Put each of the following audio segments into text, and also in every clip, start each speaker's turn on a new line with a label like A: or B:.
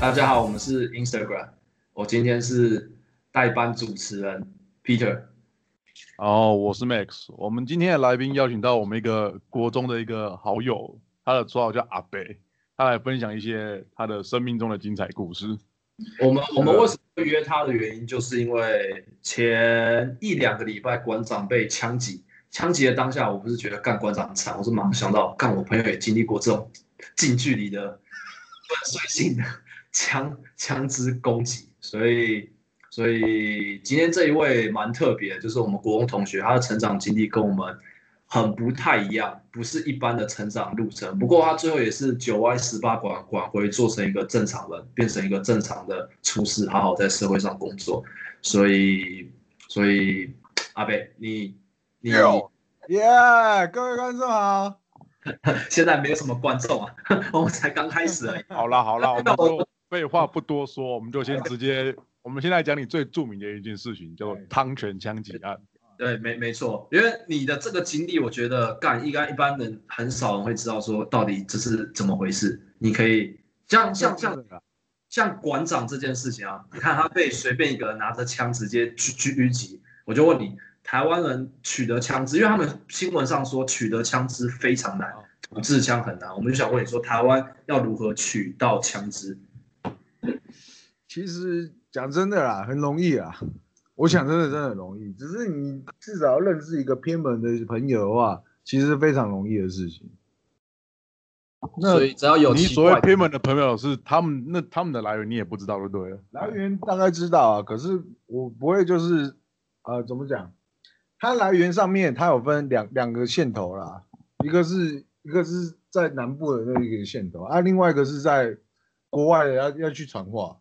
A: 大家好，我们是 Instagram，我今天是代班主持人 Peter。
B: 然后哦我是 Max，我们今天的来宾邀请到我们一个国中的一个好友，他的绰号叫阿北，他来分享一些他的生命中的精彩故事。
A: 我们我们为什么会约他的原因，就是因为前一两个礼拜馆长被枪击，枪击的当下，我不是觉得干馆长惨，我是马上想到，干我朋友也经历过这种近距离的粉碎性的 枪枪支攻击，所以所以今天这一位蛮特别，就是我们国中同学，他的成长经历跟我们很不太一样，不是一般的成长路程。不过他最后也是九弯十八拐拐回，做成一个正常人，变成一个正常的厨师，好好在社会上工作。所以，所以阿北，你你
C: Yo 耶各位观众好，
A: 现在没有什么观众啊， 我们才刚开始而已。
B: 好啦好啦，我们 就废话不多说，我们就先直接，我们先来讲你最著名的一件事情，叫
C: 哎
B: 做汤泉枪击案。
A: 对，没没错，因为你的这个经历，我觉得干应该一般人很少人会知道说到底这是怎么回事。你可以像像像
C: 啊
A: 像馆长这件事情啊，你看他被随便一个人拿着枪直接狙狙狙击，我就问你，台湾人取得枪支，因为他们新闻上说取得枪支非常难，土制枪很难，我们就想问你说，台湾要如何取到枪支？
C: 其实讲真的啦，很容易啦。我想真的真的很容易，只是你至少要认识一个偏门的朋友的话，其实是非常容易的事情。那
D: 所以只要有
B: 你
D: 奇
B: 所谓
D: 怪的，
B: 偏门的朋友是他们，那他们的来源你也不知道就对了。
C: 来源大概知道啊，可是我不会就是呃怎么讲，它来源上面它有分两两个线头啦，一个是一个是在南部的那一个线头啊，另外一个是在国外的要要去传话，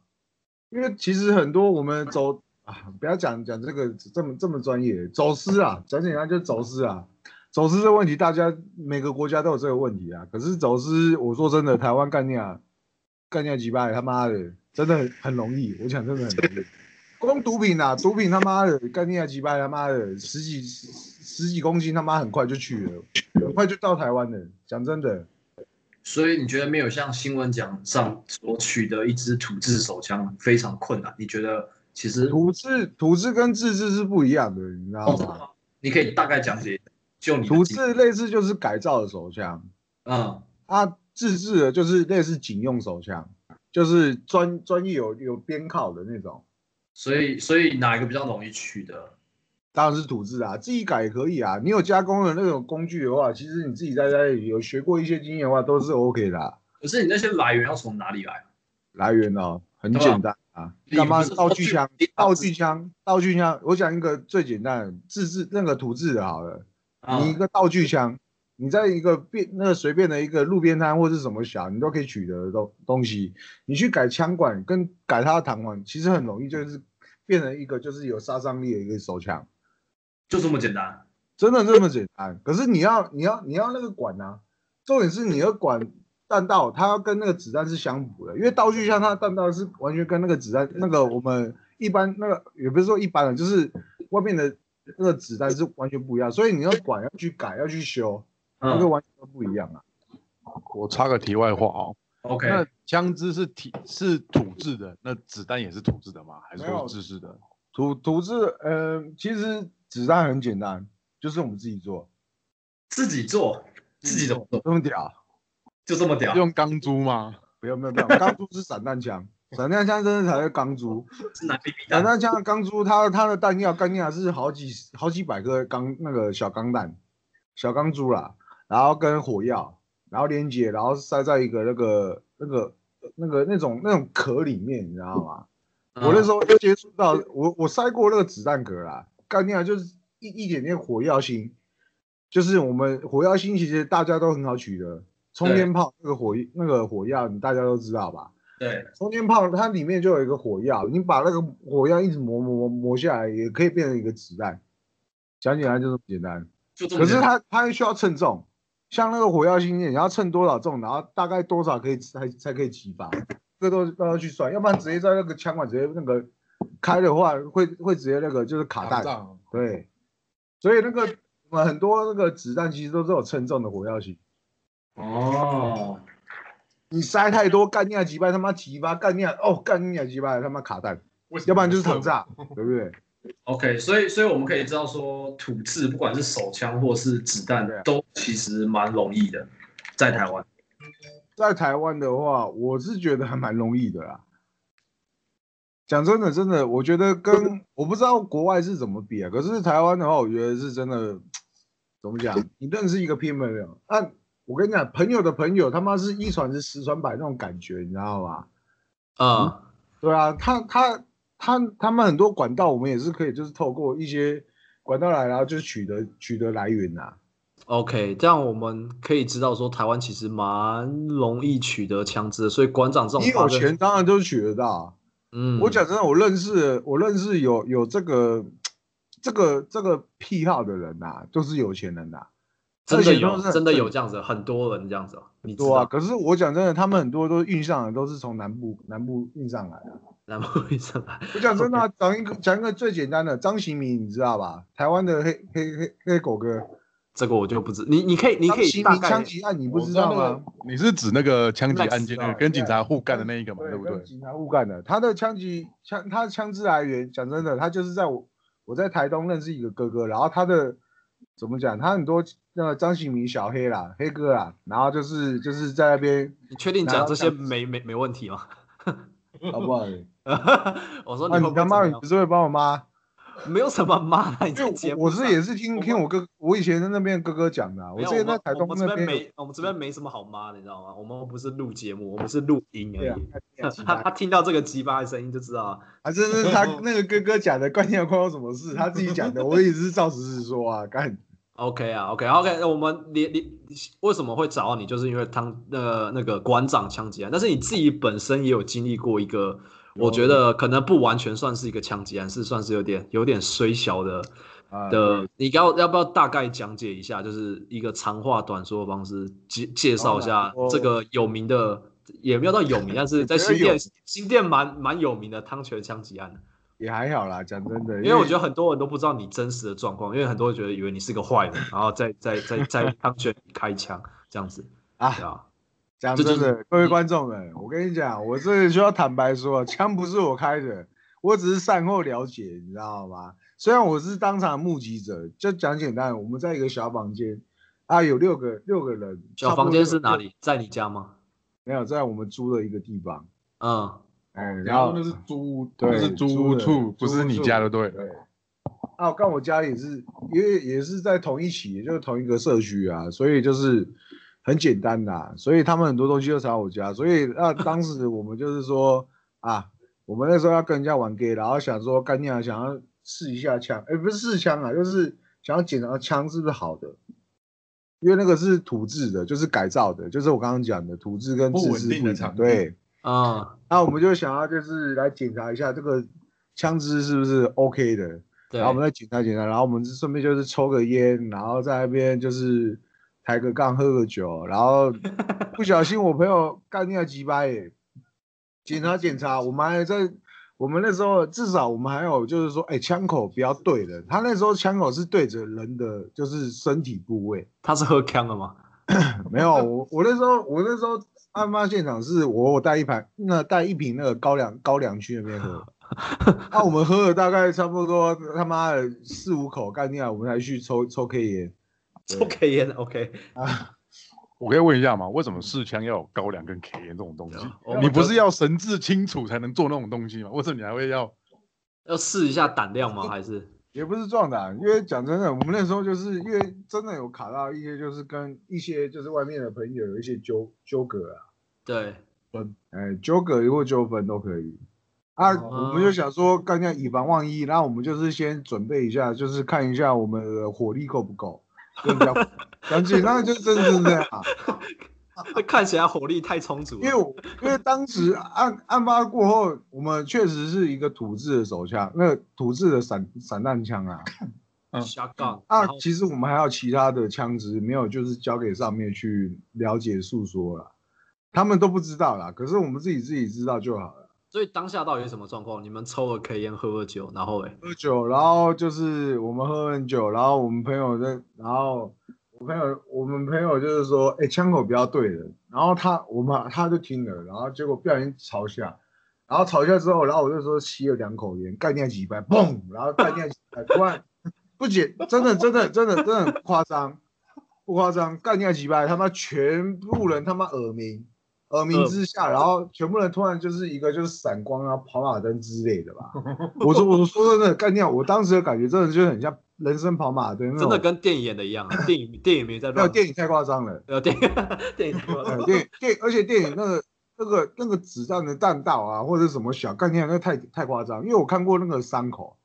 C: 因为其实很多我们走啊，不要讲讲这个这么这么专业，走私啊，讲简单就是走私啊。走私这问题，大家每个国家都有这个问题啊。可是走私，我说真的，台湾概念啊，干掉几百，他妈的，真的很很容易。我讲真的很容易，光毒品啊，毒品他妈的干掉几百，他妈的十几十十几公斤，他妈很快就去了，很快就到台湾了。讲真的，
A: 所以你觉得没有像新闻讲上所取得一支土制手枪非常困难？你觉得其实哦
C: 土制土制跟自制是不一样的，你知道吗？
A: 你可以大概讲解，就你的
C: 土
A: 经
C: 制类似就是改造的手枪，
A: 嗯，
C: 啊，自制的就是类似警用手枪，就是专专业有有编号的那种。
A: 所以所以哪一个比较容易取得？
C: 当然是土制啊，自己改也可以啊。你有加工的那种工具的话，其实你自己在家里有学过一些经验的话，都是 OK 的啊、
A: 可是你那些来源要从哪里来？
C: 来源哦，很简单啊，
A: 对啊
C: 干嘛
A: 你不是
C: 道具枪
A: 你、
C: 道具枪、道具枪？我讲一个最简单的，自制那个土制的好了，
A: 啊
C: 你一个道具枪，你在一个便那个随便的一个路边摊或是什么小，你都可以取得的东东西，你去改枪管跟改它的弹簧，其实很容易，就是变成一个就是有杀伤力的一个手枪。
A: 就这么简单。
C: 真的这么简单？可是你要你要你要那个管啊，重点是你要管弹道，它要跟那个子弹是相符的，因为道具像它的弹道是完全跟那个子弹那个我们一般那个也不是说一般的，就是外面的那个子弹是完全不一样，所以你要管要去改要去修，那个
A: 嗯
C: 完全都不一样啊。
B: 我插个题外话哦，
D: 哎
A: ，OK，
B: 那枪支是体是土制的，那子弹也是土制的吗？还是
C: 没
B: 说
C: 有
B: 自制的？
C: 土土制呃，其实子弹很简单，就是我们自己做，
A: 自己做，自
C: 嗯
A: 己怎么做？
C: 这么屌。
A: 就这么屌，
B: 用钢珠吗？
C: 不要不要不要，钢珠是散弹枪，散弹枪真的才是钢珠。
A: 是拿 BB
C: 散
A: 弹。
C: 弹枪的啊钢珠，它它的弹药弹药是好几好几百颗钢那个小钢弹、小钢珠啦，然后跟火药，然后连接，然后塞在一个那个那个那个那种那种壳里面，你知道吗？我那时
A: 候
C: 候接触到我我塞过那个子弹壳啦，干掉就是一一点点火药芯，就是我们火药芯其实大家都很好取得，冲
A: 对
C: 天炮那个火那个火药你大家都知道吧？
A: 对，
C: 充电炮它里面就有一个火药，你把那个火药一直磨磨磨磨下来，也可以变成一个子弹。讲起来就这么简单，
A: 就这
C: 可
A: 么
C: 是
A: 简单。
C: 它它需要称重，像那个火药芯，你要称多少重，然后大概多少可以才才可以击发，这都都要去算，要不然直接在那个枪管直接那个开的话，会会直接那个就是卡啊带。
B: 弹。
C: 对，所以那个我们很多那个子弹其实都是有称重的火药芯。
A: 哦，
C: 你塞太多，干你啊几拜他妈几巴，干你啊哦干你啊几巴他妈卡蛋，
D: 为什么
C: 要不然就是躺啊炸，对不对？
E: OK，所以所以我们可以知道说，土制不管是手枪或是子弹
C: 对啊，
E: 都其实蛮容易的，在台湾。
C: 在台湾的话，我是觉得还蛮容易的啦。讲真的，真的，我觉得跟我不知道国外是怎么比啊，可是台湾的话，我觉得是真的，怎么讲？你认识一个偏朋友，那、我跟你讲，朋友的朋友他妈是一传十，十传百那种感觉，你知道吗？
A: 嗯
E: 啊、
C: 对啊，他他他他们很多管道，我们也是可以就是透过一些管道来，然后就取得取得来源啊。
A: o k 这样我们可以知道说，台湾其实蛮容易取得枪支的，所以馆长这种
C: 你有
A: 发生
C: 钱，当然都取得到啊。
A: 嗯，
C: 我讲真的，我认识我认识有有这个这个这个癖好的人呐、就是有钱人呐、
A: 真
C: 而
A: 的
C: 且都
A: 有，
C: 是
A: 真的有这样子，很多人这样子哦，你知
C: 对啊。
A: 道？
C: 可是我讲真的，他们很多都运上来，都是从南部南部运上来的。
A: 然后一上来，
C: 我讲真的啊、讲一个讲一个最简单的，张行明你知道吧？台湾的黑黑黑黑狗哥，
A: 这个我就不知，你你可以你
C: 张
A: 可以
C: 行
A: 大
C: 明
A: 概
C: 枪击案你不
D: 我
C: 知
D: 知道
C: 道
D: 那个
C: 吗？
B: 你是指那个枪击
C: Max
B: 案件那
C: 啊
B: 个跟警察
C: 对
B: 互干的那一个嘛，对不对
C: 跟？警察互干的，他的枪击枪，他的枪支来源，讲真的，他就是在我我在台东认识一个哥哥，然后他的怎么讲，他很多那个张醒明小黑啦，黑哥啦，然后就是就是在那 边，
A: 你确定讲这些
C: 然后像
A: 没没没问题吗？
C: 好不好？
A: 我说
C: 那
A: 你会不
C: 啊你
A: 会怎
C: 他妈你
A: 么样
C: 不是会帮我妈？
A: 没有什么骂 你
C: 因为
A: 在节
C: 我
A: 目
C: 我是
A: 上
C: 也是听听我哥，我以前在那边哥哥讲的啊，
A: 没
C: 之
A: 有
C: 前在台
A: 我
C: 东
A: 们我
C: 那
A: 们这边
C: 边有
A: 没我们这边没什么好骂的，你知道吗？我们不是录节目，我们是录音而
C: 对啊
A: 已。
C: 干你
A: 他
C: 啊
A: 他听到这个鸡巴的声音就知道啊，
C: 还真是他那个哥哥讲的，关键关我什么事？他自己讲的，我也是照实实说啊，干。
A: OK 啊，OK，OK，、我们连连为什么会找到你，就是因为当那个那个馆长枪击案，但是你自己本身也有经历过一个，
C: 啊
A: 我觉得可能不完全算是一个枪击案，是算是有点有点虽小的
C: 啊
A: 的。你要要不要大概讲解一下，就是一个长话短说的方式介介绍一下
C: 当然
A: 这个有名的，也没有到有 名，但是在
C: 我觉得
A: 新店
C: 有
A: 新店蛮蛮有名的汤泉枪击案。
C: 也还好啦，讲真的，
A: 因为我觉得很多人都不知道你真实的状况，因为很多人觉得以为你是个坏人，然后再再再再当选开枪这样子，
C: 啊
A: 对，吧？
C: 讲
A: 这就
C: 真
A: 是
C: 的，各位观众们，我跟你讲，我这里需要坦白说，枪不是我开的，我只是善后了解，你知道吗？虽然我是当场目击者，就讲简单，我们在一个小房间，啊，有六个六个人，
A: 小房间
C: 差
A: 是
C: 不多
A: 哪
C: 六个？
A: 里？在你家吗？
C: 没有，在我们租的一个地方，
A: 嗯，
C: 嗯，
D: 然
C: 然
D: 后
C: 后
D: 那是租，
C: 对
B: 那是租
C: 租
B: 屋
C: 的
B: 处，不是你家的，对了。
C: 对，啊，我跟我家也是，因为也是在同一起，也就是同一个社区啊，所以就是很简单啦、所以他们很多东西都查我家，所以 那、当时我们就是说啊，我们那时候要跟人家玩 gay，然后想说干娘想要试一下枪，哎，不是试枪啊，就是想要检查枪是不是好的。因为那个是土制的，就是改造的，就是我刚刚讲的土制跟
D: 不
C: 自
D: 稳
C: 制
D: 定
C: 不
D: 的
C: 一样
D: 场地
C: 对，
A: 嗯，
C: 那我们就想要就是来检查一下这个枪支是不是 OK 的，
A: 对
C: 然后我们再检查检查，然后我们就顺便就是抽个烟，然后在那边就是抬个杠喝个酒，然后不小心我朋友干掉几巴耶，检查检查，我们还在我们那时候至少我们还有就是说，哎，枪口不要对的，他那时候枪口是对着人的就是身体部位，
A: 他是喝枪了吗？
C: 没有，我我那时候我那时候案发现场是我我带一盘那带一瓶那个高粱高粱去那边喝，那、我们喝了大概差不多他妈的四五口干掉，我们才去抽抽 K 烟。
A: 抽 K 烟，OK，
B: 我可以问一下吗？为什么试枪要有高粱跟 K 这种东西？
C: 啊
A: 我
B: 你不是要神志清楚才能做那种东西吗？为什么你还会要？
A: 要试一下胆量吗？还是
C: 也不是壮胆，啊因为讲真的，我们那时候就是因为真的有卡到一些，就是跟一些就是外面的朋友有一些纠纠葛啊，
A: 对？
C: 哎，纠葛或纠纷都可以。啊，
A: 哦
C: 我们就想说，干掉以防万一，那我们就是先准备一下，就是看一下我们的火力够不够，对不对？讲简单就真的是这样啊，
A: 看起来火力太充足了，
C: 因为我因为当时案案发过后，我们确实是一个土制的手枪，那个土制的散散弹枪啊，
A: 下杠
C: 啊
A: 然后，
C: 其实我们还有其他的枪支没有，就是交给上面去了解诉说了，他们都不知道啦，可是我们自己自己知道就好了。
A: 所以当下到底是什么状况？你们抽了 K 烟，喝了酒，然后哎，
C: 喝酒，然后就是我们喝很久，然后我们朋友在，然后我朋友，我们朋友就是说，哎、枪口不要对人。然后他，我们他就听了，然后结果不小心朝下，然后朝下之后，然后我就说吸了两口烟，概念几百，嘣，然后概念几百， 突然不解，真的真的真的真的很夸张，不夸张，概念几百，他妈全部人他妈耳鸣，耳鸣之
A: 嗯
C: 下，然后全部人突然就是一个就是闪光啊、跑马灯之类的吧。 我说我说真的，概念，我当时的感觉真的就很像人生跑马灯那
A: 真
C: 种
A: 的跟电影演的一样啊，电影 电影没在
C: 没有
A: 乱，
C: 电影太夸张了，
A: 呃电影电影
C: 呃电影电影而且电影那个那个那个子弹的弹道啊，或者什么小概念，那太太夸张。因为我看过那个伤口，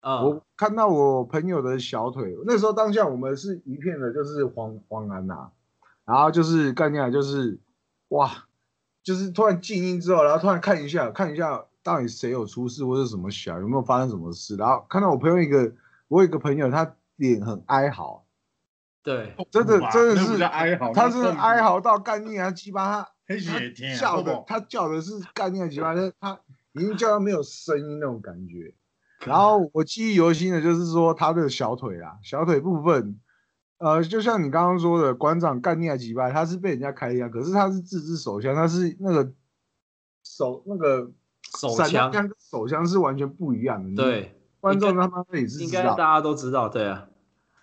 A: 啊，
C: 我看到我朋友的小腿，那时候当下我们是一片的，就是黄黄安呐、然后就是概念就是哇，就是突然静音之后，然后突然看一下看一下到底谁有出事或者什么小有没有发生什么事，然后看到我朋友一个，我有一个朋友他脸很哀嚎。
A: 对，
C: 真的真的
B: 那
C: 是
B: 不叫哀嚎，
C: 他
B: 哦那
C: 是
B: 痛苦
C: 哀，嚎到干你啊，鸡巴他
B: 很血
C: 他
B: 天啊，
C: 叫
B: 好
C: 的
B: 不，好
C: 他叫的是干你啊，鸡 巴他他已经叫到没有声音那种感觉。然后我记忆犹新的就是说他的小腿啦， 小腿部分，呃，就像你刚刚说的，馆长干你啊，鸡巴他是被人家开枪，可是他是自制手枪，他是那个手那个
A: 手
C: 散弹
A: 枪
C: 枪跟手枪是完全不一样的。你，
A: 对，
C: 观众
A: 应该
C: 他妈也是
A: 应
C: 知
A: 该
C: 道
A: 大。家都知道，对啊，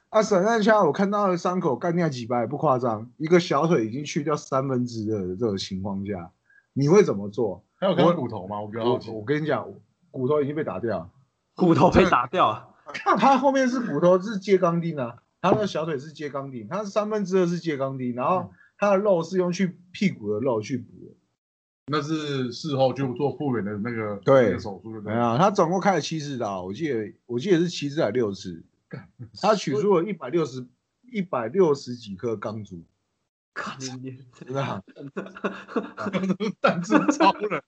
C: 啊，散弹枪我看到的伤口干掉几百，不夸张，一个小腿已经去掉三分之二的这种情况下，你会怎么做？
B: 还有看到
C: 我
B: 骨头吗？我比较好
C: 我
B: 奇。
C: 我跟你讲，骨头已经被打掉，哦
A: 骨头被打掉啊，
C: 他后面是骨头是接钢钉啊，他的小腿是接钢钉，他三分之二是接钢钉，然后他的肉是用去屁股的肉去补的。
B: 那是事后就做复原的那个
C: 对哎
B: 那个手术，对不
C: 没
B: 对？
C: 有，他总共开了七次刀，我记得我记得是七次还是六次，他取出了一百六十一百六十几颗钢珠，
A: 看你你
C: 真的啊。
B: 但是超人，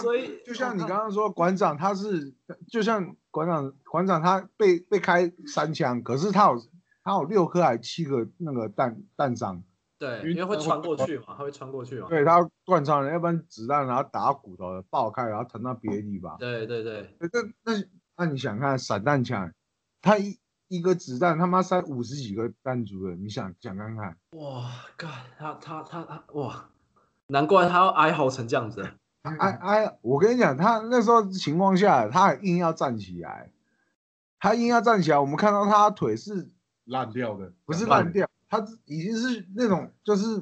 A: 所以
C: 就像你刚刚说，馆长他是，就像馆长馆长他被被开三枪，可是他有他有六颗还七个那个弹弹伤，
A: 对，因为会穿过去嘛，它会穿过去嘛，
C: 对他断伤了，要不然子弹然后打到骨头爆开，然后弹到别的地方。
A: 对对对，
C: 那那那你想看散弹枪，他一一个子弹他妈塞五十几个弹珠了，你想想看看，
A: 哇，干他他他他哇，难怪他要哀嚎成这样子，
B: 嗯
C: 哎哎，我跟你讲，他那时候情况下，他还硬要站起来，他硬要站起来，我们看到他腿是
B: 烂掉的，
C: 不是
B: 烂
C: 烂掉，它是已经是那种就是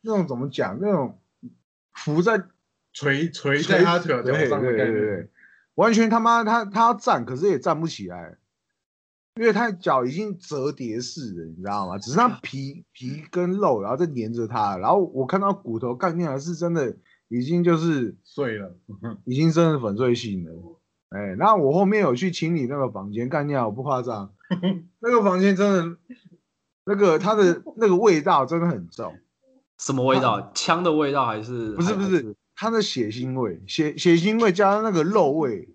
C: 那种怎么讲，那种浮在
B: 垂垂在他腿脚
C: 对
B: 上
C: 对
B: 的
C: 对
B: 概
C: 对
B: 念。
C: 对，完全他妈他他要站，可是也站不起来，因为他脚已经折叠式的，你知道吗？只是他皮皮跟肉，然后再粘着它，然后我看到骨头干掉是真的已经就是
B: 碎了，
C: 已经真的粉碎性了。哎、那我后面有去清理那个房间，干掉我不夸 张，那个房间真的，那个它的那个味道真的很重，
A: 什么味道？枪的味道还是
C: 啊不是不哎是，它的血腥味，血血腥味加上那个肉味，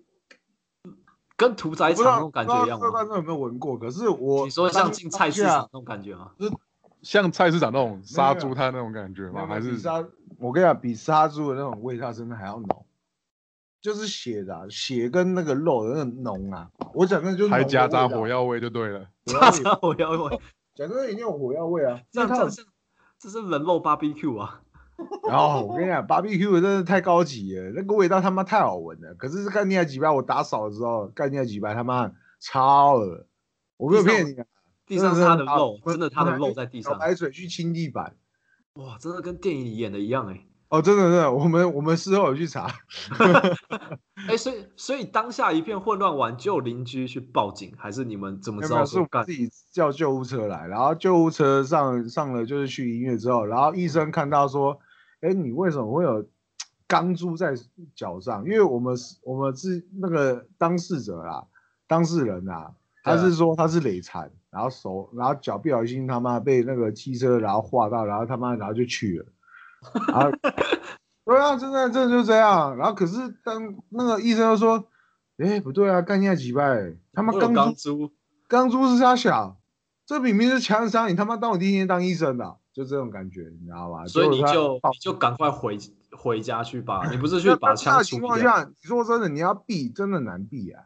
A: 跟屠宰
C: 不知
A: 场
C: 道
A: 那种感觉一样
C: 不知道各位观
A: 吗？
C: 众有没有闻过？可是啊我
A: 你说像进菜市
C: 当
A: 场
C: 下
A: 那种感觉吗？
B: 像菜市场那种杀猪摊那种感觉
C: 没
B: 吗？
C: 有没有
B: 还是
C: 比杀？我跟你讲，比杀猪的那种味道真的还要浓，就是血的啊、血跟那个肉的那个浓啊。我讲的就是
B: 还
C: 浓的
B: 夹
C: 味
B: 杂
C: 道
B: 火，药味就对了。
C: 火 药
A: 我
C: 味
A: 要我
C: 讲真的一定有火药味啊。
A: 这样这样是这是人肉 BBQ 啊！
C: 然后我跟你讲，BBQ 真的太高级了，那个味道他妈太好闻了。可是干尼亚几白，我打扫的时候，干尼亚几白他妈超恶，我没有骗你啊，
A: 地上是他的
C: 真的是他
A: 肉，
C: 我
A: 真的他的肉在地
C: 小
A: 上，
C: 白水去清地板。
A: 哇，真的跟电影里演的一样哎、欸。
C: 哦，真的真的，我们我们事后有去查，
A: 哎、所以所以当下一片混乱完，就邻居去报警，还是你们怎么
C: 没
A: 知
C: 有没有
A: 道
C: 是
A: 说
C: 我们
A: 干
C: 自己叫救护车来，然后救护车上上了就是去医院之后，然后医生看到说，哎，你为什么会有钢珠在脚上？因为我们是我们是那个当事者啦，当事人啦，他
A: 对啊
C: 是说他是累残，然后手然后脚不小心他妈被那个汽车然后划到，然后他妈然后就去了，然后对啊，真的真的就这样，然后可是当那个医生又说。哎，不对啊，干下几拜，他妈
A: 会有
C: 钢珠
A: 钢珠？
C: 钢珠是他小，这明明是枪伤，你他妈当我第一天当医生的啊，就这种感觉，你知道吧？
A: 所以你
C: 结
A: 就
C: 果啊他
A: 你就赶快回回家去吧，你不是
C: 那
A: 去把
C: 那
A: 枪
C: 的
A: 处
C: 情
A: 理
C: 况
A: 掉？
C: 下，你说真的，你要避真的难避啊。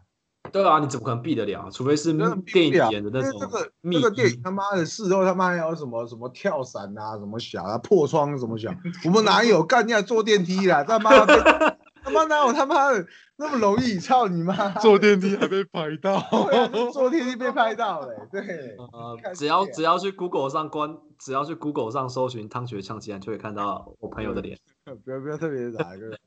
A: 对啊，你怎么可能避得了？除非是
C: 真的
A: 电
C: 避
A: 影
C: 不了，
A: 演的
C: 因
A: 那
C: 为
A: 种
C: 这个
A: 密
C: 这个电
A: 集
C: 影他妈的事后他妈还有什么什么跳伞啊，什么小啊破窗什么小，我们哪有干人家坐电梯啦？他妈的他妈哪有他妈的那么容易？操 你妈！
B: 坐电梯还被拍到，
C: 对啊就坐电梯被拍到了、对，
A: 呃，
C: 看
A: 只要
C: 这样
A: 只要去 Google 上关，只要去 Google 上搜寻汤学枪击案，就会看到我朋友的脸。
C: 不要不要特别打一个，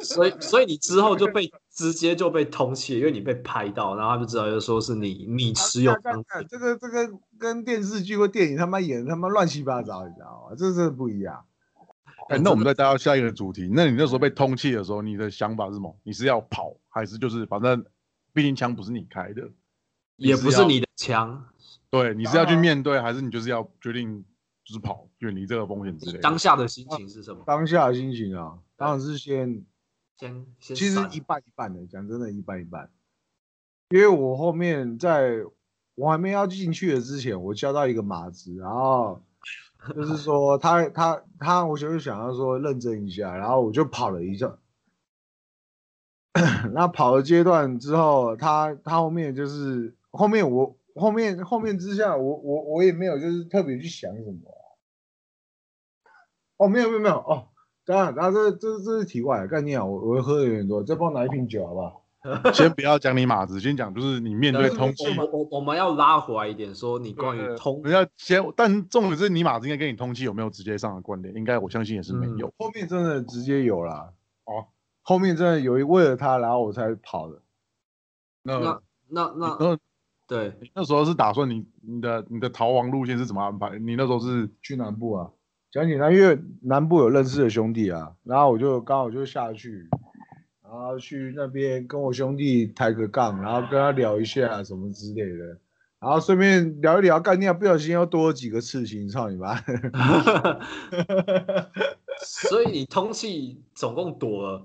A: 所以所以你之后就被直接就被通缉，因为你被拍到，然后他就知道就说是你你
C: 啊
A: 持有
C: 看
A: 枪支
C: 看这个这个跟电视剧或电影他妈演的他妈乱七八糟，你知道吗？这真的不一样。
B: 哎，那我们再带到下一个主题。那你那时候被通缉的时候，你的想法是什么？你是要跑，还是就是反正，毕竟枪不是你开的，
A: 也不
B: 你是
A: 是
B: 要
A: 你的枪。
B: 对，你是要去
C: 当然
B: 面对，还是你就是要决定就是跑，远离这个风险之类的
A: 当？下的心情是什么？
C: 当下的心情啊，当然是先
A: 先先
C: 其实
A: 闪
C: 一半一半的，讲真的，一半一半。因为我后面在我还没要进去的之前，我交到一个马子，然后就是说他 他他，我就是想要说认真一下，然后我就跑了一下。 那跑的阶段之后，他他后面就是后面我后面后面之下，我我我也没有就是特别去想什么啊、哦，没有没有没有哦，当然，然后这这这是题外概念啊，我我喝的有点多，再帮我拿一瓶酒好不好？
B: 先不要讲你马子，先讲就是你面对
A: 但是
B: 通
A: 我
B: 缉。
A: 我我我们要拉回来一点，说你关于
B: 呃
A: 通
B: 我们要先，但重点是你马子应该跟你通缉有没有直接上的关联？应该我相信也是没
A: 嗯
B: 有。
C: 后面真的直接有啦，
B: 哦，
C: 后面真的有一为了他，然后我才跑的。
B: 那
A: 那那
B: 你
A: 那
B: 那
A: 对
B: 你那时候是打算你你的你的逃亡路线是怎么安排？你那时候是
C: 去南部啊，讲简单，因为南部有认识的兄弟啊，然后我就刚好就下去，然后去那边跟我兄弟抬个杠，然后跟他聊一下什么之类的，然后顺便聊一聊概念，啊不小心又多了几个刺青，操你妈！
A: 所以你通气总共躲了，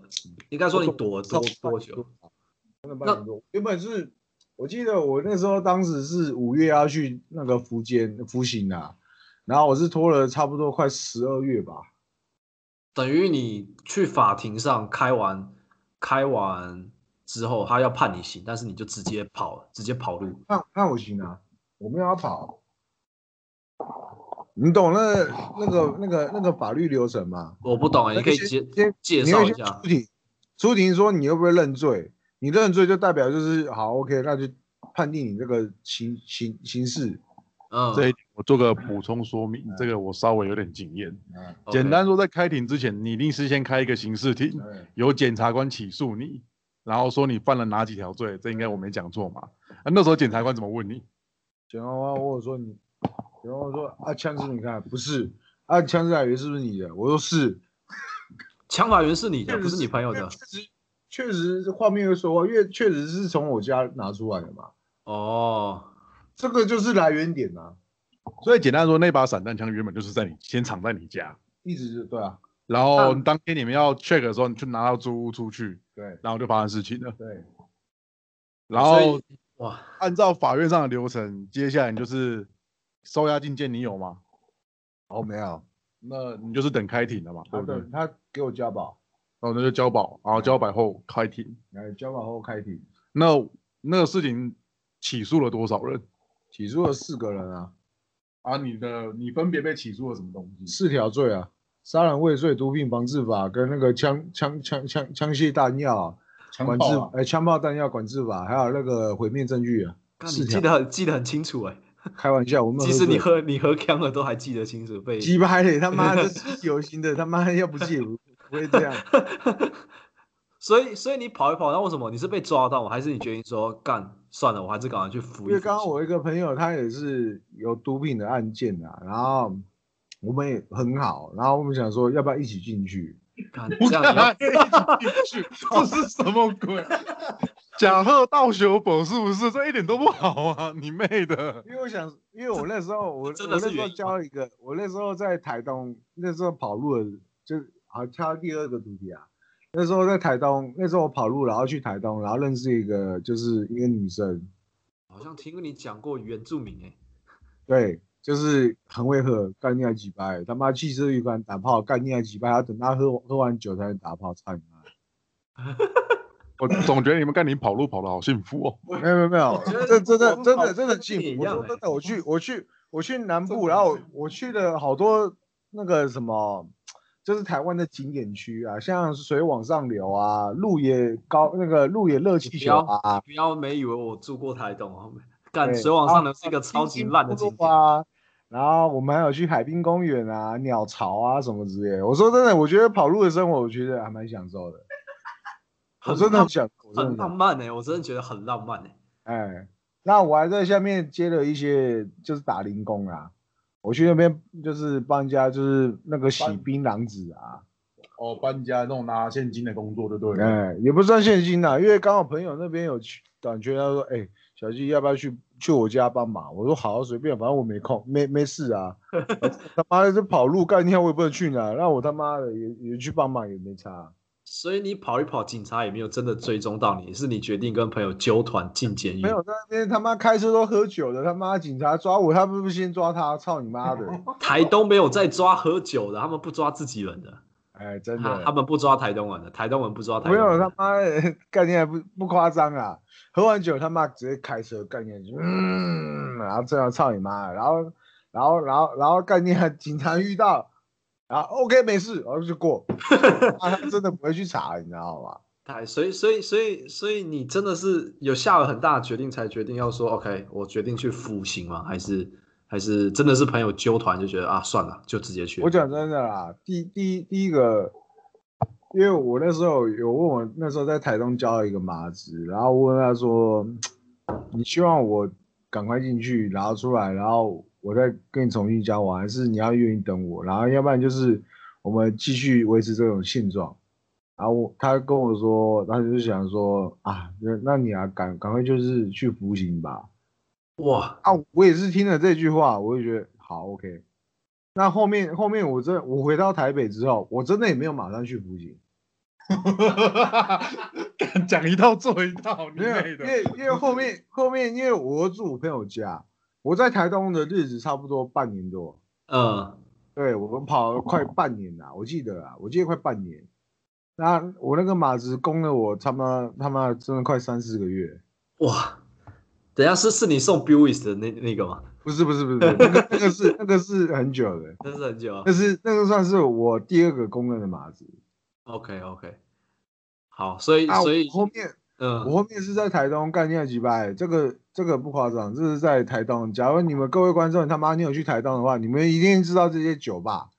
A: 应该说你
C: 哦
A: 躲了多多久？？啊
C: 真的半年多。原本是我记得我那时候当时是五月要去那个福建福行啊，然后我是拖了差不多快十二月吧。
A: 等于你去法庭上开完开完之后，他要判你刑，但是你就直接跑了，直接跑路。
C: 那那我行啊，我没有要跑。你懂那那个那个那个法律流程吗？
A: 我不懂哎、你可以介
C: 先
A: 介
C: 你要
A: 绍一
C: 先
A: 下
C: 出庭，出庭说你会不会认罪？你认罪就代表就是好 OK，那就判定你这个刑刑刑事。
A: 嗯，
B: 这一点我做个补充说明，这个我稍微有点经验。
C: 嗯，
A: OK
B: 简单说，在开庭之前，你一定是先开一个刑事庭，
C: 对
B: 由检察官起诉你，然后说你犯了哪几条罪，这应该我没讲错嘛？啊，那时候检察官怎么问你？
C: 检察官问我说你，检察官说啊，枪支你看不是啊，枪支来源是不是你的？我说是，
A: 抢法源是你的，不是你朋友的
C: 确实确实这画面会说话，因为确实是从我家拿出来的嘛，
A: 哦。
C: 这个就是来源点呐、啊，
B: 所以简单说，那把散弹枪原本就是在你先藏在你家，
C: 一直就对啊，
B: 然后
A: 但
B: 当天你们要 check 的时候，你就拿到租屋出去，
C: 对
B: 然后就发生事情了。
C: 对，
B: 然
A: 所以
B: 后
A: 哇，
B: 按照法院上的流程，接下来你就是收押禁见，你有吗？
C: 哦没有，
B: 那你就是等开庭了嘛，对
C: 他
B: 不对？
A: 啊
C: 的他给我家宝，
B: 然后那就交保，然后交保后开庭。
C: 哎家宝后开庭，
B: 那那个事情起诉了多少人
C: 起诉了四个人啊，
B: 啊？你的你分别被起诉了什么东西？
C: 四条罪啊，杀人未遂、毒品防治法跟那个枪枪枪枪枪械弹药啊、管制
B: 炮啊
C: 呃枪炮弹药管制法，还有那个毁灭证据啊。
A: 干
C: 四
A: 你
C: 条
A: 记得很记得很清楚哎、
C: 开玩笑，我们
A: 即使你喝你喝呛了，都还记得清楚。被
C: 鸡巴嘞，他 妈的是游行的，他妈要不是也不不会这样。
A: 所以，所以你跑一跑，那为什么你是被抓到吗？还是你决定说干算了，我还是赶快去服
C: 因
A: 一
C: 为
A: 服？
C: 刚刚我一个朋友他也是有毒品的案件啊，然后我们也很好，然后我们想说要不要一起进去？
A: 干这样
C: 啊
A: 你要
B: 这是什么鬼？假贺道修本是不是？这一点都不好啊！你妹的！
C: 因为我想，因为我那时候我
A: 这真
C: 我
A: 的是
C: 那时
A: 原
C: 候
A: 因吗
C: 交一个，我那时候在台东，那时候跑路的，就是好挑第二个主题啊。那时候在台东，那时候我跑路，然后去台东，然后认识一个就是一个女生，
A: 好像听你讲过原住民哎、
C: 对，就是很会喝，干你还几掰，他妈汽车旅馆打炮，干你还几掰，要等他喝喝完酒才能打炮，操你妈！
B: 我总觉得你们干你跑路跑的好幸福哦。
C: 没有没有没有，
A: 觉得
C: 这真的
A: 我们
C: 真
A: 跑
C: 的真
A: 步
C: 的很幸
A: 跟你
C: 福。
A: 一
C: 我
A: 样
C: 说
A: 欸
C: 真的，我去我去我去南
E: 真
C: 部，
E: 的
C: 然后
E: 很
C: 我去了好多那个什么，就是台湾的景点区啊，像水往上流啊，鹿野高那个鹿野热气球啊，
A: 不要没以为我住过台 东哦，干
C: 对啊
A: 水往上
C: 然
A: 流
C: 后
A: 是一个
C: 金
A: 超级
C: 星
A: 烂的
C: 部落
A: 景点。
C: 啊。然后我们还有去海滨公园啊、鸟巢啊什么之类的。我说真的，我觉得跑路的生活，我觉得还蛮享受的。我
A: 很
C: 真的
A: 浪
C: 很享，我真的
A: 很
C: 很享
A: 浪漫呢、我真的觉得很浪漫呢、欸
C: 哎，那我还在下面接了一些就是打零工啊，我去那边就是帮人家就是那个洗
B: 搬
C: 槟榔纸啊，
B: 哦，搬家那种拿现金的工作，对不对？
C: 哎，也不算现金啦、因为刚好朋友那边有去短缺，他说哎，小季要不要去去我家帮忙？我说好啊，随便，反正我没空，没没事啊。他妈的这跑路干掉，我也不能去哪，那我他妈的也也去帮忙也没差。
A: 所以你跑一跑，警察也没有真的追踪到你，是你决定跟朋友纠团进监狱
C: 没。有在那边他妈开车都喝酒的，他妈警察抓我，他不是先抓他？操你妈的！
A: 台东没有在抓喝酒的，他们不抓自己人的，
C: 哎，真
A: 他
C: 的
A: 他。们不抓台东人的，台东人不抓台
C: 没
A: 东人的。
C: 有他妈 的概念还不不夸张啊！喝完酒他妈直接开车概念就嗯，然后这样操你妈，然后然后然后然后概念还警察遇到，然后 OK 没事，然后就 过，啊、他真的不会去查，你知道吗？
A: 哎，所以所以所以所以你真的是有下了很大的决定，才决定要说 OK，我决定去服刑吗？还是还是真的是朋友纠团就觉得啊算了，就直接去了。
C: 我讲真的啦，第第一第一个，因为我那时候有问我那时候在台东交了一个麻子，然后问他说，你希望我赶快进去，然后出来，然后我再跟你重新交往，还是你要愿意等我？然后要不然就是我们继续维持这种现状。然后我他跟我说，他就想说啊，那那你啊，赶赶快就是去服刑吧。
A: 哇，
C: 啊，我也是听了这句话，我就觉得好 OK。那后面后面我真的我回到台北之后，我真的也没有马上去补习，
B: 敢 讲一套做一套，你
C: 因为
B: 妹
C: 因
B: 的！
C: 为因为后面后面因为我住我朋友家，我在台东的日子差不多半年多，
A: 呃，
C: 对我们跑了快半年啦，我记得啊，我记得快半年。那我那个马子供了我他妈他妈真的快三四个月，
A: 哇，等一下是是你送 b u i s 的那那个吗？
C: 不是不是不是，不是那个那个是那个是很久的，
A: 真是很久啊
C: 那。是那个算是我第二个公认的马子。
A: OK OK，好，所以
C: 啊，
A: 所以
C: 我后面
A: 嗯，
C: 我后面是在台东干掉几百，这个这个不夸张，这是在台东。假如你们各位观众他妈你有去台东的话，你们一定知道这些酒吧，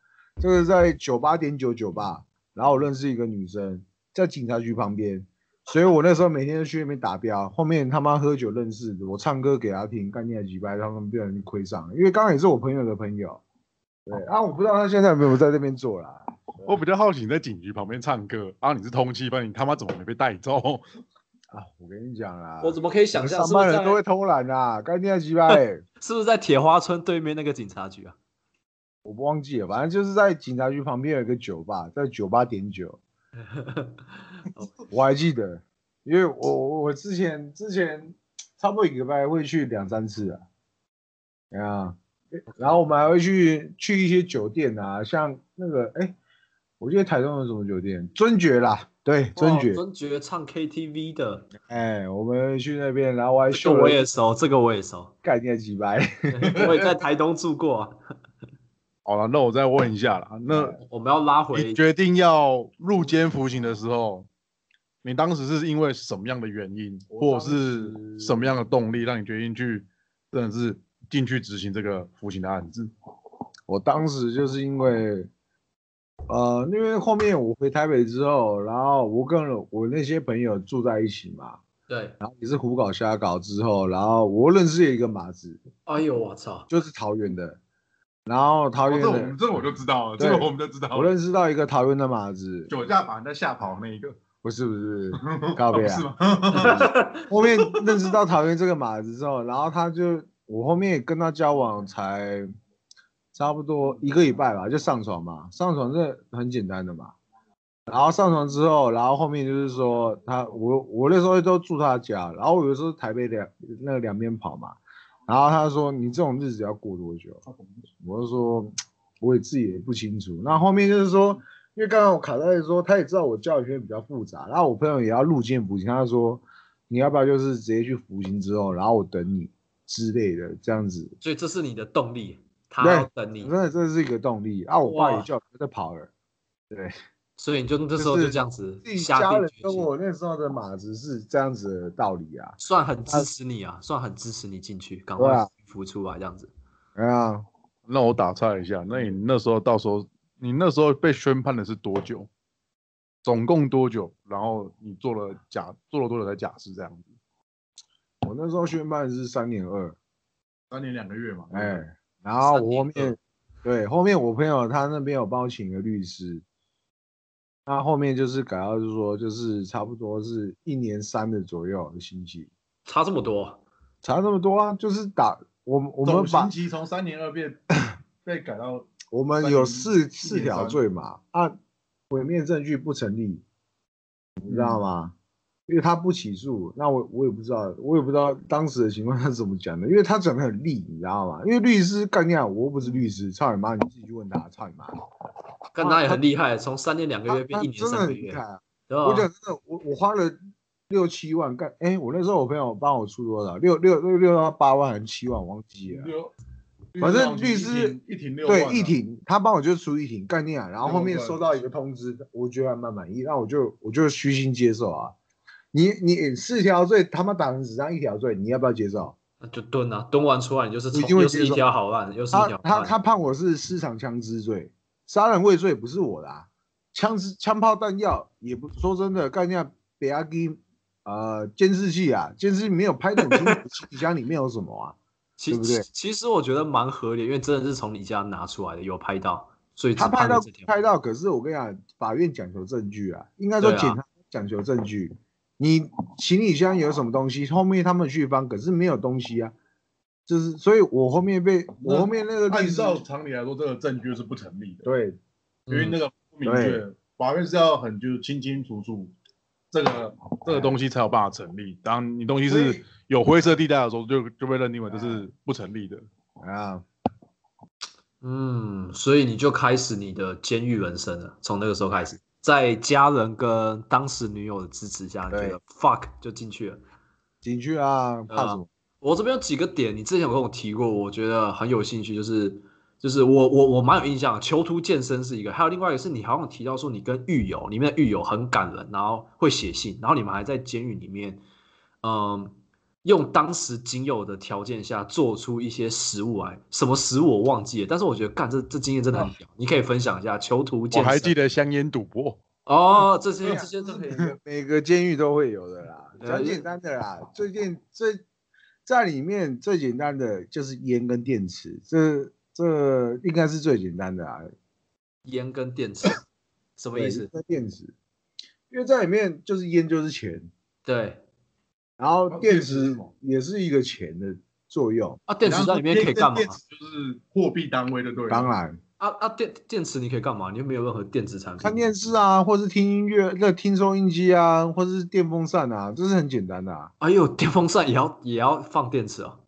C: 这个在九八点九酒吧。然后我认识一个女生，在警察局旁边，所以我那时候每天都去那边打标。后面他妈喝酒认识的，我唱歌给她听，干掉几百，他们不小心亏上了，因为刚好也是我朋友的朋友。对啊，我不知道他现在有没有在那边做啦。
B: 我比较好奇你在警局旁边唱歌啊，你是通缉犯，你他妈怎么没被带走？
C: 啊，我跟你讲啦，
A: 我怎么可以想象
C: 上
A: 是不
C: 班
A: 是
C: 人
A: 在
C: 都会偷懒啊，干掉 几百。
A: 是不是在铁花村对面那个警察局啊？
C: 我不忘记了，反正就是在警察局旁边有一个酒吧，在九八点九， 我还记得，因为我我我之前之前差不多一个礼拜会去两三次啊，啊，然后我们还会去去一些酒店啊，像那个哎，我记得台中有什么酒店，尊爵啦，对，尊爵，
A: 哦尊爵唱 KTV 的，
C: 哎，我们去那边，然后我还
A: 这
C: 秀
A: 个我
C: 了
A: 也熟，这个我也熟，
C: 概念几百，
A: 我也在台东住过、啊。
B: 好了，那我再问一下啦，那
A: 我们要拉回
B: 你决定要入监服刑的时候，你当时是因为什么样的原因，或
C: 我
B: 者是
C: 当时
B: 什么样的动力让你决定去，真的是进去执行这个服刑的案子？
C: 我当时就是因为，呃，因为后面我回台北之后，然后我跟我那些朋友住在一起嘛，
A: 对，
C: 然后也是胡搞瞎搞之后，然后我认识了一个马子，
A: 哎呦我操，
C: 就是桃园的，然后桃
B: 哦
C: 园
B: 这我们
C: 的，
B: 这个我就知道了，
C: 对
B: 这个我们就知道
C: 我
B: 了。
C: 认识到一个桃园的马子，
B: 酒驾把人家吓跑那一个，
C: 不是不 是，告别
B: 不
C: 啊
B: 是，吗？
C: 后面认识到桃园这个马子之后，然后他就我后面也跟他交往才差不多一个礼拜吧，就上床嘛，上床这很简单的嘛。然后上床之后，然后后面就是说他我我那时候都住他家，然后我有时候台北两那个两边跑嘛，然后他说你这种日子要过多久？我就说我也自己也不清楚。那后面就是说因为刚刚我卡在说，他也知道我教育圈比较复杂，然后我朋友也要入境服刑，他说你要不要就是直接去服刑之后，然后我等你之类的这样子，
A: 所以这是你的动力，他
C: 对
A: 要等你
C: 真，的这是一个动力啊！我爸
A: 嗯哇
C: 也叫我不要再跑了，对，
A: 所以你就那时候
C: 就是
A: 就这样子
C: 自己
A: 下
C: 家
A: 定
C: 人
A: 决
C: 跟
A: 心，
C: 我那时候的马子是这样子的道理啊，
A: 算很支持你啊，算很支持你进去，赶
C: 对
A: 快
C: 啊
A: 浮出来这样子。
C: 啊，
B: 那我打岔一下，那你那时候到时候你那时候被宣判的是多久？总共多久？然后你做了假做了多久才假释这样子？
C: 我那时候宣判是三点二，
B: 三年两个月嘛。哎，
A: 嗯
C: 哎，然后
A: 3.2
C: 我后面，对，后面我朋友他那边有帮我请一个律师，那后面就是改到就是说就是差不多是一年三的左右的刑期，
A: 差这么多，
C: 差那么多啊，就是打我们我们把
B: 期从三年二 变被改到
C: 我们
B: 三
C: 有
B: 年
C: 四
B: 一
C: 四
B: 年
C: 条
B: 三
C: 罪嘛，啊，毁灭证据不成立，你知道
A: 嗯
C: 吗？因为他不起诉，那我我也不知道，我也不知道当时的情况他 是怎么讲的，因为他讲的很利，你知道吗？因为律师干掉我又不是律师，操你妈，你自己去问他，操你妈，
A: 但
C: 哇
A: 他也
C: 他
A: 很厉害，从三年两个
C: 他
A: 月变
C: 他
A: 哦一年
C: 真的
A: 三个
C: 很厉
A: 月
C: 害，啊！
A: 对
C: 我讲
A: 吧？
C: 真的，我我花了六七万干，哎，我那时候我朋友帮我出多少？六六六六到八万还是七万，忘记了。
B: 六，
C: 反正律师
B: 一庭六
C: 对，一挺，他帮我就出一挺概念啊，然后后面收到一个通知，我觉得还蛮满意，那我就我就虚心接受啊。你你四条罪他妈打成纸张一条罪，你要不要接受？
A: 那就蹲啊，蹲完出来你就是
C: 一
A: 从
C: 定会
A: 又是
C: 接
A: 一
C: 受
A: 条好汉，又是一
C: 他
A: 条好
C: 他
A: 汉。
C: 他判我是私藏枪支罪，杀人未遂不是我的、啊，枪支枪炮弹药也不说真的，干掉北阿基呃监视器啊，监视器没有拍得很清楚行李箱里面有什么啊，
A: 其
C: 对不对
A: 其其实我觉得蛮合理的，因为真的是从你家拿出来的，有拍到，所以只
C: 他拍
A: 了
C: 到
A: 这条
C: 拍到，可是我跟你讲，法院讲求证据啊，应该说
A: 对啊
C: 检察讲求证据。你行李箱有什么东西？后面他们去翻，可是没有东西啊。就是，所以我后面被我后面那个律
D: 按
C: 师，
D: 照常理来说，这个证据是不成立的，
C: 对
A: 嗯
B: 嗯
D: 因为那个不明确，法院是要很就是清清楚楚，这个
B: 这个东西才有办法成立。当你东西
C: 所
B: 是
C: 以
B: 有灰色地带的时候，就就被认定为这是不成立的。
C: 啊，
A: 嗯，所以你就开始你的监狱人生了，从那个时候开始，在家人跟当时女友的支持下，你觉
C: 对
A: 得 fuck 就进去了。
C: 进去啊，怕什么？
A: 我这边有几个点，你之前有跟我提过，我觉得很有兴趣，就是就是我我我蛮有印象的，囚徒健身是一个，还有另外一个是你好像有提到说你跟狱友里面的狱友很感人，然后会写信，然后你们还在监狱里面，嗯，用当时仅有的条件下做出一些食物来，什么食物我忘记了，但是我觉得干这这经验真的很屌，你可以分享一下囚徒健
B: 我
A: 身。
B: 还记得香烟赌博，
A: 哦，这些
C: 对啊
A: 这些都可以
C: 每。个每个监狱都会有的啦，
A: 对啊
C: 很简单的啦。最近最在里面最简单的就是烟跟电池，这这应该是最简单的啊。
A: 烟跟电池，什么
C: 对
A: 意思？
C: 跟电池，因为在里面就是烟就是钱，
A: 对
C: 然后
D: 电
C: 电
D: 池是
C: 池
D: 什么
C: 也是一个钱的作用，
A: 啊，电池在里面可以干嘛
D: 电？池就是货币单位的对了，
C: 当然
A: 啊啊，电电池你可以干嘛？你又没有任何电子产品。
C: 看电视啊，或是听音乐，那听收音机啊，或是电风扇啊，这是很简单的、啊。
A: 哎呦，电风扇也要也要放电池哦。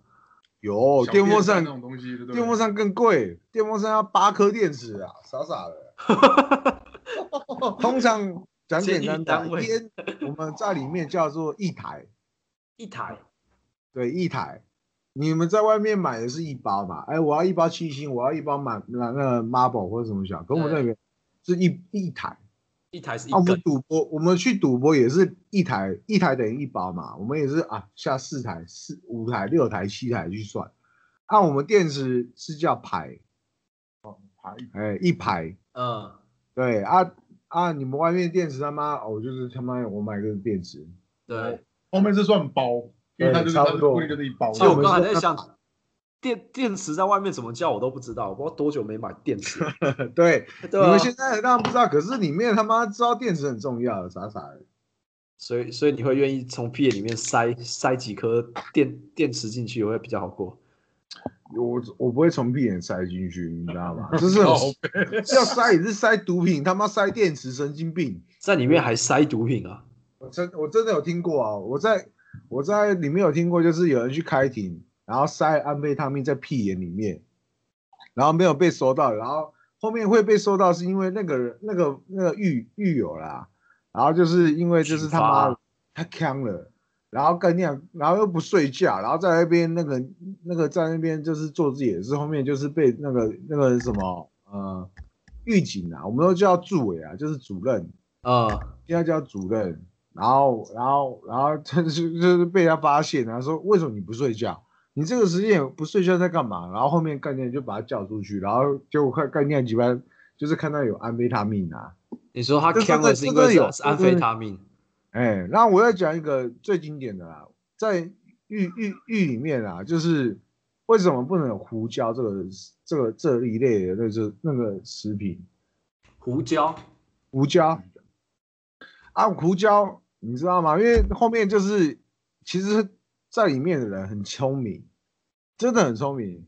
C: 有
D: 小
C: 电风扇
D: 那，种东西，对不对
C: 电风扇更贵，电风扇要八颗电池啊，傻傻的。通常讲简单
A: 监狱单
C: 的，
A: 位
C: 烟我们在里面叫做一台，
A: 一台
C: 对，一台。你们在外面买的是一包嘛？哎，我要一包七星，我要一包满那那 marble 或者什么小，可我们那边是一一台。
A: 一台是一
C: 啊，我们
A: 根，
C: 赌博，我们去赌博也是一台一台等于一包嘛，我们也是啊下四台、四五台、六台、七台去算。按、我们电池是叫排，
D: 牌
C: 哎，一排。
A: 嗯，
C: 对啊啊，你们外面电池他妈，哦我、就是他妈我买个电池，
A: 对。
C: 哦
D: 后面是算包，因为它就是
C: 对
D: 它
C: 差
D: 是
C: 不多
D: 规定就是一包，
A: 所以
C: 我
A: 我
C: 们
A: 刚才
C: 是
A: 在想，电电池在外面怎么叫我都不知道，我不知道多久没买电池。
C: 对，
A: 对啊
C: 你们现在当然不知道，可是里面他妈知道电池很重要，傻傻的。
A: 所以所以你会愿意从屁眼里面塞塞几颗电电池进去，会比较好过。
C: 我我不会从屁眼塞进去，你知道吗？就是
B: 哦
C: 很要塞也是塞毒品，他妈塞电池，神经病！
A: 在里面还塞毒品啊？
C: 我真我真的有听过啊，我在我在里面有听过，就是有人去开庭，然后塞安非他命在屁眼里面，然后没有被收到，然后后面会被收到，是因为那个人那个那个狱狱友啦，然后就是因为就是他妈的他呛了，然后跟那样，然后又不睡觉，然后在那边那个那个在那边就是做自己的事，后面就是被那个那个什么呃狱警啊，我们都叫助委啊，就是主任，
A: 呃，
C: 现在叫主任，然后然后然后他就是就是被他发现，然后说为什么你不睡觉？你这个时间也不睡觉在干嘛？然后后面概念就把他叫出去，然后结果看概念几班就是看到有安非他命啊，
A: 你说他
C: 这
A: 呛了
C: 这
A: 是因
C: 这
A: 为
C: 有
A: 是安非他命，
C: 哎，那我要讲一个最经典的啦，在狱狱狱里面啊，就是为什么不能有胡椒这个这个这一类的那是那个食品？
A: 胡椒
C: 胡椒啊，胡椒你知道吗？因为后面就是其实在里面的人很聪明，真的很聪明。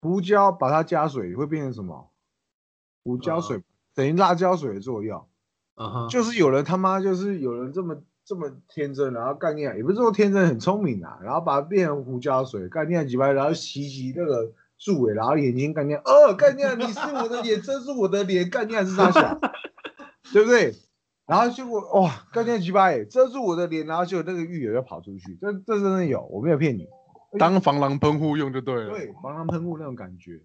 C: 胡椒把它加水会变成什么？胡椒水、等于辣椒水的作用。
A: 嗯哼，
C: 就是有人他妈就是有人这么这么天真，然后概念也不是说天真，很聪明啊，然后把它变成胡椒水，概念几百，然后洗洗那个柱尾，然后眼睛概念，哦，概念你是我的脸，这是我的脸，概念是啥想，对不对？然后结果哇，概念几百，遮住我的脸，然后结果那个狱友就跑出去，这这真的有，我没有骗你，
B: 当防狼喷雾用就对了。
C: 对，防狼喷雾那种感觉，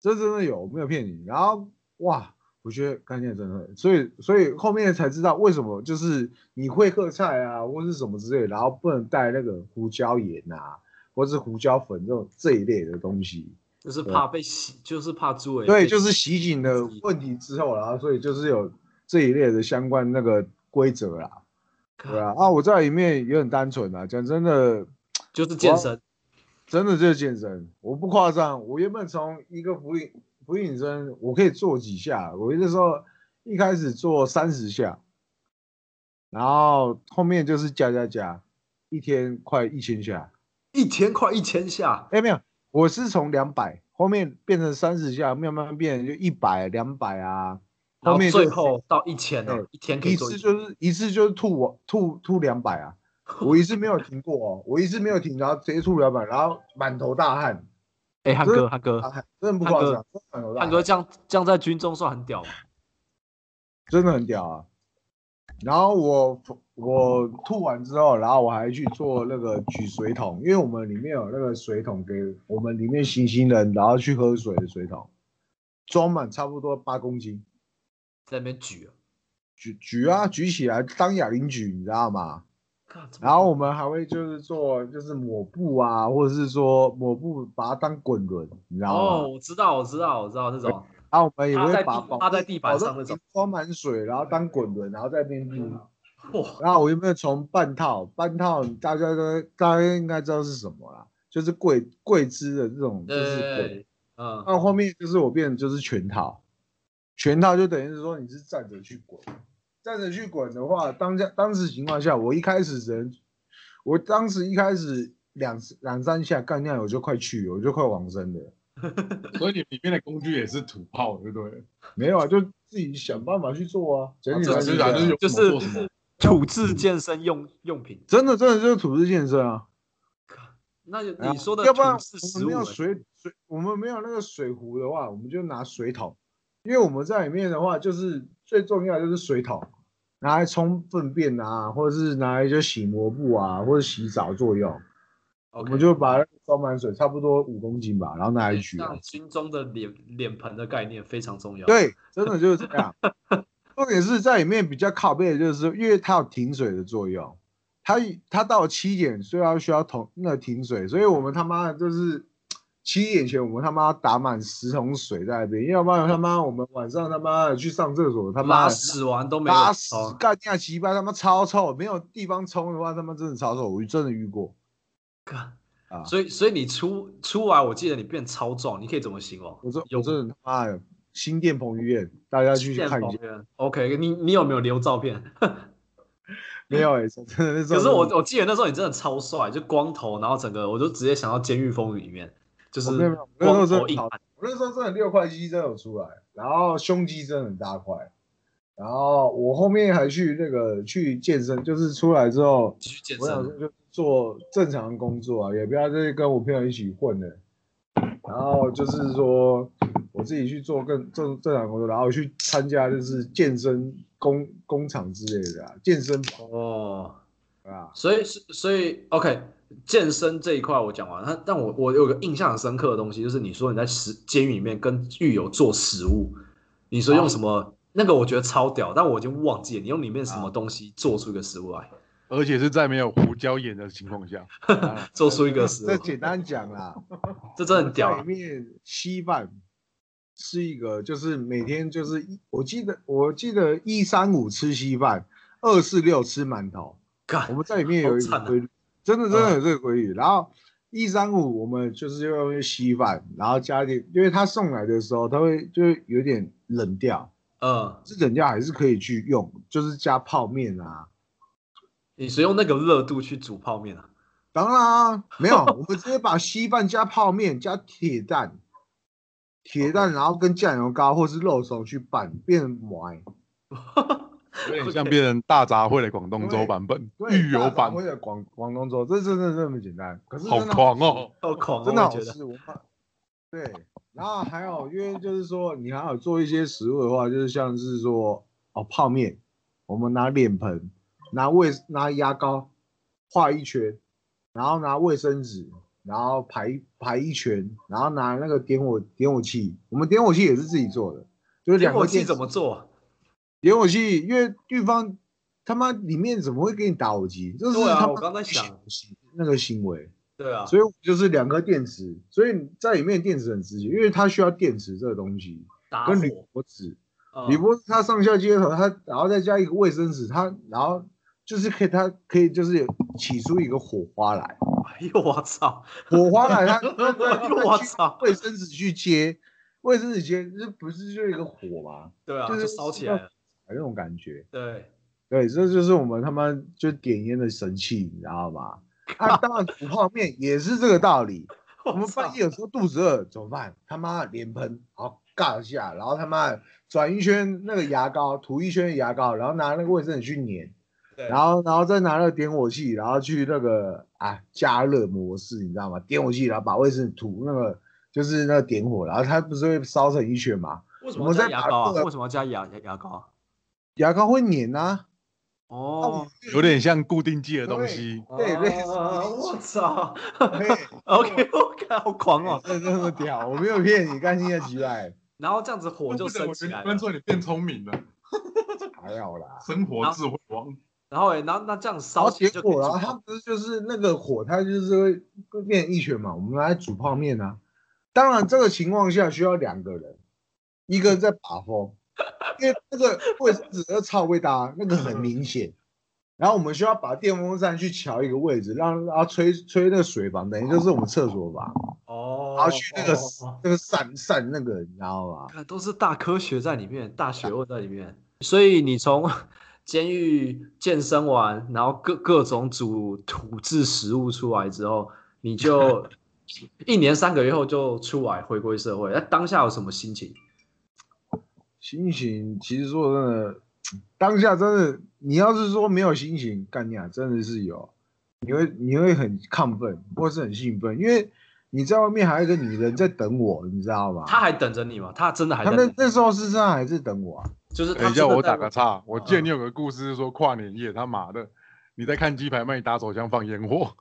C: 这真的有，我没有骗你。然后哇，我觉得干念真的，所以所以后面才知道为什么就是你会喝菜啊，或是什么之类，然后不能带那个胡椒盐啊，或是胡椒粉这种这一类的东西。
A: 就是怕被洗，就是怕猪尾
C: 对，
A: 被
C: 就是袭警的问题之后，然后所以就是有这一类的相关那个规则啦。对啊，啊，我在里面也很单纯啊，讲真的，
A: 就是健身，
C: 真的就是健身，我不夸张。我原本从一个俯卧俯卧撑，我可以做几下。我那时候一开始做三十下，然后后面就是加加加，一天快一千下。
A: 一天快一千下，
C: 哎，没有，我是从两百后面变成三十下，慢慢变成就一百、两百啊。
A: 然
C: 后
A: 后
C: 面
A: 最
C: 就
A: 后到一千了
C: 对，
A: 一天可以
C: 一
A: 做
C: 次就是一次就是吐我吐吐两百啊，我一次没有停过哦，我一次没有停，然后直接吐两百，然后满头大汗，
A: 哎，汉哥，汉哥，
C: 啊，真的不夸张，真的满头大汗
A: 汉哥这样这样在军中算很屌吗？
C: 真的很屌啊。然后我我吐完之后，然后我还去做那个举水桶，因为我们里面有那个水桶给我们里面行星人，然后去喝水的水桶，装满差不多八公斤，
A: 在那边举啊，
C: 举举啊举起来当哑铃举，你知道吗？
A: 干怎么
C: 然后我们还会就是做就是抹布啊，或者是说抹布把它当滚轮，你知道吗？
A: 哦，我知道，我知道，我知道那种，
C: 然后我们也
A: 趴在
C: 会
A: 地
C: 把保
A: 趴在地板上那种啊
C: 装满水，然后当滚轮，然后在那边撸。
A: 哇，
C: 然后我有没有从半套半套，大家都大家应该知道是什么啦，就是跪跪姿的这种，就是对。
A: 对，嗯，
C: 那后面就是我变成就是全套，全套就等于是说你是站着去滚，站着去滚的话，当下当时情况下，我一开始只能，我当时一开始两两三下干掉，我就快去了，我就快往生了。
D: 所以你里面的工具也是土炮，对不对？
C: 没有啊，就自己想办法去做啊，整体
A: 这
D: 就
C: 来
D: 是
C: 这样
D: 就是有
A: 就
D: 什么
A: 是
D: 做什么。
A: 土制健身用用品。
C: 真的真的就是土制健身啊。
A: 那就
C: 啊
A: 你说的
C: 要不然
A: 土制食
C: 我们没
A: 物
C: 有
A: 欸，
C: 水水，我们没有那个水壶的话，我们就拿水桶，因为我们在里面的话，就是最重要的就是水桶，拿来冲粪便啊，或者是拿来就洗抹布啊，或者洗澡作用。我
A: OK
C: 们就把它装满水，差不多五公斤吧，然后拿来取。啊
A: 像军中的脸脸盆的概念非常重要。，
C: 对，真的就是这样。重点是在里面比较靠背的就是，因为它有停水的作用，它它到七点虽然需要同那个停水，所以我们他妈的就是七点前我们他妈打满十桶水在那边，要不然他妈我们晚上他妈的去上厕所他妈
A: 拉
C: 的
A: 屎完都没有
C: 拉屎
A: 哦
C: 干掉鸡巴他妈超臭，没有地方冲的话他妈真的超臭，我真的遇过。
A: 干
C: 啊
A: 所以所以你出出来，我记得你变超壮，你可以怎么形容？
C: 我这
A: 有
C: 我真的他妈的新店彭于晏，大家去
A: 健
C: 看一
A: 跑
C: 下。
A: 员 OK，你你有没有留照片？
C: 没有哎、真的那时候
A: 可是我
C: 真的
A: 我记得那时候你真的超帅，就光头，然后整个我就直接想到《监狱风云》里面，就
C: 哦
A: 是
C: 没有没有那时候
A: 光
C: 真
A: 头
C: 的
A: 硬
C: 超
A: 汉。
C: 我那时候真的六块肌真的有出来，然后胸肌真的很大块，然后我后面还去那个去健身，就是出来之后，
A: 继续健
C: 我想说
A: 身，
C: 就做正常的工作啊，也不要再跟我朋友一起混了。然后就是说，我我自己去做更正正常工作，然后去参加就是健身工工厂之类的、啊，健身房
A: 哦，
C: 啊，
A: 所以是所以 OK，健身这一块我讲完，那但我我有个印象很深刻的东西，就是你说你在食监狱里面跟狱友做食物，你
C: 哦
A: 说用什么、那个我觉得超屌，但我已经忘记了，你用里面什
C: 啊
A: 么东西做出一个食物来，
B: 而且是在没有胡椒盐的情况下，啊
A: 做出一个食物
C: 这，简单讲啦，
A: 这真的很屌啊
C: 在里面稀饭是一个，就是每天就是一，我记得我记得一三五吃稀饭，二四六吃馒头。我
A: 干
C: 们在里面有一
A: 好惨
C: 个
A: 啊嗯
C: 规律，真的真的有这个规律。然后一三五我们就是要用稀饭，然后加一点，因为他送来的时候他会就是有点冷掉，
A: 嗯，
C: 是冷掉还是可以去用，就是加泡面啊。
A: 你是用那个热度去煮泡面啊？
C: 当然啊，没有，我们直接把稀饭加泡面加铁蛋，铁蛋然后跟酱油膏或是肉松去拌，变成糜。
E: 有点
B: 就
E: 像
B: 像变成大杂烩的广东粥版本、
C: 对
B: 玉油
C: 大杂
B: 版，
C: 烩的广广东粥，这真的这么简单。可是
B: 好
C: 真的
B: 狂
C: 吃
B: 哦！
A: 好狂、哦，
C: 真的
A: 我
C: 好
A: 觉得
C: 吃。我怕对，然后还有，因为就是说，你还有做一些食物的话，就是像是说哦，泡面，我们拿脸盆，拿卫拿牙膏画一圈，然后拿卫生纸，然后排排一圈，然后拿那个点火点火器，我们点火器也是自己做的，就是
A: 点
C: 两
A: 火
C: 个
A: 器
C: 电
A: 怎么做？啊
C: 点火器，因为对方他妈里面怎么会给你打火机？这是
A: 对啊
C: 他
A: 我
C: 妈
A: 刚在
C: 不
A: 想
C: 行那个行为。
A: 对啊，
C: 所以我就是两颗电池，所以在里面的电池很直接，因为它需要电池这个东西，
A: 打火
C: 跟铝箔纸，
A: 嗯
C: 铝箔纸它上下接头，它然后再加一个卫生纸，它然后就是可以它可以就是有起出一个火花来，
A: 哎呦我 操！
C: 火 花来它
A: 我操
C: 卫生纸去接，卫生纸接这不是就一个火吗？
A: 对啊，
C: 就是
A: 就烧起来了。
C: 那种感觉，
A: 对，
C: 对，这就是我们他妈就点烟的神器，你知道吗？啊，当然煮泡面也是这个道理。
A: 我
C: 我们
A: 操
C: 半夜有时候肚子饿怎么办？他妈的脸盆，好尬一下，然后他妈的转一圈那个牙膏，涂一圈的牙膏，然后拿那个卫生纸去粘，
A: 对
C: 然后然后再拿那个点火器，然后去那个啊加热模式，你知道吗？点火器，然后把卫生纸涂那个就是那个点火，然后它不是会烧成一圈吗？
A: 为什么
C: 我
A: 要
C: 们
A: 加
C: 在
A: 牙
C: 把
A: 膏
C: 这
A: 啊？
C: 个
A: 为什么要加牙牙牙膏啊？
C: 牙膏会粘 啊，
A: 哦，
B: 有点像固定剂的东西，
C: 哦对类似
A: 啊我 操
C: 嘿，
A: ！OK，我 靠，好狂哦！
C: 这这么屌，我没有骗你，干你的鸡来，
A: 然后这样子火就
D: 不得
A: 升
D: 我
A: 起
D: 觉得
A: 来了
D: 观。众你变聪明了，
C: 还好啦。
D: 生活智慧王。
A: 然后哎，那那这样
C: 然
A: 烧
C: 后
A: 起
C: 结
A: 来就可以
C: 果啊，
A: 煮
C: 它
A: 泡
C: 不是就是那个火，它就是会变一圈嘛，我们拿来煮泡面啊。当然这个情况下需要两个人，一个人在把风，因为那个卫生纸的超味道啊那个很明显。然后我们需要把电风扇去调一个位置，让它吹吹那个水房，等于就是我们厕所房，
A: 哦，
C: 然后去那个
A: 哦哦哦
C: 那个扇扇那个，你知道吗？
A: 看都是大科学在里面，大学问在里面。所以你从 监狱健身完，然后各各种煮土制食物出来之后，你就一年三个月后就出来回归社会。那当下有什么心情？
C: 心情其实说真的，当下真的，你要是说没有心情，干你啊，真的是有，你会你会很亢奋，或是很兴奋，因为你在外面还有一个女人在等我，你知道吗？
A: 他还等着你吗？他真的还
C: 他
A: 在
C: 那
A: 等
C: 那
A: 你？
C: 时候是真的还是等我啊？
A: 就是他
B: 等一下，
A: 真的
B: 哎我
A: 在
B: 打个岔，我记得
A: 嗯
B: 你有个故事是说跨年夜，他妈的，你在看鸡排卖打手枪放烟 火，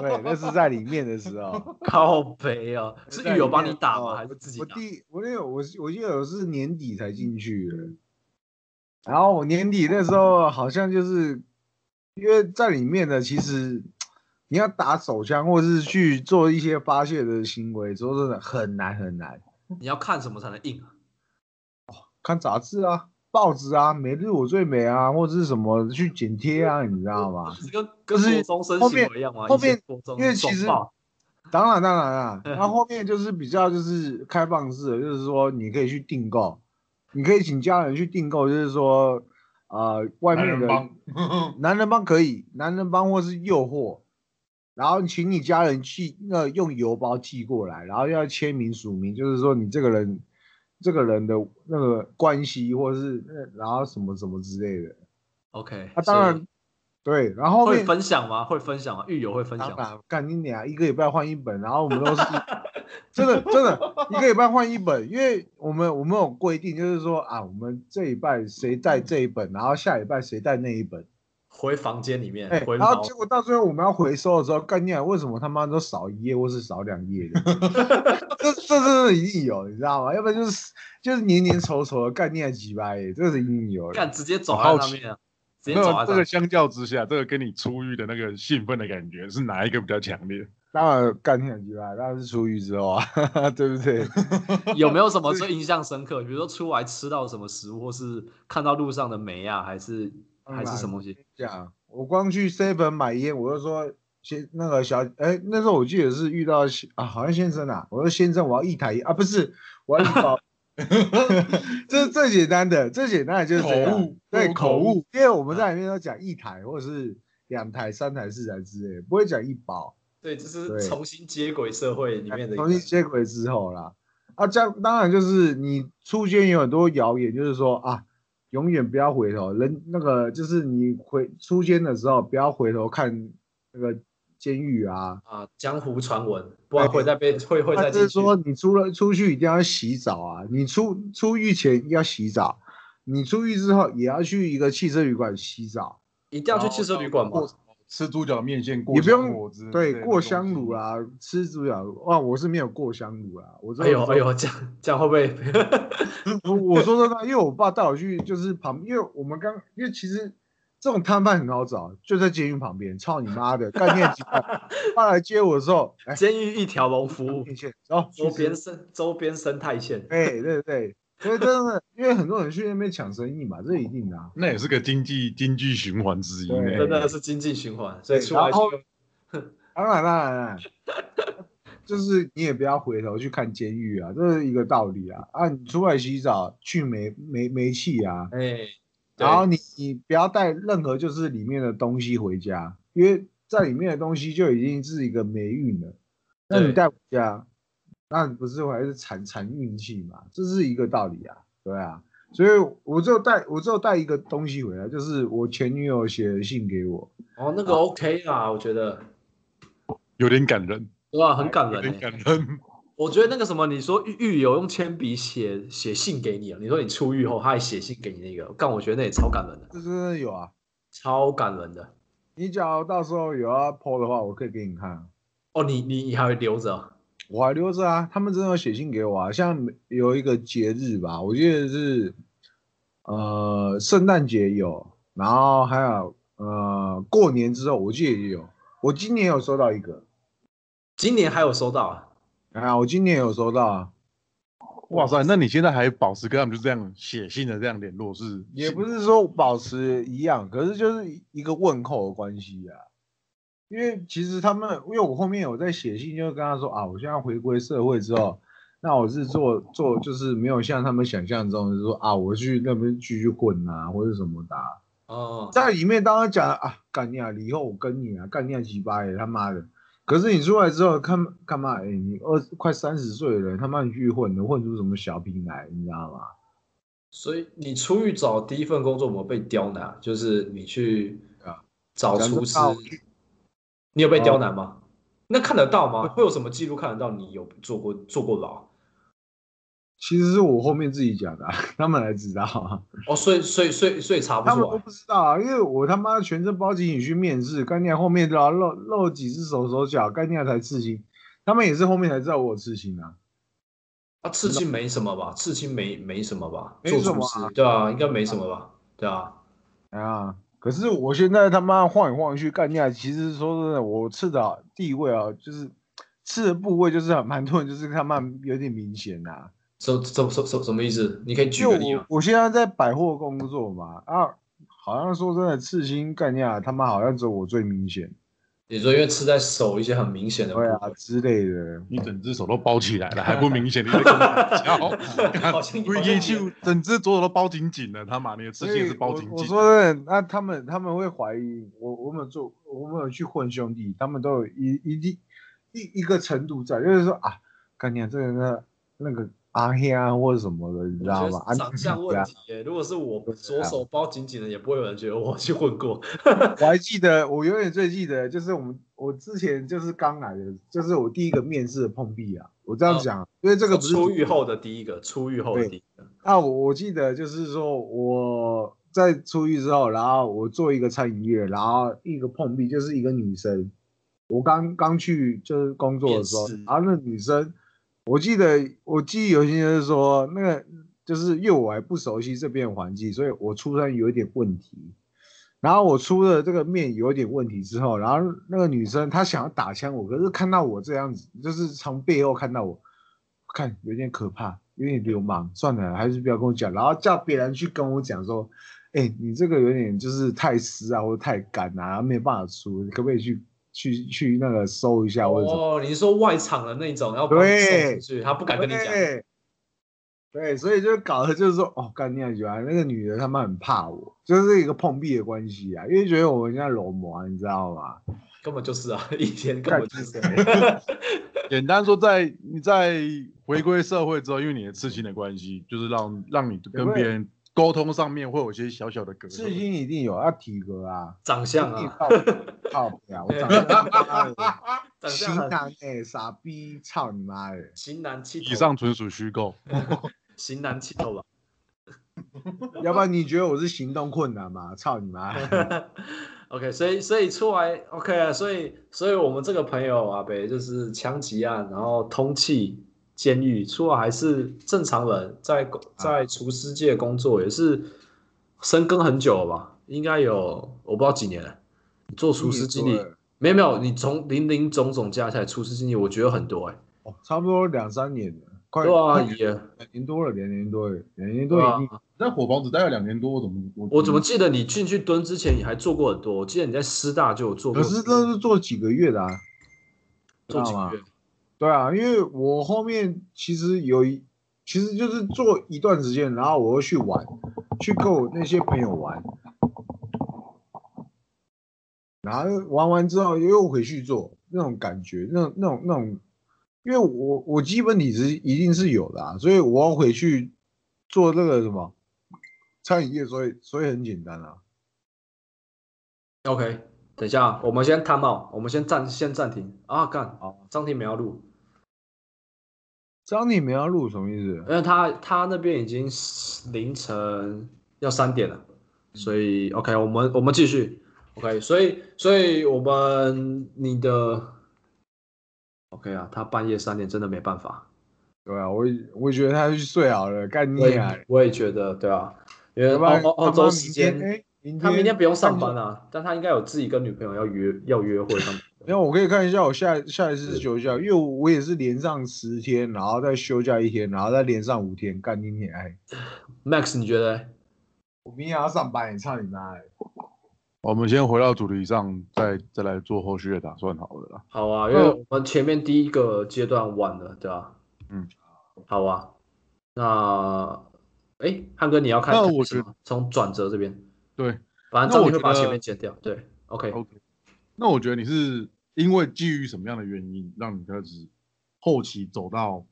C: 对，那是在里面的时候。
A: 靠背啊，是
C: 在
A: 狱友
C: 里
A: 帮
C: 面
A: 你打
C: 哦
A: 吗？还是自己
C: 我
A: 打？
C: 第我那我我记得我是年底才进去
A: 嗯
C: 的，然后我年底那时候好像就是因为在里面的，其实你要打手枪或是去做一些发泄的行为，说真的很难很难。
A: 你要看什么才能硬啊？
C: 看杂志啊、报纸啊，《每日我最美》啊，或者是什么去剪贴啊，你知道吗？
A: 就是跟
C: 就
A: 跟
C: 是
A: 国中生
C: 后
A: 行
C: 面
A: 为一样吗？
C: 后
A: 以前
C: 面
A: 国中
C: 因为其
A: 爽
C: 实
A: 爆
C: 当然当然啦， 然后后面就是比较就是开放式的，就是说你可以去订购，你可以请家人去订购，就是说呃外
D: 男
C: 面
D: 人
C: 的
D: 帮，
A: 嗯
C: 男人帮可以，男人帮或是诱惑，然后请你家人寄那用邮包寄过来，然后要签名署名，就是说你这个人这个人的那个关系或是那然后什么什么之类的，
A: OK，
C: 啊当
A: 所以
C: 然对，然后后
A: 会
C: 面
A: 分享吗？会分享吗？狱友会分享
C: 当
A: 吗？
C: 然干你俩一个礼拜换一本，然后我们都是真的真的一个礼拜换一本，因为我们我们有规定，就是说啊，我们这一拜谁
A: 嗯
C: 带这一本，然后下礼拜谁带那一本，
A: 回房间里面，
C: 哎、
A: 回
C: 然
A: 毛
C: 后结果到最后我们要回收的时候，概念为什么他妈都少一页或是少两页的？ 这这真的一定有，你知道吗？要不然就是就是黏黏稠稠的概念鸡巴耶，这是一定有的。
A: 干直接走
B: 好
A: 在
B: 奇
A: 上面啊，直接
B: 没
A: 走在上
B: 有这个
A: 面。
B: 相较之下，这个跟你出狱的那个兴奋的感觉是哪一个比较强烈？
C: 当然概念鸡巴，当然是出狱之后啊， 对不对？
A: 有没有 什么最印象深刻？比如说出来吃到什么食物，或是看到路上的梅啊，还是
C: 当
A: 还是
C: 然
A: 什么东西？
C: 讲，我光去 seven 买烟，我就说先那个小，哎、那时候我记得是遇到先啊，好像先生啊，我说先生，我要一台烟啊，不是，我要一包。 这是最简单的，最简单的就是这
D: 口
C: 样
D: 误，
C: 对
D: 口
C: 口
D: 误
C: 误，因为我们在里面都讲一台或者是两台、三台、四台之类的，不会讲一包。
A: 对，这
C: 对
A: 是重新接轨社会里面的一
C: 重新
A: 个。
C: 接轨之后啦，啊，这样当然就是你出现有很多谣言，就是说啊，永远不要回头，人那个就是你回出监的时候不要回头看那个监狱啊，
A: 啊，江湖传闻，不然会再被会会
C: 他
A: 再
C: 就
A: 进
C: 是
A: 去。
C: 说你出了出去一定要洗澡啊，你出出狱前要洗澡，你出狱之后也要去一个汽车旅馆洗澡，
A: 一定要去
C: 哦
A: 汽车旅馆吗？
D: 过吃猪脚面线过
C: 你不
D: 香果
C: 用
D: 汁之类
C: 对
D: 的
C: 过
D: 嗯东
C: 香
D: 西
C: 炉，啊，吃猪脚哇，我是没有过香炉啊，我这
A: 哎呦哎呦，这样这样会不会？
C: 我我说真的，因为我爸带我去，就是旁，因为我们刚，因为其实这种摊贩很好找，就在监狱旁边。操你妈的，概念鸡巴！爸来接我的时候， 哎，
A: 监狱一条龙服 务，
C: 面线，走，
A: 周
C: 去
A: 边
C: 吃。
A: 生周边生态线。
C: 哎，对对，所以真的，因为很多人去那边抢生意嘛，这一定的、啊。
B: 那也是个经济经济循环之一
C: 对
B: 呢。
A: 真的是经济循环，所以
C: 对
A: 出来
C: 然后
A: 就
C: 当然当然，当然就是你也不要回头去看监狱啊，这是一个道理啊。啊，你出来洗澡去煤煤煤气啊，
A: 哎，
C: 然后你你不要带任何就是里面的东西回家，因为在里面的东西就已经是一个霉运了。那你
A: 对
C: 带回家，那你不是还是惨惨运气嘛？这是一个道理啊，对啊。所以我就带我就带一个东西回来，就是我前女友写的信给我，
A: 哦那个 OK 啦，我觉得
B: 有点感人，
A: 对吧？
C: 哎
A: 很感
B: 有
A: 人
B: 点
A: 欸。
B: 感人。
A: 我觉得那个什么，你说狱狱友用铅笔写写信给你啊，你说你出狱后他还写信给你那个，干我觉得那也超感人的，
C: 这真的有啊。
A: 超感人的。
C: 你假如到时候有要 PO 的话，我可以给你看啊，
A: 哦，你你你还会留着啊？
C: 我还留着啊。他们真的有写信给我啊，像有一个节日吧，我记得是呃，圣诞节有，然后还有呃，过年之后我记得也有，我今年有收到一个，
A: 今年还有收到啊？
C: 啊，我今年有收到啊，
B: 哇塞，那你现在还保持跟他们就这样写信的这样联络是？
C: 也不是说保持一样，可是就是一个问候的关系啊。因为其实他们，因为我后面有在写信，就跟他说啊，我现在回归社会之后，那我是做做就是没有像他们想象中，就是说啊，我去那边继续混啊，或者什么的啊、
A: 哦，
C: 在里面当然讲啊，干你啊，以后我跟你啊，干你啊，鸡巴耶，他妈的！可是你出来之后，看干嘛？哎、你二十快三十岁了，他妈你去混，能混出什么小品来？你知道吗？
A: 所以你出狱找第一份工作有没有被刁难啊？就是你去
C: 啊
A: 找
C: 讲
A: 厨
C: 得
A: 师
C: 到，哦
A: 你有被刁难吗？那看得到吗？会有什么记录看得到你有坐过坐过牢？
C: 其实是我后面自己讲的啊、 他们才知道啊，
A: 哦，所以所以所以所以查不
C: 他们
A: 出
C: 都
A: 来
C: 不知道啊，因为我他妈全身包紧紧去面试，干你啊后面都要露露几只手手脚，干你啊才刺青，他们也是后面才知道我有刺青啊。
A: 啊，刺青没什么吧？刺青没没什么吧？
C: 没
A: 做
C: 什
A: 厨
C: 么
A: 师
C: 啊
A: 对啊，应该没什么吧？对啊，
C: 啊，可是我现在他妈晃来晃去干架，其实说真的，我吃的地位啊，就是吃的部位就是蛮多人就是他妈有点明显呐、啊。
A: 什什什什什么意思？你可以举
C: 就
A: 个例吗
C: 我？我现在在百货工作嘛，啊，好像说真的，刺青干架他妈好像只有我最明显，
A: 你说因为刺在手一些很明显的部
C: 对啊
A: 位，
C: 之类的。
B: 你整只手都包起来了，还不明显？你在跟我 讲 干
A: 好像有
B: 不一就整只左手都包紧紧的，他妈你的刺
C: 所
B: 青也
C: 以
B: 是包
C: 我
B: 紧
C: 我
B: 紧。
C: 说真的，那他们他们会怀疑我，我们有做，我们有去混兄弟，他们都啊有一一定一一个程度在，就是说啊，干娘这个人那那个阿黑啊或者什么的，你知
A: 我觉
C: 道
A: 得
C: 吗？啊
A: 是长相问题耶、如果是我左手包紧紧的，也不会有人觉得我去混过。
C: 啊我还记得，我永远最记得就是我们我之前就是刚来的，就是我第一个面试的碰壁啊。我这样
A: 哦
C: 讲，因为这
A: 这
C: 个
A: 个
C: 不是
A: 出狱后的第一个，出狱后的第一个，
C: 啊，我我记得就是说我在出狱之后，然后我做一个餐饮业，然后一个碰壁，就是一个女生，我刚刚去就是工作的时候
A: 面试，
C: 然后那女生，我记得我记忆犹新就是说那个就是因为我还不熟悉这边的环境，所以我出餐有一点问题。然后我出了这个面有点问题之后，然后那个女生她想要打枪我，可是看到我这样子，就是从背后看到我，看有点可怕，有点流氓，算了，还是不要跟我讲。然后叫别人去跟我讲说，哎、你这个有点就是太湿啊，或者太干啊，没有办法出，你可不可以去去去那个搜一下或者什么？
A: 哦，你是说外场的那种要把你送出去，他不敢跟你讲，
C: 对，对，所以就搞的就是说，哦，干掉原来那个女的他们很怕我，就是一个碰壁的关系啊，因为觉得我们家柔模啊，你知道吗？
A: 根本就是啊， 以前根本就是。
B: 简单说在，你在回归社会之后，因为你的刺青的关系，就是让让你跟别人沟通上面会有一些小小的隔
C: 事
B: 阂。
C: 情一定有要体格啊，
A: 长相 啊，
C: 靠不了，我长得
A: 长
C: 型
A: 相很
C: 男哎，傻逼，操你妈的！
A: 型男气头，
B: 以上纯属虚构，
A: 型男气头吧。
C: 要不然你觉得我是行动困难吗？操你妈！
A: OK，所以所以出来 OK 啊，所以所以我们这个朋友阿北就是枪击案，然后通气监狱出来还是正常人，在工
C: 啊
A: 在厨师界工作也是深耕很久了吧，应该有我不知道几年了。你做 厨师经理
C: 一年多了
A: 没有没有，你从零零总总加起来厨师经理，我觉得很多哎、
C: 哦，差不多两三年了，快
A: 对啊，
C: 快
A: 也
C: 两年多了，两年多了，两年多
A: 对
C: 已
A: 啊
C: 经。
D: 那火房子待了两年多，我怎么我
A: 我怎么记得你进去蹲之前你还做过很多？我记得你在师大就有做过，
C: 可是那是做几个月的啊？
A: 做几
C: 知道吗
A: 个月，
C: 对啊，因为我后面其实有一，其实就是做一段时间，然后我又去玩，去跟我那些朋友玩，然后玩完之后又回去做，那种感觉，那那种那种，因为我我基本体质一定是有的啊，所以我要回去做这个什么餐饮业，所以所以很简单啊。
A: OK，等一下，我们先 time out，我们先暂先暂停啊，干，
C: 好，
A: 张庭没要录，
C: 张你们要录什么意思？
A: 因为他他那边已经凌晨要三点了，
C: 嗯
A: 所以 OK，我们我们继续 OK，所以所以我们你的 OK 啊，他半夜三点真的没办法，
C: 对啊，我也我也觉得他去睡好了，干你
A: 我
C: 啊！
A: 也我也觉得对啊，因为
C: 要不然
A: 澳澳澳
C: 他妈
A: 洲
C: 明
A: 时
C: 天
A: 间，
C: 哎，明
A: 他明天不用上班
C: 了。
A: 啊，但他应该有自己跟女朋友要约要约会干嘛的
C: 没有，我可以看一下我下下一次休假，因为我也是连上十天，然后再休假一天，然后再连上五天，干你娘！哎，
A: ，Max 你觉得嘞？
C: 我明天还要上班，你操你妈！哎
B: 我们先回到主题上，再再来做后续的打算好了啦。
A: 好啊，因为我们前面第一个阶段晚了，对吧、
B: 嗯，
A: 好啊。那，哎，汉哥你要看，
B: 那
A: 看
B: 我
A: 什么
B: 觉
A: 从转折这边，
B: 对
A: 反
B: 那
A: 正张
B: 我
A: 宇会
B: 觉
A: 把
B: 得
A: 前面剪掉。对，OK，
B: ，OK。那我觉得你是因为基于什么样的原因，让你开始后期走到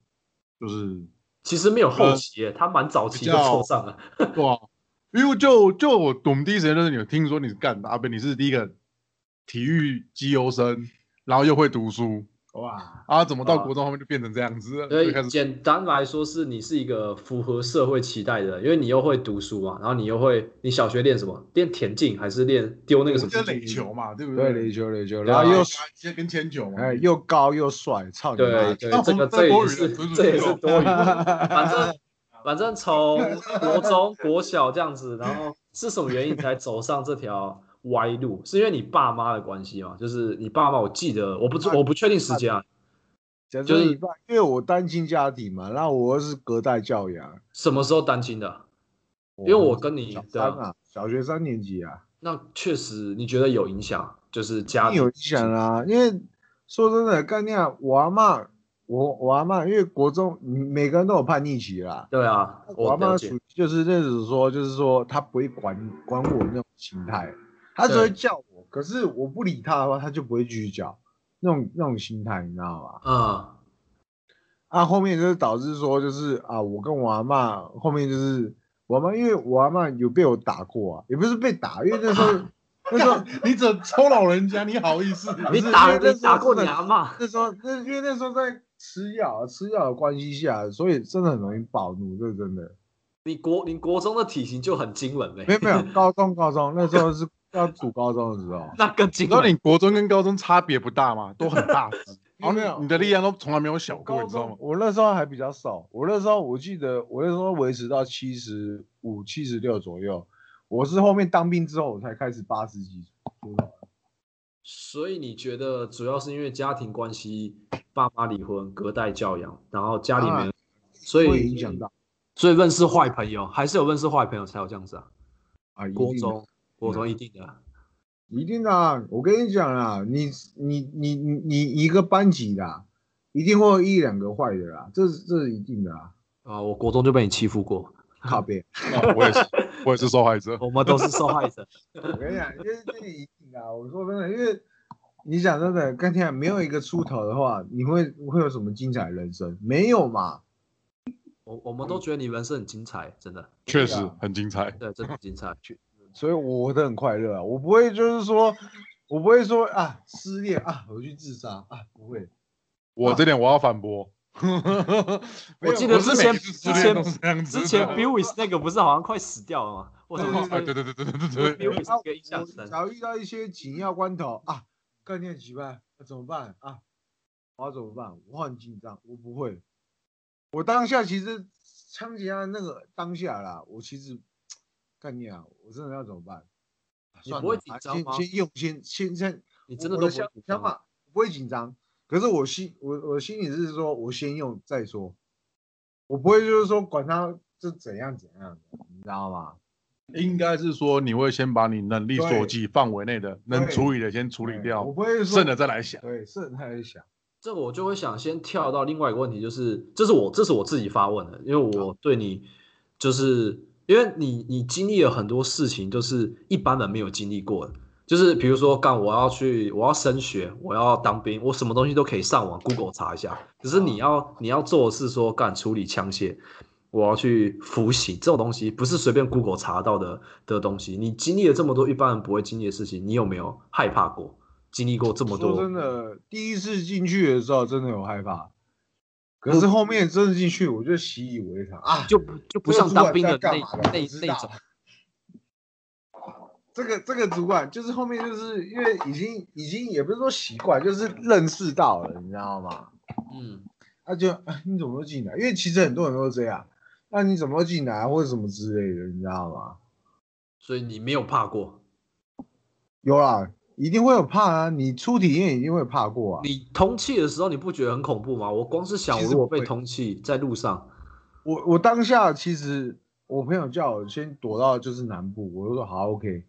B: 就是
A: 其实没有后期耶，他蛮早期就
B: 比较
A: 凑上 了。
B: 对啊，因为就就我我们第一时间就是有听说你是干阿贝，你是第一个体育绩优生，然后又会读书
C: 哇，
B: 啊，怎么到
A: 啊
B: 国中后面就变成这样子了？
A: 所
B: 就
A: 以
B: 开始
A: 简单来说，是你是一个符合社会期待的人，因为你又会读书嘛，然后你又会，你小学练什么？练田径还是练丢那个什么
D: 就？垒球嘛，对不
C: 对，
D: 垒
C: 垒球垒球，
A: 对啊
C: 然后又
D: 先跟铅球嘛，
C: 哎又高又帅，操你
A: 对
C: 妈！
A: 对
B: 那，
A: 这
B: 红
A: 个这
B: 色多
A: 也
B: 余
A: 是
B: 的纯属
A: 这也
B: 虚
A: 是
B: 构
A: 多余的，反正 反正从国中、国小这样子，然后是什么原因你才走上这条歪路？是因为你爸妈的关系吗？就是你爸妈，我记得我不知我不确定时间啊，
C: 讲
A: 就是
C: 真一半，因为我单亲家庭嘛，那我又是隔代教养，
A: 什么时候单亲的？因为我跟你
C: 嗯小三
A: 的
C: 啊，小学三年级啊，
A: 那确实，你觉得有影响，就是家
C: 一定有
A: 庭
C: 影响啊。因为说真的，干念我阿妈，我我阿妈，因为国中嗯每个人都有叛逆期啦，
A: 对啊，
C: 我
A: 我
C: 阿妈
A: 了
C: 属
A: 解
C: 于就是那种说，就是说她不会管管我那种心态，她只会叫我，可是我不理她的话，她就不会继续叫，那种那种心态，你知道吗？
A: 嗯，
C: 啊，啊，后面就是导致说就是啊，我跟我阿妈后面就是我阿妈，因为我阿妈有被我打过啊，也不是被打，因为那时候那时候
D: 你怎抽老人家？你好意思？
A: 你
C: 是
A: 打
C: 因为那
A: 你
C: 时候
A: 打过
C: 真
A: 你
C: 的
A: 阿妈，
C: 那时候那因为那时候在吃药啊，吃药的关系下，所以真的很容易暴怒，这是真的。
A: 你国你国中的体型就很惊人嘞、欸
C: 没有没有，高中高中那时候是要读高中的时候，
A: 那更惊
B: 你知道
A: 人。
B: 你国中跟高中差别不大吗？都很大只，然
C: 没
B: 后
C: 有
B: 你你的力量都从来没有小过，
C: 高
B: 你知道吗
C: 中？我那时候还比较瘦，我那时候我记得我那时候维持到七十五、七十六左右。我是后面当兵之后我才开始八十几出头，
A: 所以你觉得主要是因为家庭关系，爸妈离婚，隔代教养，然后家里面，
C: 啊
A: 所
C: 会
A: 以
C: 影响到
A: 所以认识坏朋友，还是有认识坏朋友才有这样子啊。
C: 啊。一定
A: 国
C: 的嗯
A: 中国中一定的啊，
C: 一定的啊、我跟你讲啦，你你你你你一个班级啦，一定会有一两个坏的啦，这是这是一定的啊。
A: 啊我国中就被你欺负过，
C: 靠边，
B: 啊我也是，我也是受害者。
A: 我们都是受害者。
C: 我跟你讲，这这是一定的啊。我说真的，因为你讲真的，刚才没有一个出头的话，你会会有什么精彩人生？没有嘛。
A: 我我们都觉得你人生很精彩，真的，
B: 确实很精彩。
A: 对，真的很精 彩。
C: 所以我活得很快乐啊，我不会就是说，我不会说啊失恋啊，我去自杀啊，不会。
B: 我这点我要反驳。啊 没有
A: 记得
B: 是
A: 之前
B: 每一次失恋都是这样子的
A: 之前 Buis 那个不是好像快死掉了吗？我怎么
B: 啊，对对对对对对对，
A: Buis
C: 啊，
A: 那个印象
C: 我
A: 深
C: 只？要遇到一些紧要关头啊，概念几万，那怎么办啊？我要怎么办？我很紧张，我不会。我当下其实枪击案那个当下啦，我其实干你啊，我真的要怎么办？啊
A: 你
C: 算
A: 不会
C: 了啊
A: 紧张吗
C: 先先用，先先先，
A: 你真的
C: 我
A: 都
C: 我
A: 不会
C: 想
A: 紧张
C: 想
A: 吗？
C: 法不会紧张，可是我心我我心里是说，我先用再说，我不会就是说管他这怎样怎样的，你知道吗？
B: 应该是说你会先把你能力所及范围内的能处理的先处理
C: 对我
B: 掉，
C: 不会说
B: 剩的再来想。
C: 对剩的再想。
A: 这个我就会想先跳到另外一个问题，就是这是我这是我自己发问的，因为我对你就是因为你你经历了很多事情，就是一般人没有经历过的，就是比如说干我要去我要升学，我要当兵，我什么东西都可以上网 Google 查一下，只是你要你要做的是说干处理枪械，我要去服刑，这种东西不是随便 Google 查到的的东西。你经历了这么多一般人不会经历的事情，你有没有害怕过？经历过这么多，
C: 说真的，第一次进去的时候真的有害怕，可是后面真的进去我就习以为常啊，
A: 就就不像当兵的
C: 这
A: 那
C: 个主管在干嘛的
A: 那
C: 我知
A: 那
C: 道
A: 种，
C: 这个这个主管就是后面就是因为已经已经也不是说习惯，就是认识到了，你知道吗？
A: 嗯，
C: 他就啊你怎么会进来？因为其实很多人都这样，那你怎么会进来啊或者什么之类的，你知道吗？
A: 所以你没有怕过，
C: 有啦，一定会有怕啊，你初体验一定会怕过啊。
A: 你通气的时候你不觉得很恐怖吗？我光是想，
C: 其
A: 我
C: 实
A: 如果
C: 不会
A: 被通气在路上，
C: 我我当下其实我朋友叫我先躲到就是南部，我就说好 OK。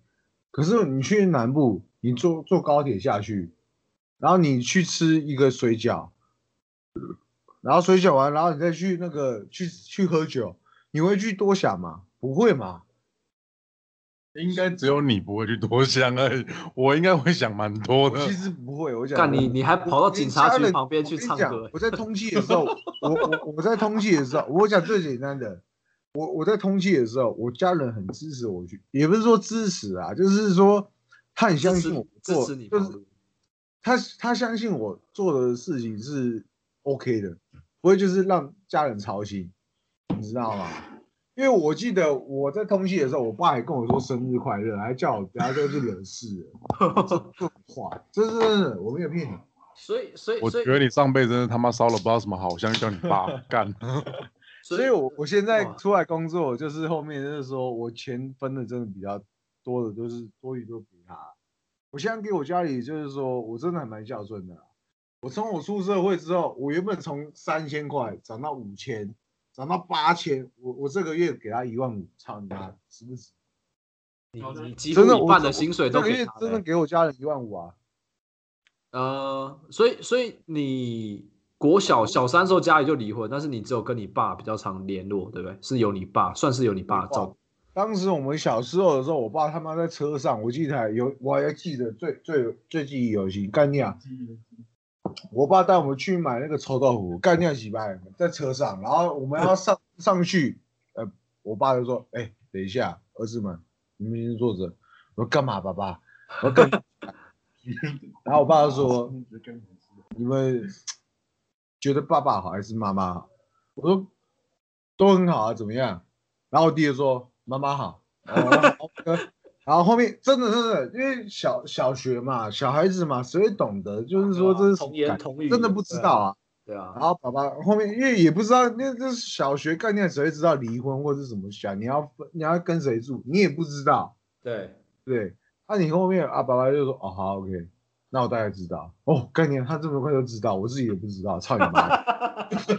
C: 可是你去南部，你坐坐高铁下去，然后你去吃一个水饺，然后水饺完，然后你再去那个去去喝酒，你会去多想吗？不会嘛？
B: 应该只有你不会去多想而已，我应该会想蛮多
C: 我
B: 的
C: 其。实不会，我
A: 嗯
C: 讲
A: 干
C: 真的
A: 你你还跑到
C: 我跟
A: 警察
C: 家
A: 局
C: 人
A: 旁边
C: 我
A: 去
C: 跟你
A: 唱
C: 讲
A: 歌，
C: 我在通气的 时候，我我我在通气的时候，我讲最简单的，我我在通气的时候，我家人很支持我去，也不是说支持啊，就是说他很相
A: 支
C: 信
A: 持
C: 我
A: 支
C: 做，
A: 持你跑
C: 就
A: 路，
C: 是他他相信我做的事情是 OK 的，不会就是让家人操心，你知道吗？因为我记得我在通气的时候，我爸还跟我说生日快乐，还叫我不要再去惹事了， 这这种话，这是真的，我没有骗你。
A: 所以所以
B: 我
A: 所以
B: 觉得你上辈子真的他妈烧了不知道什么好香，叫你 爸干。
A: 所
C: 所以我我现在
A: 哇
C: 出来工作，就是后面就是说我钱分的真的比较多的，都是多余都给他。我现在给我家里就是说我真的还蛮孝顺的啦。我从我出社会之后，我原本从三千块涨到五千，涨到八千，我我这个月给他一万五，操你妈，值不值？
A: 你你几乎
C: 真的，
A: 一
C: 我
A: 半的
C: 我
A: 薪水
C: 我
A: 都
C: 这个
A: 给
C: 月
A: 他了
C: 真的
A: 欸。
C: 给我家人一万五啊。
A: 呃，所以所以你国小小三时候家里就离婚，但是你只有跟你爸比较常联络，对不对？是有你爸，算是有你爸
C: 啊
A: 照顾。
C: 当时我们小时候的时候，我爸他妈在车上，我记得还有，我还记得最最最记忆犹新，干你啊！我爸带我们去买那个臭豆腐，干掉几百，在车上，然后我们要上上去，呃，我爸就说，哎、等一下，儿子们，你们先坐着。我说干嘛，爸爸？我说干嘛。然后我爸就说，你们觉得爸爸好还是妈妈好？我说都很好啊，怎么样？然后我弟就说妈妈好。然后我说 OK 然后后面真的真的，因为小小学嘛，小孩子嘛，谁会懂得？就是说这是什么
A: 童言
C: 感
A: 童语，
C: 真的不知道啊。
A: 对
C: 然
A: 啊，
C: 后爸爸后面因为也不知道，那这是小学概念，谁会知道离婚或者是什么想你要分你要跟谁住，你也不知道，
A: 对
C: 对。那、你后面啊，爸爸就说哦好 OK，那我大概知道哦，概念他这么快就知道，我自己也不知道，操你妈，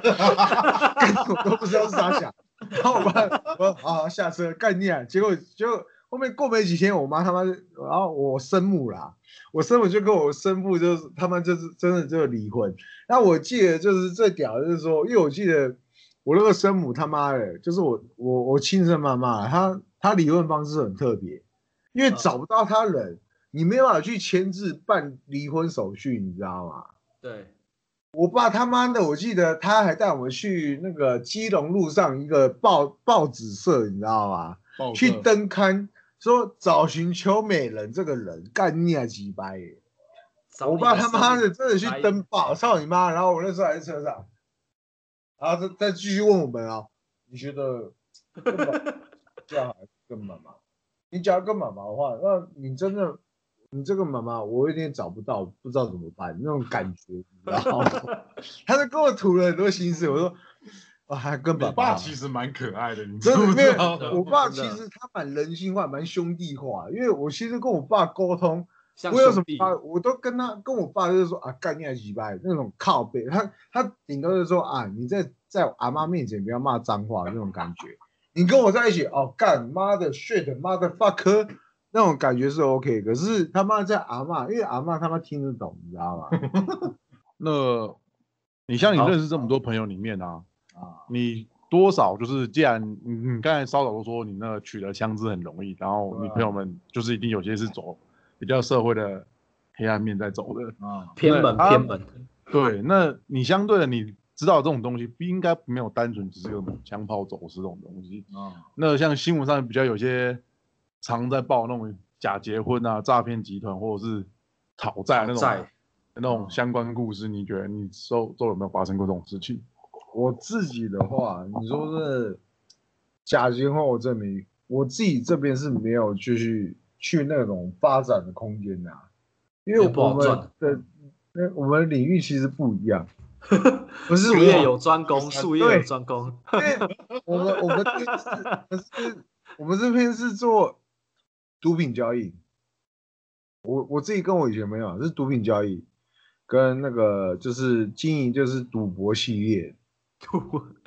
C: 我都不知道是啥想。然后我爸我好好下车概念，结果结果后面过没几天，我妈他妈，然后我生母啦，我生母就跟我生父就是他们就是真的就离婚。那我记得就是最屌的就是说，因为我记得我那个生母他妈的，就是我我我亲生妈妈，她她离婚方式很特别，因为找不到她人，你没办法去签字办离婚手续，你知道吗？
A: 对，
C: 我爸他妈的，我记得他还带我们去那个基隆路上一个报报纸社，你知道吗？
D: 报
C: 去
D: 社
C: 登刊说找寻邱美人这个人，干你啊鸡掰耶！我爸他妈的真的去登报，操你妈！然后我那时候还在车上，然后再再继续问我们哦，你觉得跟爸叫还是跟妈妈？你假如跟妈妈的话，那你真的你这个妈妈，我有点找不到，不知道怎么办，那种感觉，你知道吗？ 他就跟我吐了很多心思，我说啊，还跟爸
D: 你爸
C: 爸。
D: 其实蛮可爱的，你知
C: 真的
D: 不
C: 没
D: 知
C: 有
D: 道？，
C: 我爸其
A: 真的
C: 实他蛮人性化，蛮兄弟化，因为我其实跟我爸沟通，
A: 像
C: 我有什
A: 兄
C: 么
A: 弟
C: 发，我都跟他跟我爸就是说啊，干你啊几百那种靠背，他他顶多就是说啊，你在在我阿妈面前不要骂脏话那种感觉。你跟我在一起哦，干妈的 shit 妈的 fuck 那种感觉是 OK，可是他妈在阿妈，因为阿妈他妈听得懂，你知道 吗？
B: 那你像你
A: 好
B: 认识这么多朋友里面啊，
C: 啊，
B: 你多少就是，既然你你刚才稍早都说你那取得枪支很容易，然后
C: 对啊
B: 你朋友们就是一定有些是走比较社会的黑暗面在走的，
C: 啊，
A: 偏门
B: 对啊
A: 偏门，
B: 对，那你相对的你知道这种东西，不应该没有单纯只是有枪炮走私这种东西。
C: 啊，
B: 那像新闻上比较有些常在报那种假结婚啊、诈骗集团或者是讨债那种
A: 在
B: 那种相关故事，你觉得你周周有没有发生过这种事情？
C: 我自己的话，你说是假结婚，我证明我自己这边是没有继续去那种发展的空间的、啊，因为
A: 也不好
C: 我们
A: 赚啊
C: 的那我们领域其实不 一样，不
A: 术
C: 是我，
A: 业
C: 因
A: 有专 攻，术业有专攻，
C: 为我们我们这边是我们是我们这边是做毒品交易，我我自己跟我以前没有是毒品交易，跟那个就是经营就是赌博系列，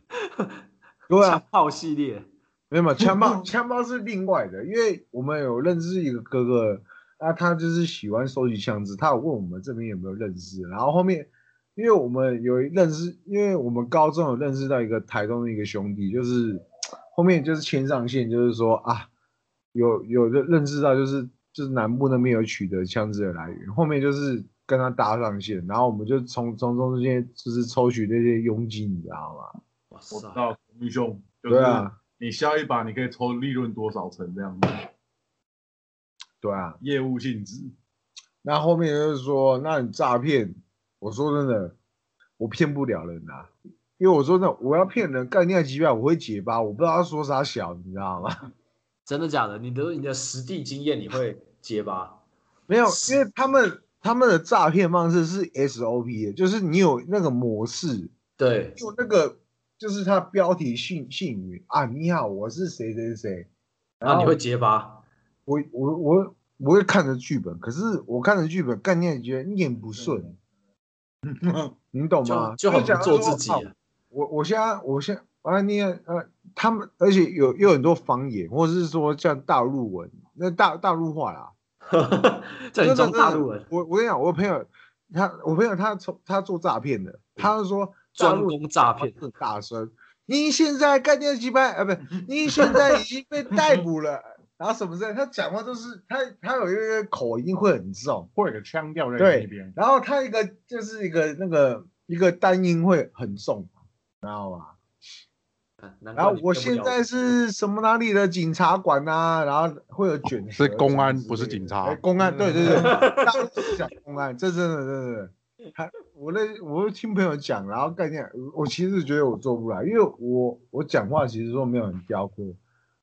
C: 对啊
A: 枪，炮系列，
C: 没有，没有枪炮，枪炮是另外的，因为我们有认识一个哥哥，那他就是喜欢收集枪支，他有问我们这边有没有认识，然后后面，因为我们有认识，因为我们高中有认识到一个台东的一个兄弟，就是后面就是牵上线，就是说啊，有有认认识到就是就是南部那边有取得枪支的来源，后面就是跟他搭上线，然后我们就从从中间就是抽取那些佣金，你知道吗？
A: 哇
D: 我知
A: 塞，
D: 道，玉兄，就
C: 对
D: 是
C: 啊
D: 你下一把你可以抽利润多少成这样子，
C: 对啊，
D: 业务性质。
C: 那后面就是说，那你诈骗，我说真的，我骗不了人啊，因为我说真的，我要骗人，干掉几百，我会结巴，我不知道他说啥小，你知道吗？
A: 真的假的？你的你的实地经验你会结巴？
C: 没有，因为他们他们的诈骗方式是 SOP 的，就是你有那个模式，
A: 对，
C: 有那个就是它标题姓姓名啊，你好，我是谁谁谁，
A: 那你会结巴？
C: 我我我我会看着剧本，可是我看着剧本概念觉得念不顺， 你懂吗
A: 嗯就？就很
C: 假
A: 不
C: 如
A: 做
C: 说
A: 自己
C: 啊。我我现在我现在啊你呃他们，而且有有很多方言，或者是说像大陆文，那大大陆话啦，
A: 叫啊你
C: 真的
A: 装大
C: 真的
A: 陆人，
C: 我我跟你讲，我朋友他我朋友他从他做诈骗的，他就说大
A: 专
C: 陆
A: 攻诈骗，
C: 很大声，您现在干掉几百啊？不，您现在已经被逮捕了。然后什么之类，他讲话就是他他有一个口音会很重，
D: 会有个腔调在
C: 对
D: 那边，
C: 然后他一个就是一个那个一个单音会很重，
A: 难
C: 然
A: 怪
C: 后
A: 你
C: 我
A: 骗不
C: 现
A: 了
C: 在是什么哪里的警察馆啊，然后会有卷舌
B: 是公安
C: 什么之类的
B: 不是警察
C: 哎公安对对对，大陆是讲公安，这真的真的，他我那我就听朋友讲，然后概念，我其实觉得我做不来，因为我我讲话其实说没有很雕刻，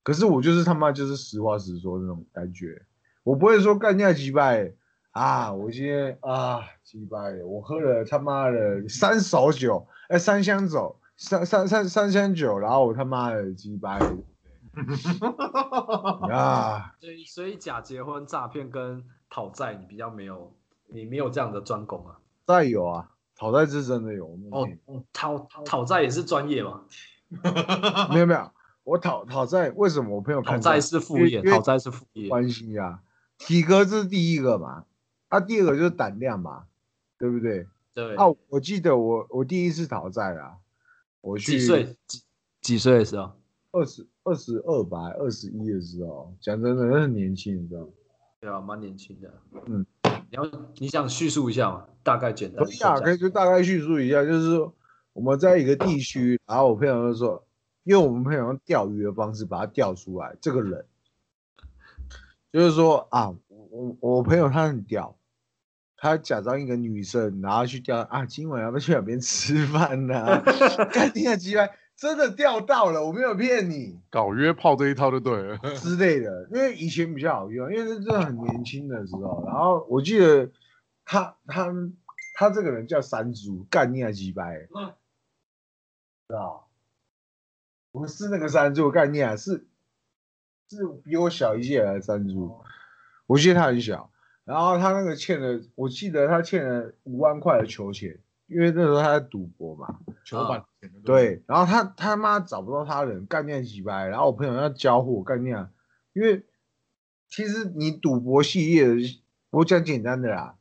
C: 可是我就是他妈就是实话实说那种感觉，我不会说干架击败啊，我今天啊击败，我喝了他妈的三勺酒，哎、三箱酒，三三三三箱酒，然后我他妈的击 败。啊，
A: 所以所以假结婚诈骗跟讨债，你比较没有，你没有这样的专攻啊。
C: 再有啊，讨债是真的有。
A: 哦
C: 哦，，
A: 讨讨债也是专业嘛，
C: 没有没有，我讨讨债，为什么我朋友
A: 讨
C: 看
A: 债
C: 到
A: 是副业，
C: 因为
A: 讨债是副业。
C: 关心啊？体格这是第一个嘛，啊，第二个就是胆量嘛，对不对？
A: 对，
C: 啊，我记得我我第一次讨债啦，我去
A: 几岁？几几岁的时候？
C: 二十二十二吧，二十一的时候，讲真的，那很年轻，你知道吗？
A: 对啊，蛮年轻的。
C: 嗯，
A: 你要你想叙述一下嘛？大概简单
C: 可
A: 地
C: 以
A: 说
C: 啊，
A: 一下
C: 可以就大概叙述一下，就是说我们在一个地区，然后我朋友就说，因为我们朋友用钓鱼的方式把他钓出来，这个人，就是说啊，我我我朋友他很屌，他假装一个女生，然后去钓啊，今晚要不要去哪边吃饭呢、 干你个鸡巴，真的钓到了，我没有骗你。
B: 搞约炮这一套就对了。
C: 之类的，因为以前比较好用，因为那真的很年轻的时候。然后我记得他他他这个人叫山猪，干你啊鸡掰，知道？不是那个山猪，干你啊，是是比我小一届的山猪，我记得他很小。然后他那个欠了，我记得他欠了五万块的球钱，因为那时候他在赌博嘛。
D: 球板前的，
C: 对，然后他他妈找不到他人，概念几百，然后我朋友要交货概念啊，因为其实你赌博系列的，我讲简单的啦，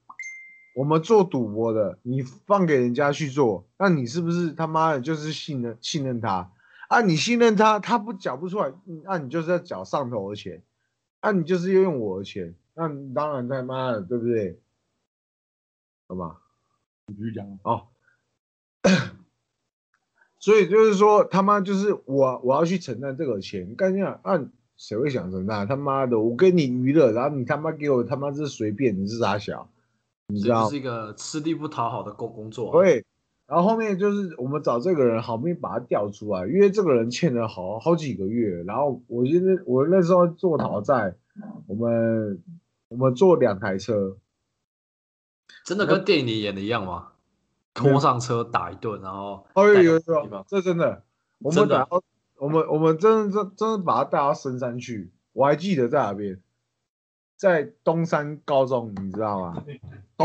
C: 我们做赌博的，你放给人家去做，那你是不是他妈的就是信任信任他啊？你信任他，他不缴不出来，嗯那、你就是要缴上头的钱，那、你就是要用我的钱，那你当然他妈的对不对？好吧。哦
D: 你继续讲，啊
C: 所以就是说，他妈就是我我要去承担这个钱，干这样啊，谁会想承担？他妈的，我跟你娱乐，然后你他妈给我他妈这随便，你是傻小，你知
A: 这
C: 道
A: 就？是一个吃力不讨好的工工作啊、
C: 对。然后后面就是我们找这个人，好不容易把他调出来，因为这个人欠了好好几个月。然后我现在我那时候做讨债，我们我们坐两台车，
A: 真的跟电影里演的一样吗？拖上车打一顿，然后
C: 哦，有有
A: 带到地
C: 有
A: 方，
C: 这真的，我
A: 真
C: 们
A: 的
C: 打到我们我们真的真真的把他带到深山去，我还记得在哪边，在东山高中，你知道吗？
A: 就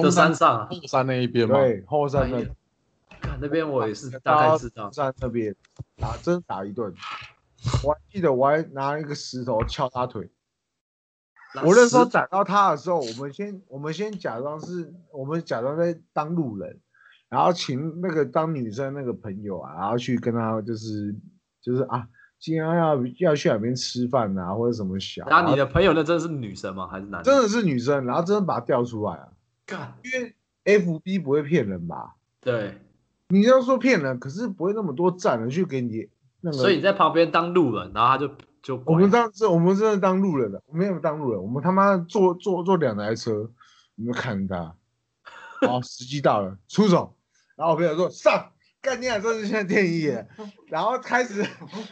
B: 东
A: 山
B: 山
A: 上啊，哎
B: 后山那一边嘛，
C: 对，后山那
A: 看那边我也是大概知道
C: 东。山那边打，真的打一顿，我还记得我还拿一个石头敲他腿。啊我那时候打到他的时候，我们先我们先假装是我们假装在当路人，然后请那个当女生那个朋友啊，然后去跟他就是就是啊，今天要要去哪边吃饭啊，或者什么小，
A: 那你
C: 然
A: 的朋友那真的是女生吗？还是男的？
C: 后真的是女生，然后真的把她调出来啊
A: 干，
C: ，FB 不会骗人吧？
A: 对，
C: 你要说骗人，可是不会那么多站人去给你那个，
A: 所以你在旁边当路人，然后他就就
C: 我
A: 拐
C: 们
A: 你
C: 当时我们真的当路人了，我们没有当路人，我们他妈坐坐坐两台车，我们看他，哦，时机到了，出手，然后我朋友说上，干你俩这是像电影演，然后开始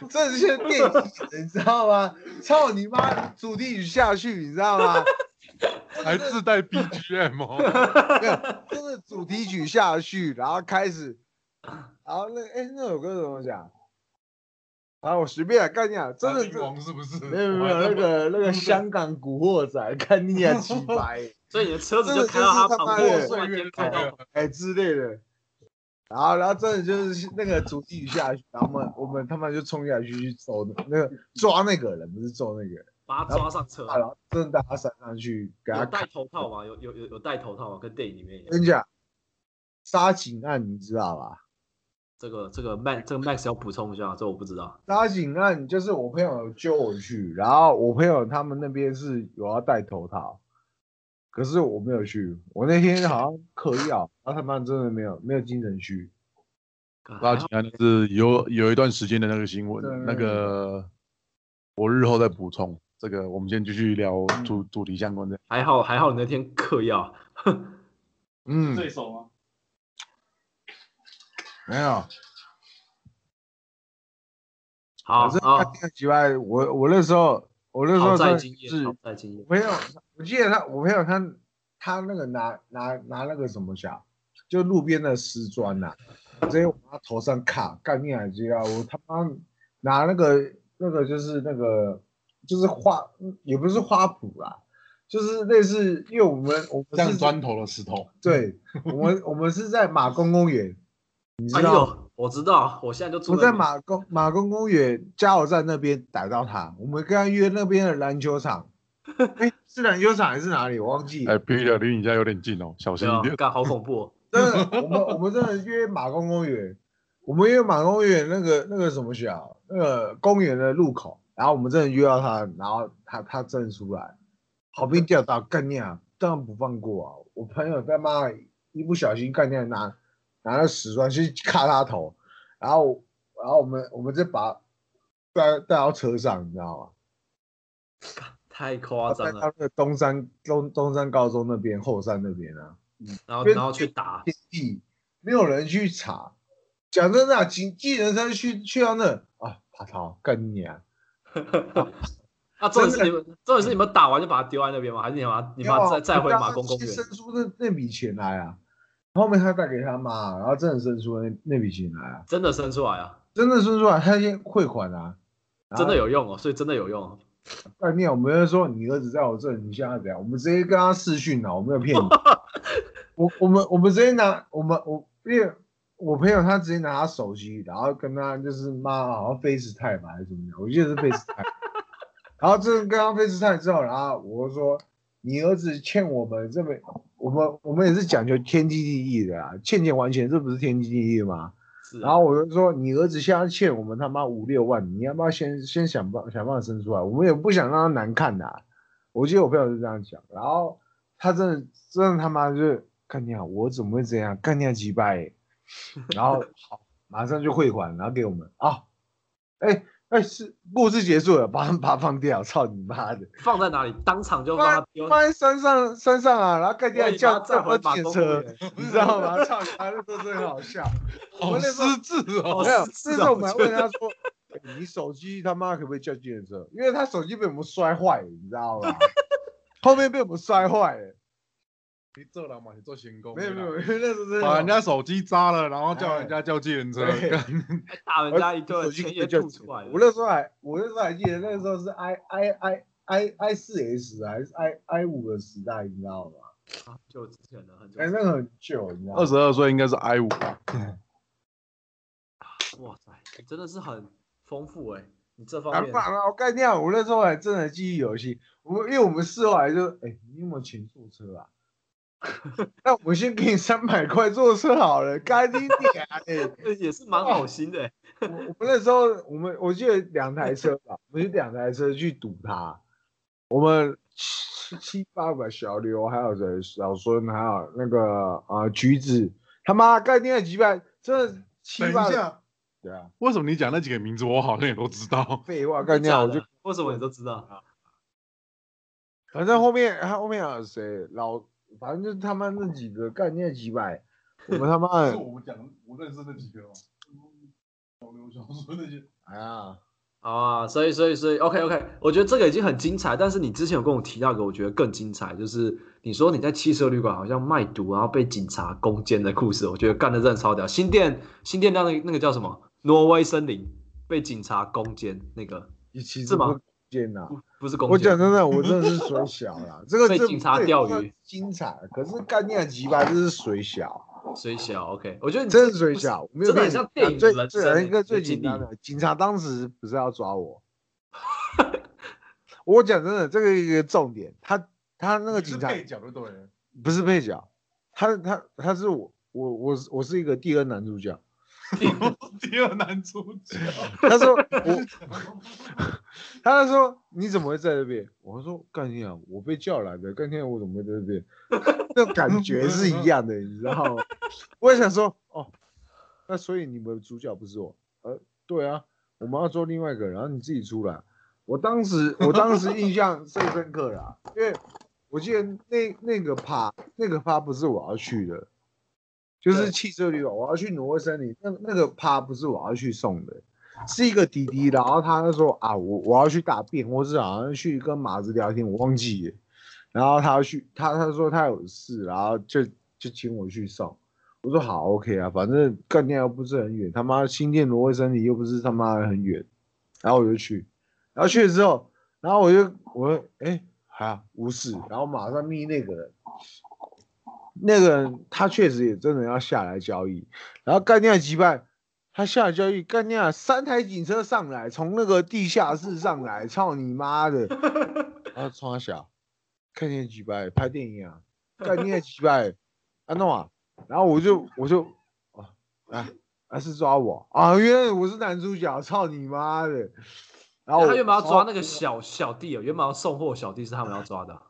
C: 这是像电影演，你知道吗？操你妈，主题曲下去，你知道吗？
B: 还自带 BGM 哦。
C: 没有，就是主题曲下去，然后开始，然后那哎、那首歌怎么讲？然后我随便啊干你俩，真的
D: 大
C: 是
D: 力。王是不是？
B: 嗯
C: 没有没有，那个那个香港古惑仔， 看你也奇白，
A: 所以你的车子
C: 真的
A: 就开到他
C: 就是他妈
A: 旁
C: 的
A: 边，突然间开到
C: 哎之类的。然后然后真的就是那个主题曲下去，然后我们我们他妈就冲下去去揍那那个抓那个人，不是揍那个人，
A: 把他抓上车。
C: 啊然后真的带他山上去给他
A: 有
C: 砍呃
A: 戴。头套吗？有有有有戴头套吗？跟电影里面一
C: 我跟
A: 样。
C: 你讲，杀警案你知道吧？
A: 这个这个 Max 这个 Max 要补充一下，这我不知道。
C: 沙井案就是我朋友揪我去，然后我朋友他们那边是有要戴头套，可是我没有去，我那天好像嗑药，然后他们真的没有没有精神去。
B: 那其他就是有有一段时间的那个新闻
C: 对，
B: 那个我日后再补充。这个我们先继续聊主主题相关的。
A: 还好还好，你那天嗑药，
C: 嗯，
D: 对手吗？
C: 没有。
A: 好
C: 反正
A: 啊，
C: 他奇怪，我我那时候我那时
A: 好
C: 候真
A: 在
C: 的
A: 经验，
C: 是
A: 好在经验
C: 我。朋友，我记得他，我朋友他他那个拿拿拿那个什么侠，就路边的石砖呐、直接往他头上卡，干你还知道？我他妈拿那个那个就是那个就是花，也不是花圃啦，就是类似，因为我们我们
D: 像
C: 是
D: 砖头的石头，
C: 对，我们我们是在马公公园，你知
A: 哎
C: 道吗？
A: 呦，我知道，我现在就住
C: 我
A: 那
C: 在
A: 边
C: 马公马公公园加油站那边逮到他，我们跟他约那边的篮球场，哎、是篮球场还是哪里？我忘记
B: 哎
C: 了。
B: ，Peter 离你家有点近哦，小心
A: 对
B: 一
A: 啊
B: 点，。
A: 干好恐怖哦、
C: 真的，我们我们真的约马公公园，我们约马公公园那个那个什么小那个公园的入口，然后我们真的约到他，然后他他真的出来，好兵吊打干娘，当然不放过啊！我朋友他妈一不小心干娘拿拿了石砖去卡他头，然后然后我们我们就把带带到车上，你知道吗？
A: 太夸张啊
C: 带
A: 了。
C: 到那个东山东东山高中那边后山那边啊。
A: 然后然后去 打，
C: 天地，没有人去查。讲真的、啊，计计程车去去到那啊，爬桃跟你啊，
A: 那啊重点是你们，重点是你们打完就把它丢在那边吗？还是你把它你把它再再回马公公园
C: 去？生出那那笔钱来啊。后面他带给他妈，然后真的生出那那笔钱来啊，
A: 真的生出来啊，
C: 真的生出来，他先汇款啊。然后
A: 真的有用哦，所以真的有用、哦。
C: 概念，我们就说你儿子在我这里，你现在怎样？我们直接跟他视讯啊了，我没有骗你。我我们我们直接拿我们我因为我朋友他直接拿他手机，然后跟他就是妈好像 FaceTime 吧还是怎么样，我记得是 FaceTime。然后这个跟他 FaceTime 之后，然后我就说你儿子欠我们这么，我们我们也是讲究天经地义的啊，欠钱还钱，这不是天经地义吗？
A: 是啊，
C: 然后我就说，你儿子现在欠我们他妈五六万，你要不要先先想办想办法生出来？我们也不想让他难看的啊、我记得我朋友是这样讲，然后他真的真的他妈就是干你好，我怎么会这样？干你好几百 欸，然后好马上就汇款，然后给我们啊，哎、哎、是故事结束了，把他们把他放掉，操你妈的！
A: 放在哪里？当场就把
C: 放
A: 它丢。
C: 放在山上山上啊，然后干掉
A: 你把
C: 叫
A: 它
C: 叫
A: 再回马
C: 电
A: 公公
C: 车，
A: 园，
C: 你知道吗？操，他那都真的好笑。我
B: 好
C: 那时候
B: 失智
A: 哦
B: 哦。
C: 没有，
A: 是
C: 这
A: 是
C: 时
A: 啊
C: 候我
A: 我
C: 们还
A: 觉
C: 问他说：“ 欸你手机他妈可不可以叫计程车？”因为他手机被我们摔坏了，你知道吧？后面被我们摔坏了，
B: 你做了嘛？你做行宫
C: 没有没有，因为那时候
D: 啊
C: 真的
B: 把人家手机扎了，然后
D: 哎
B: 叫人家叫计程车。
C: 对
A: 还打人家一顿，
C: 手机
A: 钱
C: 可以
A: 也
C: 叫
A: 吐
C: 计程
A: 出来
C: 车
A: 了。
C: 我那时候还，我那时候还记得，那时候是 i i i i i 四 s 啊还是 i i 五的时代，你知道吗？
A: 啊就之前的很久
C: 哎，。那个很旧，你知道
B: 二
C: 吗？
B: 十二岁应该是 I 五吧？
A: 哇塞，你真的是很丰富哎、你这方
C: 啊，
A: 面
C: 不然啊我干掉！我那时候还真的记忆犹新。我们因为我们事后还就，哎、你有没有钱坐车啊？ 那我先给你三百块坐车好了，干你点哎！
A: 这呃也是蛮好心的、欸。
C: 我我们那时候，我们我记得两台车吧，我们就两台车去堵他。我们七七八个小刘，还有谁？小孙，还有那个啊、呃橘子，他妈干掉几百，真的七
D: 等一
C: 八个。
D: 下，
C: 对啊，
B: 为什么你讲那几个名字，我好像也都知道？
C: 废话，干
A: 假
C: 掉我
A: 的
C: 就啊
A: 为什么你都知道？
C: 反正后面他后面还有谁老，反正就是他们那几个概念几百，我们他妈
D: 是
C: 的
D: 我们讲我认识那几个吗？哦小刘、小孙那些，
C: 哎呀，
A: 好啊，所以所以所以，OK OK，我觉得这个已经很精彩。但是你之前有跟我提到一个，我觉得更精彩，就是你说你在汽车旅馆好像卖毒，然后被警察攻坚的故事，我觉得干的真的超屌。新店新店那个那个叫什么？挪威森林被警察攻坚那个
C: 你其
A: 是
C: 实
A: 吗
C: 不见呐。
A: 不不是攻
C: 啊
A: 啊
C: 我
A: 坚
C: 讲，真的，我真的是水小啦，这个
A: 被
C: 这
A: 警察
C: 这也
A: 钓
C: 算
A: 鱼
C: 精彩，可是概念几百这是 水小，
A: 水小 OK，我觉得你
C: 真的是水小，我没有
A: 真的很
C: 骗你
A: 像
C: 啊
A: 电影
C: 最
A: 人
C: 最
A: 生
C: 有
A: 欸
C: 一个最
A: 你的经
C: 简单
A: 历
C: 的，警察当时不是要抓我， 我讲真的，这个一个重点，他他那个
D: 你是
C: 警察
D: 配角就对 了。
C: 不是配角，他他他是我我我是我是一个第二男主角，
D: 第二男主 角，
C: 他说我，他就说你怎么会在这边？我说干你啊，我被叫来的，干你啊，我怎么会在这边？那种感觉是一样的，你知道吗？ 我也想说哦，那所以你们主角不是我，呃，对啊，我们要做另外一个，然后你自己出来。我当时我当时印象最深刻啦，因为我记得那那个趴那个趴不是我要去的，就是汽车旅馆，我要去挪威森林，那那个趴不是我要去送的，是一个滴滴，然后他就说啊我我要去大便，或是好像去跟马子聊天，我忘记了，然后他要去他他说他有事，然后就就请我去送。我说好，OK 啊，反正干掉又不是很远，他妈新店挪威森林又不是他妈的很远，然后我就去，然后去了之后，然后我就我就哎还、啊、无事，然后马上密那个人，那个人他确实也真的要下来交易，然后干掉击败，他下来交易干掉三台警车上来，从那个地下室上来，操你 妈的，然后冲他小，看见击败拍电影啊，干掉击败，安诺啊。然后我就我就啊啊啊是抓我啊！原来我是男主角，操你妈的！然啊后我
A: 他原本要抓那个小小弟哦，原本要送货小弟是他们要抓的，啊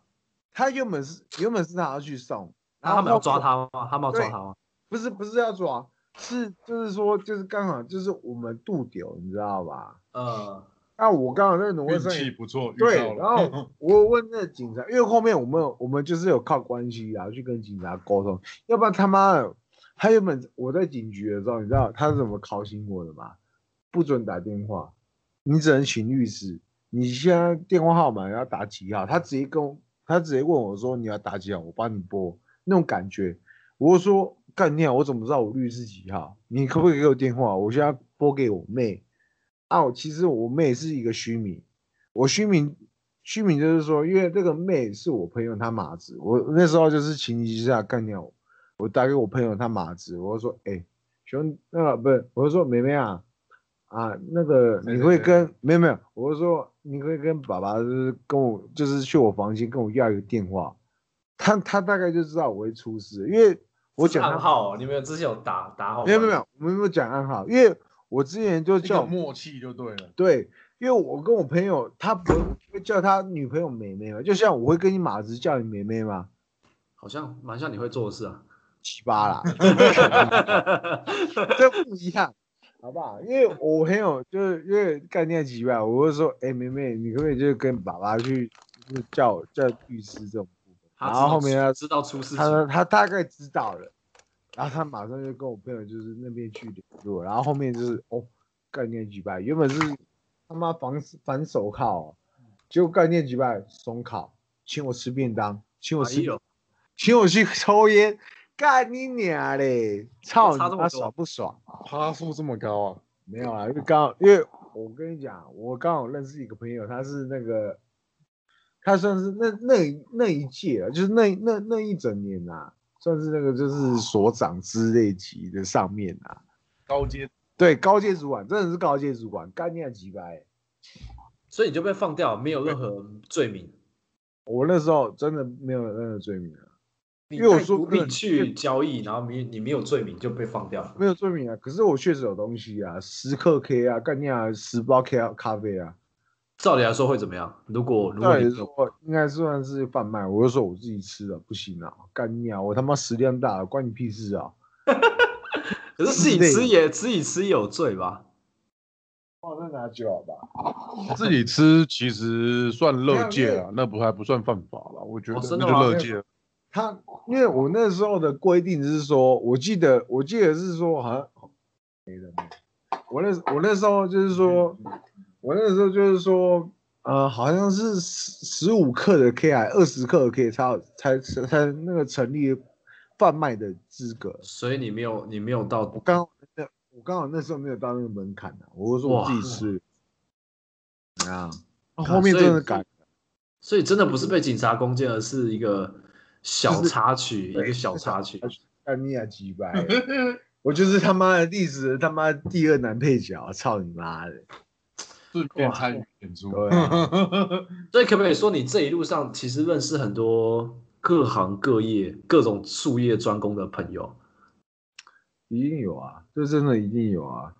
C: 他原本是原本是他要去送，
A: 那他们要抓他吗？他们要抓他吗？
C: 不是不是要抓，是就是说就是刚好就是我们渡丢，你知道吧？
A: 呃，
C: 那我刚好在挪威
D: 运
C: 森林
D: 气不错，遇到
C: 对，然
D: 了。
C: 后 我问那警察，因为后面我们我们就是有靠关系然后去跟警察沟通，要不然他妈的，他原本我在警局的时候，你知道他是怎么考醒我的吗？不准打电话，你只能请律师。你现在电话号码要打几号？他直接跟我，他直接问我说你要打几号，我帮你拨，那种感觉。我就说干你啊！我怎么知道我律师几号？你可不可以给我电话？我现在拨给我妹。啊，我其实我妹是一个虚名，我虚名虚名就是说，因为这个妹是我朋友他马子，我那时候就是情急之下干掉我，我打给我朋友他马子，我就说，哎、兄，那个不是，我就说妹妹啊，啊，那个
D: 对
C: 你
D: 对
C: 会
D: 对
C: 跟没有没有，我就说你会跟爸爸就是跟我就是去我房间跟我要一个电话，他他大概就知道我会出事，因为我
A: 是
C: 讲
A: 暗
C: 他
A: 号哦，你们之前有打打好吗？
C: 没有没有没有，我们没有讲暗号，因为我之前就
D: 这
C: 叫
D: 个
C: 我
D: 默契就对了。
C: 对，因为我跟我朋友，他不会叫他女朋友妹妹嘛，就像我会跟你马子叫你妹妹嘛，
A: 好像蛮像你会做的事啊。
C: 七八啦， 这不一样，好不好？因为我朋友就是因为概念奇怪，我就说，哎、妹妹，你可不可以就是跟爸爸去就是叫叫律师这种部分？
A: 他
C: 然
A: 知道
C: 后后面他
A: 知道出事情，
C: 他他大概知道了，然后他马上就跟我朋友就是那边去联络，然后后面就是哦，概念击败，原本是他妈反反手铐、哦，结果概念击败松铐，请我吃便当，请我
A: 哎
C: 吃，
A: 呦，
C: 请我去抽烟，干你娘嘞！操
A: 差这
C: 你
A: 么
C: 妈
A: 多
C: 爽不爽？
D: 趴数这么高啊？
C: 没有啦，因为刚好，因为我跟你讲，我刚好认识一个朋友，他是那个，他算是那那那一届啊，就是那那那一整年啊，算是那个就是所长之类级的上面啊，
D: 高阶
C: 对，高阶主管真的是高阶主管，干练几百。
A: 所以你就被放掉，没有任何罪名。
C: 我那时候真的没有任何罪名啊，
A: 你
C: 因为我
A: 带
C: 说
A: 毒
C: 真的
A: 品去交易，然后没你没有罪名就被放掉了。
C: 没有罪名啊，可是我确实有东西啊，十克 K 啊，干练啊十包 K 啊咖啡啊，
A: 照理来说会怎么样？如果如
C: 照
A: 果
C: 理
A: 你
C: 说应该算是贩卖，我就说我自己吃的不行啊，干你啊，我他妈食量大，关你屁事啊！
A: 可是自己吃也自己吃也有罪吧？
C: 帮我再哦拿酒好吧？
B: 自己吃其实算乐界啊，那不还不算犯法了，我觉
A: 哦
B: 得那
A: 真的
B: 就
A: 吗
B: 乐啊界了。
C: 他因为我那时候的规定是说，我记得我记得是说好像没了，没了我那我那时候 就是
A: 嗯
C: 说，我那时候就是说，呃，好像是十十五克的 K 还二十克的 K 才有才才才那个成立贩卖的资格。
A: 所以你没有你没有到
C: 我刚好那我刚好那时候没有到那个门槛啊，我就说我
A: 哇
C: 自己吃。啊，
A: 啊
C: 后面
A: 所以
C: 真的改，
A: 所以真的不是被警察攻击，而是一个小插曲，
C: 就是
A: 一个小插曲。
C: 干你啊鸡 巴欸！我就是他妈的历史他妈第二男配角，啊操你妈的！
B: 顺便参与演出，
C: 对啊、
A: 所以可不可以说，你这一路上其实认识很多各行各业、各种术业专攻的朋友？
C: 一定有啊，这真的一定有啊。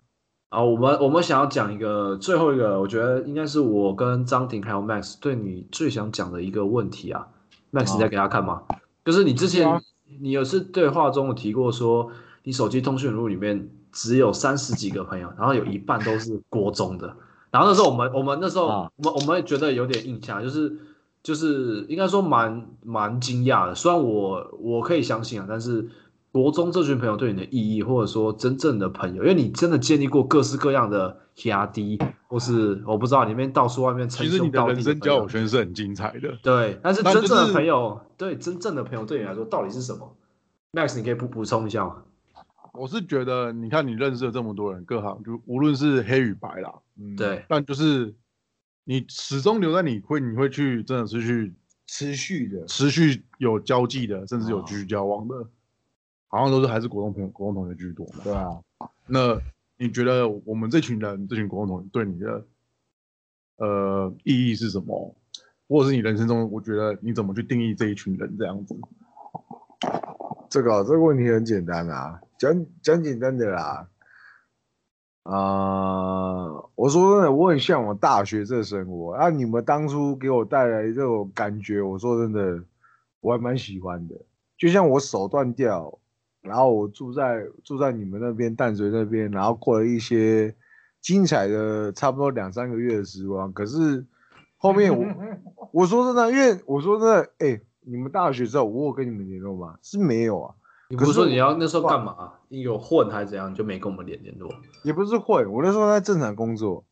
A: 啊，我们我们想要讲一个最后一个，我觉得应该是我跟张婷还有 Max 对你最想讲的一个问题啊。Max，你在给他看吗？就是你之前、
D: 啊
A: 你有次对话中有提过说，你手机通讯录里面只有三十几个朋友，然后有一半都是国中的。然后那时候我们我们那时候、
C: 啊
A: 我们我们也觉得有点印象，就是就是应该说蛮蛮惊讶的。虽然我我可以相信啊，但是国中这群朋友对你的意义，或者说真正的朋友，因为你真的建立过各式各样的压低，或是我不知道里面到处外面称
B: 其实
A: 兄
B: 你的
A: 道弟
B: 人生
A: 朋友
B: 交友圈是很精彩的。
A: 对，但是
B: 那
A: 真
B: 就是
A: 正的朋友，对真正的朋友对你来说到底是什么？Max，你可以补补充一下吗？
B: 我是觉得，你看你认识了这么多人，各行就无论是黑与白啦，
D: 嗯，
A: 对，
B: 但就是你始终留在你会，你会去真的是去
C: 持续的，
B: 持续有交际的，甚至有继续交往的，好像都是还是国中朋友、国中同学居多嘛。
C: 对啊，
B: 那你觉得我们这群人、这群国中同学对你的呃意义是什么？或者是你人生中，我觉得你怎么去定义这一群人这样子？
C: 这个哦这个问题很简单啊，讲讲简单的啦。啊、我说真的，我很向往大学这生活。啊，你们当初给我带来这种感觉，我说真的，我还蛮喜欢的。就像我手断掉，然后我住在住在你们那边淡水那边，然后过了一些精彩的差不多两三个月的时光。可是后 面我我说真的，因为我说真的，哎、你们大学之后，我有跟你们联络吗？是没有啊，
A: 你
C: 可
A: 不是
C: 是
A: 说
C: 我
A: 你要那时候干嘛？你有混还是怎样？你就没跟我们联联络？
C: 也不是会，我那时候在正常工作。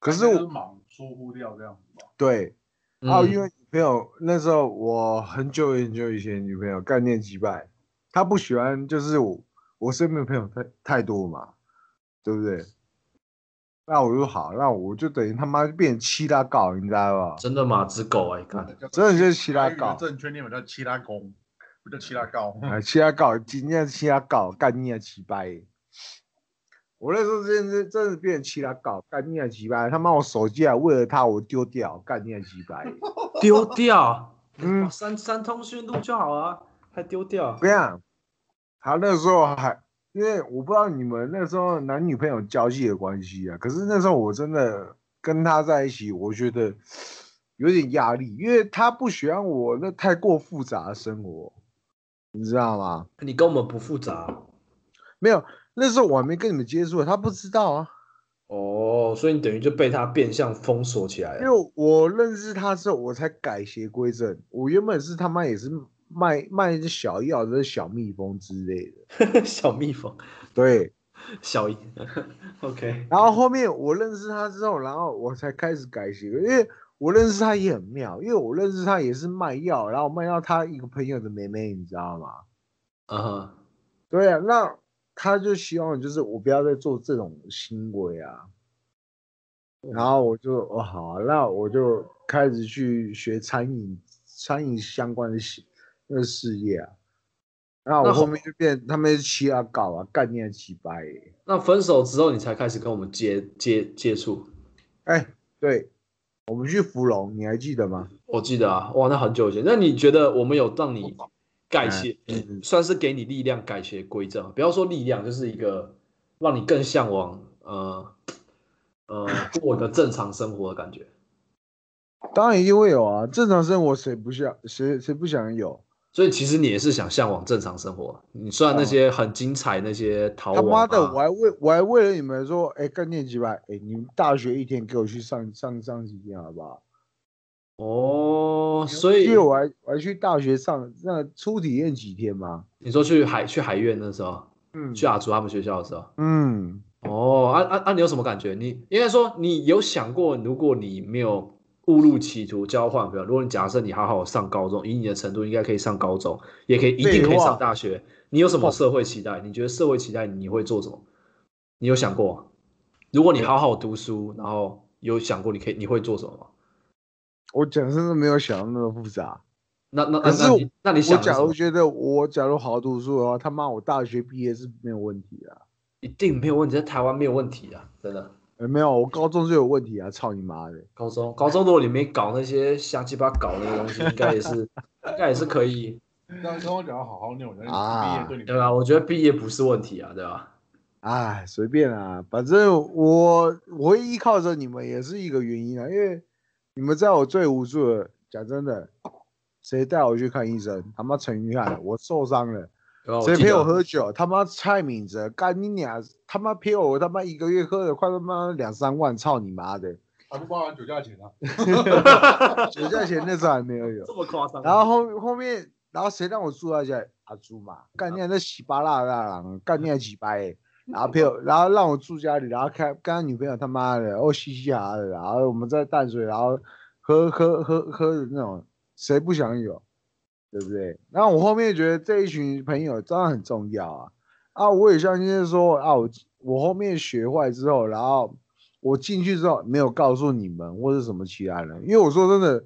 C: 可是
D: 就是
C: 我
D: 忙疏忽掉这样子吧。
C: 对，啊，
A: 嗯
C: 因为女朋友那时候我很久很久以前女朋友概念击败，她不喜欢就是我我身边的朋友太太多嘛，对不对？那我就好，那我就等于他妈变七大告，你知道吧？
A: 真的吗？只狗哎、看
C: 真的就是七大
D: 台语的
C: 告，
D: 正确念法叫七拉公，不叫七拉高。
B: 嗯
C: 啊，七他搞，今天七他搞，干你啊七掰！我那时候真是真是变成七他搞，干你啊七掰！他妈我手机啊，为了他我丢掉，干你啊七掰！
A: 丢 掉，
C: 嗯
A: 哇，删删通讯录就好啊，还丢掉
C: 我？跟你讲，他那时候还，因为我不知道你们那时候男女朋友交际的关系啊，可是那时候我真的跟他在一起，我觉得有点压力，因为他不喜欢我那太过复杂的生活，你知道吗？
A: 你跟我们不复杂啊
C: 没有，那时候我还没跟你们接触，他不知道啊。
A: 哦，所以你等于就被他变相封锁起来
C: 因
A: 了。
C: 为我认识他之后，我才改邪归正。我原本是他妈也是卖卖一只小药的小蜜蜂之类 的，
A: 小蜜蜂，
C: 对。
A: 小 ，OK，
C: 然后后面我认识他之后，然后我才开始改邪归，因为我认识他也很妙，因为我认识他也是卖药，然后卖到他一个朋友的妹妹，你知道吗？
A: 嗯哼，
C: 对啊，那他就希望就是我不要再做这种行为啊。然后我就哦好啊，那我就开始去学餐饮餐饮相关的事那个事业啊。那
A: 那
C: 我
A: 后
C: 后面就变他们七啊搞啊，概念七八耶。
A: 那分手之后你才开始跟我们接接接触。
C: 哎，对，我们去芙蓉，你还记得吗？
A: 我记得啊，哇，那很久以前。那你觉得我们有让你改邪，
C: 嗯
A: 算是给你力量改邪归正？不要说力量，就是一个让你更向往呃呃过一个正常生活的感觉。
C: 当然一定会有啊，正常生活谁不想谁谁不想有？
A: 所以其实你也是想向往正常生活。啊你虽然那些很精彩，那些逃
C: 嗯他
A: 亡、啊
C: 妈、的，我还为我还为了你们说，哎，概念几百，哎，你们大学一天给我去上上上几天好不好？
A: 哦，所以
C: 因为我还我还去大学上那初体验几天嘛，
A: 你说去海去海院的时候，
C: 嗯
A: 去阿竹他们学校的时候，
C: 嗯，
A: 哦，啊啊啊！你有什么感觉？你应该说，你有想过，如果你没有误入歧途交换，比如如果你假设你好好上高中，以你的程度，应该可以上高中，也可以一定可以
C: 废话哦
A: 上大学。你有什么社会期待？你觉得社会期待你会做什么？你有想过吗？如果你好好读书，然后有想过你可以你会做什么吗？
C: 我讲真的没有想到那么复杂。
A: 那那
C: 可是
A: 那
C: 我
A: 你那你
C: 我
A: 想的是
C: 假
A: 什
C: 如
A: 么？
C: 觉得我假如好好读书的话，他妈我大学毕业是没有问题的、啊。
A: 一定没有问题，在台湾没有问题啊，真的。
C: 呃没有，我高中就有问题啊！操你妈的！
A: 高 中高中如果你没搞那些瞎鸡巴搞那些东西，应该也是应该也是可以
D: 刚跟我讲要好好念，我才
C: 啊
D: 毕业对你
A: 对吧？我觉得毕业不是问题啊，对吧？
C: 哎，随便啊，反正我我会依靠着你们也是一个原因啊，因为你们在我最无助的，讲真的，谁带我去看医生？他妈陈玉翰，我受伤了，
A: 对吧？
C: 谁
A: 哦记得
C: 陪我？喝酒？他妈蔡敏哲，干你俩，他妈陪我他妈一个月喝了快他妈两三万，操你妈的！
D: 还不包含酒驾钱啊？
C: 酒驾钱那时候还没有有，
A: 这么夸张？
C: 然后后后面，然后谁让我住在家里？阿朱嘛，干你还在洗巴拉拉郎，干你还洗巴欸，然后陪我，然后让我住家里，然后看跟他女朋友他妈的，哦嘻嘻哈哈的，然后我们在淡水，然后喝喝喝喝的那种，谁不想有，对不对？然后我后面觉得这一群朋友当然很重要啊，啊，我也相信是说啊，我我后面学坏之后，然后我进去之后没有告诉你们或者什么其他人，因为我说真的。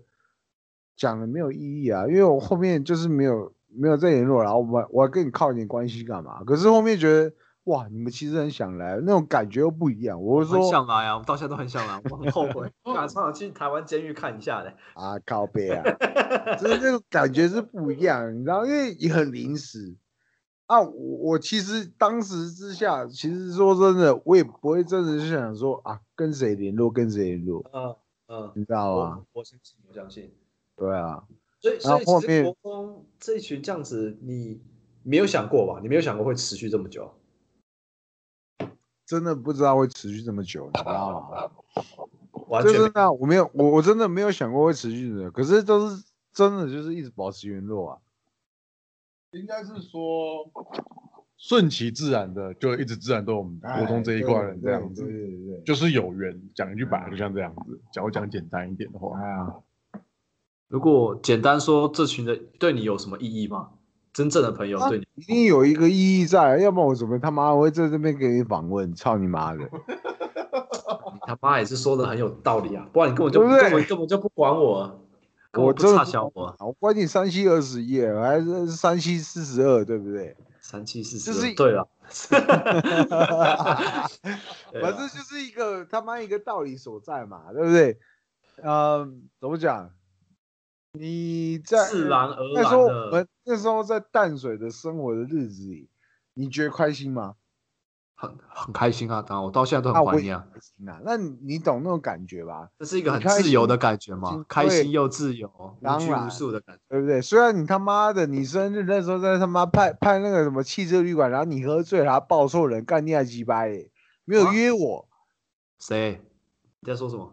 C: 讲了没有意义啊，因为我后面就是没有没有再联络，然后我我还跟你靠一点关系干嘛？可是后面觉得哇，你们其实很想来，那种感觉又不一样。我是
A: 很
C: 说
A: 想来啊，我到现在都很想来， 我很后悔，想上去台湾监狱看一下的。
C: 啊，靠背啊， 就是那种感觉是不一样，你知道，因为也很临时啊。我我其实当时之下，其实说真的，我也不会真的是想说啊，跟谁联络跟谁联络，
A: 嗯嗯，
C: 你知道吗
A: 我？我相信，我相信。
C: 对啊，
A: 所以
C: 然后
A: 所以
C: 后
A: 其实
C: 面
A: 国风这一群这样子，你没有想过吧？你没有想过会持续这么久？
C: 真的不知道会持续这么久，你知道吗？
A: 完
C: 就
A: 全没
C: 是那我没有，我我真的没有想过会持续的，可是都是真的就是一直保持联络啊。
D: 应该是说，
B: 顺其自然的，就一直自然都有我们国中这一挂人这样
D: 哎
C: 哎
D: 对
B: 子，
D: 对对对，
B: 就是有缘。讲一句白，就像这样子。讲我讲简单一点的话，
C: 哎呀，
A: 如果简单说，这群人对你有什么意义吗？真正的朋友
C: 啊
A: 对你，
C: 一定有一个意义在，要不然我怎么他妈会在这边给你访问？操你妈 的！
A: 你他妈也是说的很有道理啊，不然你根本就
C: 对不对
A: 根本根本就不管我，根
C: 我
A: 本不
C: 真的
A: 差
C: 不
A: 小我。
C: 我关你三七二十一，还是三七四十二，对不对？
A: 三七四
C: 就是
A: 十，对 了，对啊
C: 反正就是一个他妈一个道理所在嘛，对不对？呃，怎么讲？你在
A: 自然而
C: 那时候
A: 然
C: 我
A: 的，
C: 们那时候在淡水的生活的日子里，你觉得开心吗？
A: 很很开心啊！当然，我到现在都很
C: 那我
A: 怀
C: 也
A: 念啊，
C: 开心啊。那你你懂那种感觉吧？
A: 这是一个很
C: 很开心
A: 自由的感觉嘛
C: 对，
A: 开心又自由，无
C: 当
A: 拘
C: 然
A: 无束的感觉。
C: 对不对？虽然你他妈的你生日那时候在他妈派派那个什么汽车旅馆，然后你喝醉了，然后抱错人，干你还鸡巴耶，没有
A: 啊
C: 约我。
A: 谁？你在说什么？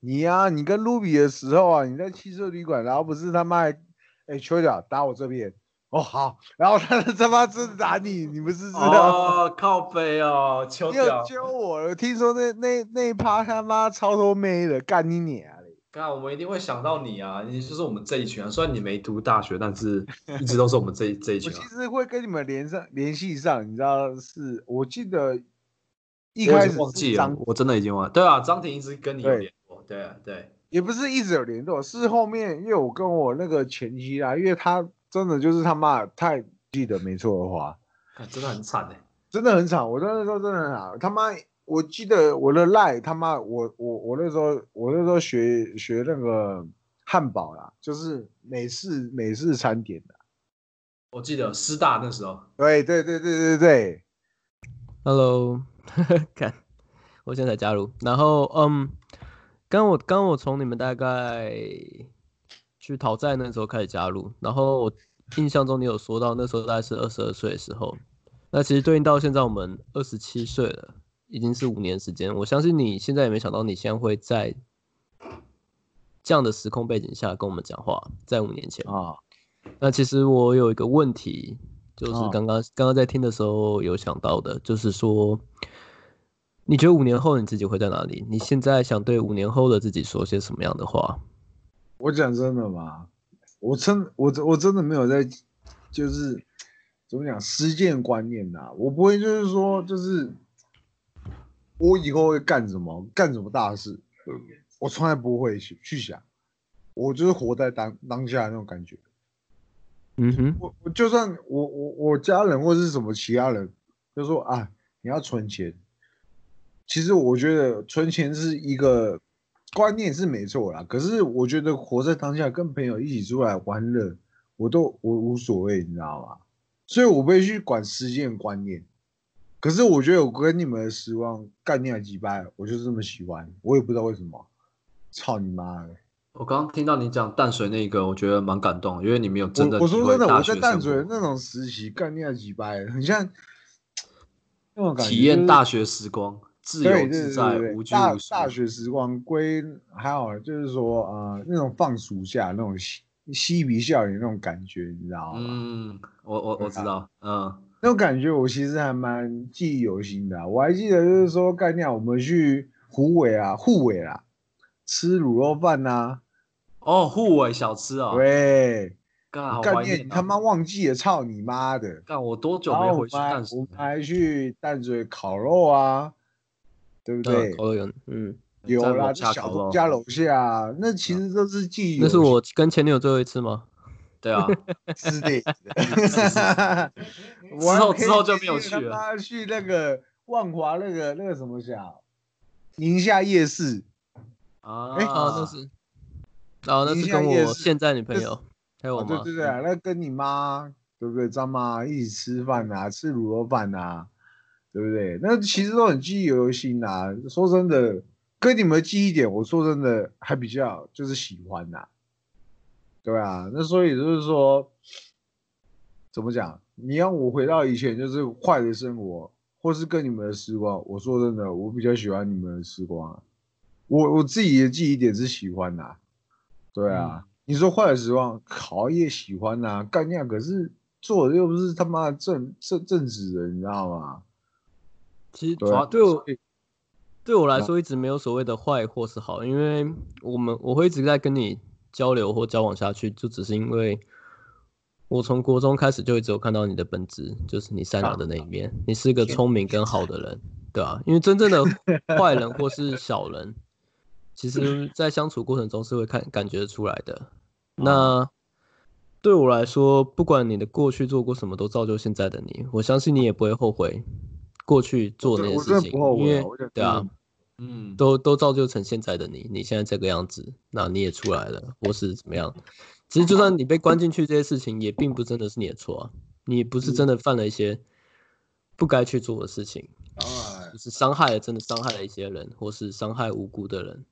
C: 你呀、你跟卢比的时候啊，你在汽车旅馆，然后不是他妈还，哎，丘角打我这边，哦好，然后他他妈真的打你，你不是知道？
A: 哦，靠背哦，求
C: 你有
A: 屌！
C: 揪我了，听说那那那一趴他妈超多妹的，干你娘嘞！
A: 刚我们一定会想到你啊，你就是我们这一群啊。虽然你没读大学，但是一直都是我们这 一这一
C: 我
A: 群啊
C: 其。实会跟你们连上联系上，你知道是，我记得一
A: 我已
C: 开
A: 经
C: 始
A: 忘记了
C: 是张，
A: 我真的已经忘了。对啊，张婷一直跟你有
C: 对
A: 联络，对啊对，
C: 也不是一直有联络，是后面因为我跟我那个前妻啊，因为她真的就是他妈太记得没错的话，
A: 看真的很惨哎、
C: 真的很惨。我那时候真的很惨，他妈我记得我的赖他妈，我我我那时候我那时候学学那个汉堡啦，就是美式美式餐点的。
A: 我记得师大那时候，
C: 对对对对对对，
F: Hello，看， 我现在才加入。然后，嗯，刚我刚我从你们大概去讨债那时候开始加入，然后我印象中你有说到那时候大概是二十二岁的时候，那其实对应到现在我们二十七岁了，已经是五年时间。我相信你现在也没想到你现在会在这样的时空背景下跟我们讲话，在五年前。
C: 啊，
F: 那其实我有一个问题，就是
C: 哦
F: 刚刚、刚刚在听的时候有想到的，就是说，你觉得五年后你自己会在哪里？你现在想对五年后的自己说些什么样的话？
C: 我讲真的嘛，我真我真我真的没有在，就是怎么讲实践观念呐、我不会就是说就是我以后会干什么干什么大事，我从来不会去去想，我就是活在当当下的那种感觉。
F: 嗯哼，
C: 我我就算我我我家人或是什么其他人，就说啊，你要存钱。其实我觉得存钱是一个观念是没错啦，可是我觉得活在当下，跟朋友一起出来玩乐，我都我无所谓，你知道吗？所以我不会去管时间观念。可是我觉得我跟你们的失望概念很鸡掰，我就是这么喜欢，我也不知道为什么。操你妈的！
A: 我刚刚听到你讲淡水那个，我觉得蛮感动的，因为你没有真的
C: 我我说
A: 体会
C: 真的，
A: 大
C: 我
A: 学
C: 在淡
A: 生
C: 水
A: 活
C: 那种时期概念几掰，很像那种感觉，
A: 体验
C: 就是
A: 大学时光，自由
C: 对对
A: 自
C: 对
A: 在，
C: 对对
A: 无拘
C: 大
A: 无束。
C: 大学时光归还好，啊就是说呃那种放暑假那种嬉嬉皮笑脸那种感觉，你知道吗？
A: 嗯，我我
C: 啊
A: 我知道，嗯，
C: 那种感觉我其实还蛮记忆犹新的啊、我还记得就是说概念，我们去湖尾啊、沪尾啦、吃卤肉饭呐、
A: 哦，互为小吃啊、
C: 啊，
A: 哦，
C: 喂，
A: 干好
C: 概
A: 怀
C: 念
A: 念、
C: 你
A: 啊。
C: 他妈忘记了，操你妈的！
A: 干我多久
C: 然后
A: 没
C: 我
A: 回
C: 们
A: 去
C: 还
A: 淡水
C: 我
A: 了？
C: 们还去淡水烤肉啊，对不对？
F: 嗯，口头有，嗯，
C: 有
A: 在
C: 啦，
A: 楼
C: 在
A: 下
C: 小
A: 烤
C: 东
A: 肉嗯
C: 家楼下啊，那其实都是记忆犹
F: 那
C: 新
F: 是我跟前女友最后一次吗？
A: 对啊，
C: 之类 的。我还
A: 之后
C: 可以
A: 之后就没有
C: 记得
A: 去了
C: 他妈去那个万华那个那个什么小宁夏夜市，
A: 啊，
C: 哎
F: 啊，那是，啊，那
C: 宁
F: 是
C: 夏
F: 跟
C: 夜
F: 我
C: 市
F: 现在女朋
C: 那是
F: 友还有我
C: 哦，对
F: 妈，嗯
C: 对对啊，那跟你妈对不对？张妈一起吃饭啊，吃卤肉饭啊，对不对？那其实都很记忆犹新啊。说真的，跟你们的记忆点，我说真的还比较就是喜欢啊呐、对啊。那所以就是说，怎么讲？你让我回到以前就是快的生活，或是跟你们的时光，我说真的，我比较喜欢你们的时光、啊。我我自己的记忆点是喜欢呐、对
F: 嗯
C: 啊，你说坏的时光，考也喜欢呐、干架可是做的又不是他妈的正正正直人，你知道吗？
F: 其实
C: 对啊，
F: 对我
C: 所以嗯
F: 对我来说，一直没有所谓的坏或是好，因为我们我会一直在跟你交流或交往下去，就只是因为我从国中开始就一直有看到你的本质，就是你
C: 啊
F: 善良的那一面，你是个聪明跟好的人，对啊，因为真正 的坏人或是小人，其实在相处过程中是会看感觉出来的。
C: 哦
F: 那对我来说，不管你的过去做过什么，都造就现在的你。我相信你也不会后悔过去做那些
C: 我
F: 事
C: 真的
F: 情，
C: 不后
F: 因
C: 悔啊，
F: 为
C: 我讲
F: 对啊，
C: 真的
A: 嗯，
F: 都都造就成现在的你，你现在这个样子，那你也出来了，或是怎么样？其实就算你被关进去这些事情，也并不真的是你的错啊，你不是真
C: 嗯
F: 的犯了一些不该去做的事情，
B: 哎
F: 就是伤害了真的伤害了一些人，或是伤害无辜的人，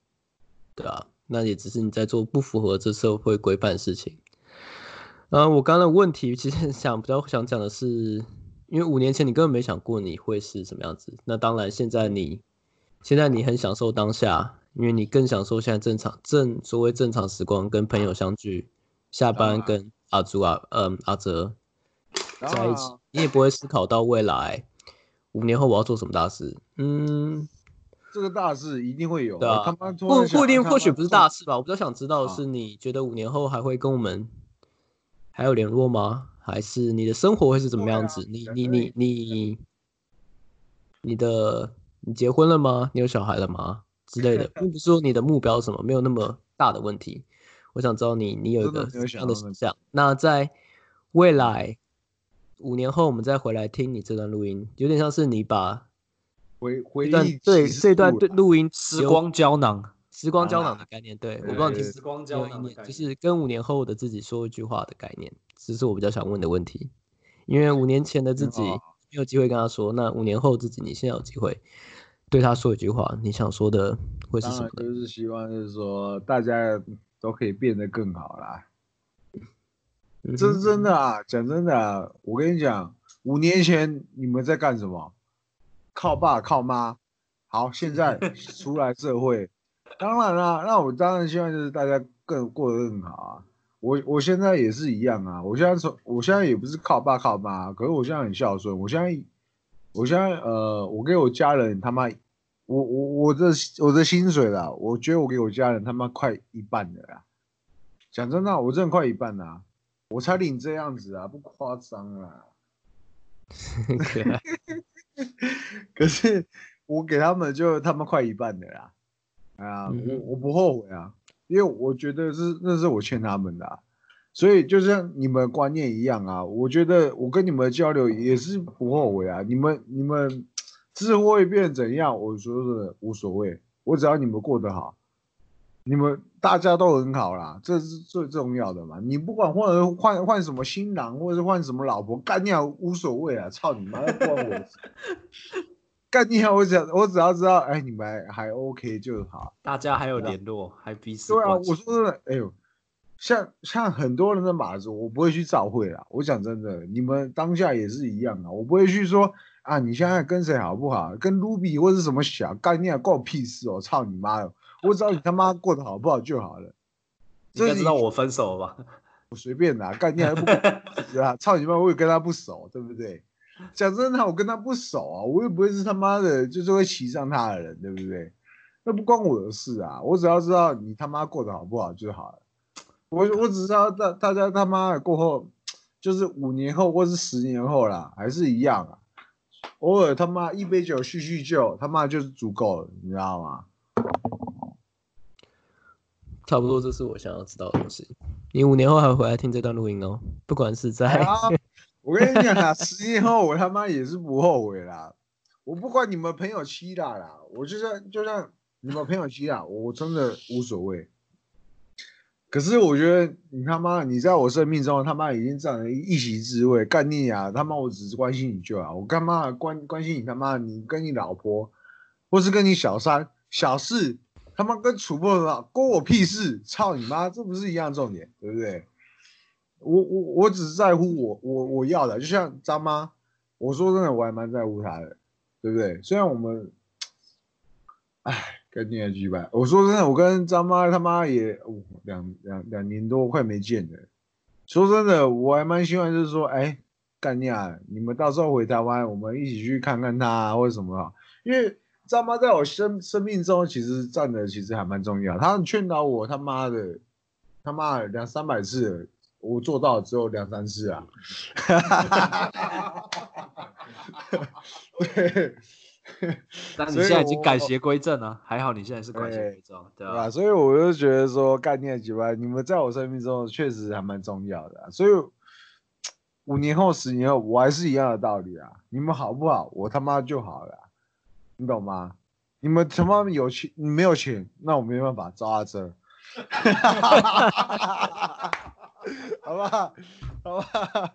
F: 对啊，那也只是你在做不符合这社会规范的事情。呃，我刚刚的问题其实想比较想讲的是，因为五年前你根本没想过你会是什么样子，那当然现在你现在你很享受当下，因为你更享受现在正常正所谓正常时光，跟朋友相聚，下班跟阿朱啊，嗯阿哲
C: 当
F: 在
C: 然
F: 一
C: 啊
F: 起，你也不会思考到未来五年后我要做什么大事。嗯，
C: 这个大事一定会有
F: 对
C: 啊。
F: 啊
C: 他妈突
F: 不
C: 然
F: 不一定，
C: 想到
F: 或许不是
C: 他妈
F: 大事吧。我比较想知道的
C: 啊
F: 是，你觉得五年后还会跟我们还有联络吗？还是你的生活会是怎么样子？你你你你你的你结婚了吗？你有小孩了吗？之类的，并不是说你的目标是什么，没有那么大的问题。我想知道你你有一
C: 真的
F: 个
C: 没
F: 什
C: 有想
F: 么样
C: 到
F: 的
C: 那
F: 形
C: 么
F: 象。那在未来五年后，我们再回来听你这段录音，有点像是你把
C: 回
F: 这
C: 回
F: 段
C: 忆
F: 对
C: 起
F: 这段
C: 诉
F: 对
C: 了
F: 录音
A: 时光胶囊，
F: 时光胶囊的概念，对，我不知道你听
C: 啊对
A: 时光胶
F: 有一
A: 囊的
F: 年
A: 概念，
F: 就是跟五年后的自己说一句话的概念，这是我比较想问的问题。因为五年前的自己
C: 嗯
F: 没有机会跟他说，那五年后自己你现在有机会对他说一句话，你想说的会是
C: 当
F: 什么
C: 然
F: 呢？
C: 就是希望就是说大家都可以变得更好啦。
F: 嗯
C: 这是
F: 哼
C: 真的啊，讲真的啊、我跟你讲，五年前你们在干什么？靠爸靠妈。好，现 在出来社会，当然啦、那我当然希望就是大家更过得更好啊。我我现在也是一样啊，我现在从我现在也不是靠爸靠妈，啊可是我现在很孝顺，我现在我现在呃，我给我家人他妈，我我我的我的薪水啦，我觉得我给我家人他妈快一半的啦。讲真的啊，我真的快一半啦、我才领这样子啊，不夸张啦。
F: 很 可爱。
C: 可是我给他们就他们快一半的啦，啊，
F: 嗯
C: 我我不后悔啊，因为我觉得是那是我欠他们的、啊，所以就像你们观念一样啊，我觉得我跟你们的交流也是不后悔啊，你们你们之后会变怎样，我说的无所谓，我只要你们过得好，你们大家都很好啦，这是最重要的嘛。你不管换换换什么新郎，或者是换什么老婆，干你好无所谓啊，操你妈，不关我的事。干你啊好，我想我只要知道，哎，你们还还 OK 就好。
A: 大家还有联络，还彼此
C: 对啊，
A: 关心
C: 我说真的，哎呦，像像很多人的马子，我不会去照会啦。我讲真的，你们当下也是一样啊，我不会去说啊，你现在跟谁好不好，跟 Ruby 或是什么小干你啊，关我屁事哦，操你妈哦，我只要你他妈过得好不好就好了。
A: 你应该知道我分手了吧？
C: 我随便啦，干你还不啊，操你妈，我也跟他不熟，对不对？讲真的，我跟他不熟啊，我也不会是他妈的，就是会骑上他的人，对不对？那不关我的事啊，我只要知道你他妈过得好不好就好了。我我只知道大大家他妈的过后，就是五年后或是十年后啦，还是一样啊。偶尔他妈一杯酒叙叙旧，他妈就是足够了，你知道吗？
F: 差不多这是我想要知道的东西。你五年后还回来听这段录音哦，不管是在
C: 啊，我跟你讲啊，十年后我他妈也是不后悔啦。我不管你们朋友欺啦啦，我就算就算你们朋友欺啦，我真的无所谓。可是我觉得你他妈你在我生命中他妈已经占了一席之位，干你啊！他妈我只是关心你就好，我干嘛关关心你他妈？你跟你老婆，或是跟你小三小四，他妈跟楚破了，关我屁事！操你妈，这不是一样重点，对不对？我我我只在乎我我我要的，就像张妈，我说真的，我还蛮在乎她的，对不对？虽然我们，唉，跟你的举吧，我说真的，我跟张妈他妈也哦两两两年多快没见了。说真的，我还蛮希望就是说，哎，干呀，你们到时候回台湾，我们一起去看看她、啊、或者什么啊，因为张妈在我生生命中其实占的其实还蛮重要，她劝导我他妈的他妈的两三百次了。我做到只有两三次啊，对，
A: 但你
C: 所以
A: 现在已经
C: 我
A: 改邪归正了，还好你现在是改邪
C: 对
A: 归正，对
C: 对啊
A: 吧
C: 吧？？所以我就觉得说，概念几万，你们在我生命中确实还蛮重要的啊、所以五年后、十年后，我还是一样的道理啊。你们好不好，我他妈就好了啊、你懂吗？你们他妈有钱，你没有钱，那我没办法招阿珍， 好不好？好不好？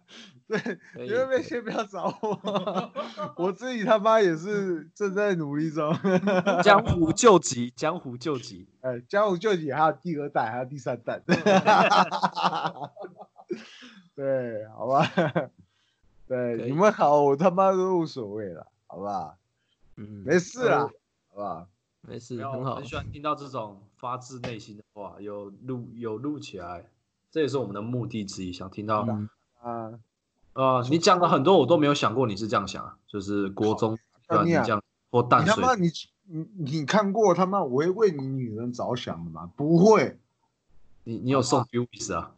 C: 对，
F: 可以
C: 你们先不要找我， 我自己他妈也是正在努力中。
A: 江湖救急，江湖救急，
C: 哎，江湖救急还有第二代，还有第三代。 对，好吧。
F: 可
C: 对，
F: 以
C: 你们好，我他妈都无所谓了，好吧？
F: 嗯
C: 没事啦
F: 呃，
C: 好吧？
F: 没
A: 没
F: 事，
A: 有
F: 很
A: 我
F: 好嗯
A: 很。喜欢听到这种发自内心的话，有录有录起来，这也是我们的目的之一，想听到。
F: 嗯，
C: 啊，
A: 呃，你讲了很多，我都没有想过你是这样想啊，就是国中对吧？
C: 干
A: 你
C: 你啊
A: 这样或淡
C: 你他
A: 水
C: 妈你你你看过他妈我会为你女人着想的吗？不会，
A: 你你有送 b u i s 啊？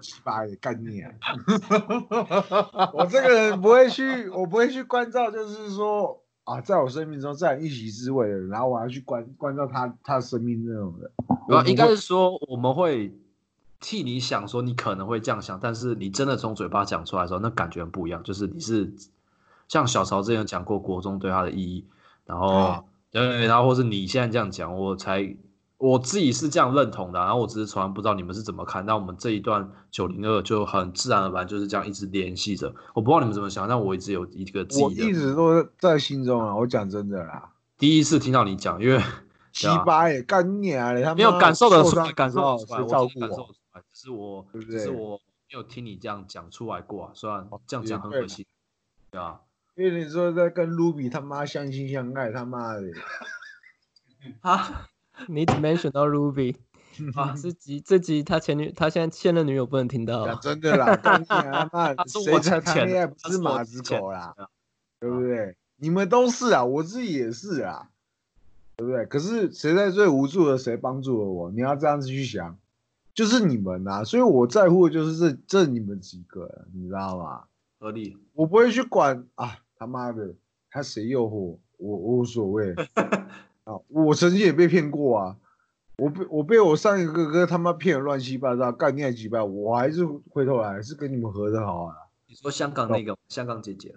C: 鸡巴的概念。啊 我这个人不会去，我不会去关照，就是说啊，在我生命中占一席之位的人，然后我要去关关照他他生命那种人。我
A: 呃，
C: 不
A: 应该
C: 会
A: 是说我们会替你想，说你可能会这样想，但是你真的从嘴巴讲出来的时候，那感觉很不一样。就是你是像小曹之前有讲过国中对他的意义，然后、
C: 啊
A: 对，然后或是你现在这样讲，我才我自己是这样认同的啊、然后我只是从来不知道你们是怎么看。那我们这一段九零二就很自然而然就是这样一直联系着。我不知道你们怎么想，但我一直有一个自
C: 我
A: 己
C: 一
A: 的。
C: 直都在心中啊，我讲真的啦，
A: 第一次听到你讲，因为
C: 七八也干你啊，他妈
A: 啊没有感受得出来，
C: 受伤
A: 感受得出来，
C: 谁
A: 我
C: 照
A: 真
C: 顾
A: 的感受得
C: 我？
A: 出来，只是我，
C: 对不哦
A: 只是
C: 对
A: 我没有听你这样讲出来过啊。虽然这样
C: 也
A: 讲很
C: 对
A: 可
C: 嘛
A: 惜，对啊，
C: 因为你说在跟 Ruby 他妈相亲相爱，他妈的，
A: 啊
F: 你只 mention 到 Ruby，
A: 啊，
F: 这集这集他前女他现在现任女友不能听到
C: 讲
F: 啊。
C: 真 的啦，干你啊，他妈
A: 他是
C: 谁
A: 我
C: 才
A: 之
C: 谈
A: 前
C: 恋爱
A: 的，
C: 不
A: 他是
C: 马
A: 我啊之
C: 子
A: 前
C: 狗啦，
A: 的，
C: 对不对？你们都是啊，我自己也是啊，对不对？可是谁在最无助的谁帮助了我？你要这样子去想，就是你们呐、所以我在乎的就是这这你们几个，你知道吗？
A: 合理。
C: 我不会去管啊，他妈的，他谁诱惑我，我无所谓啊。我曾经也被骗过啊，我被我被我上一个哥哥他妈骗的乱七八糟，干你还几百，我还是回头来还是跟你们合的好啊。
A: 你说香港那个香港姐姐，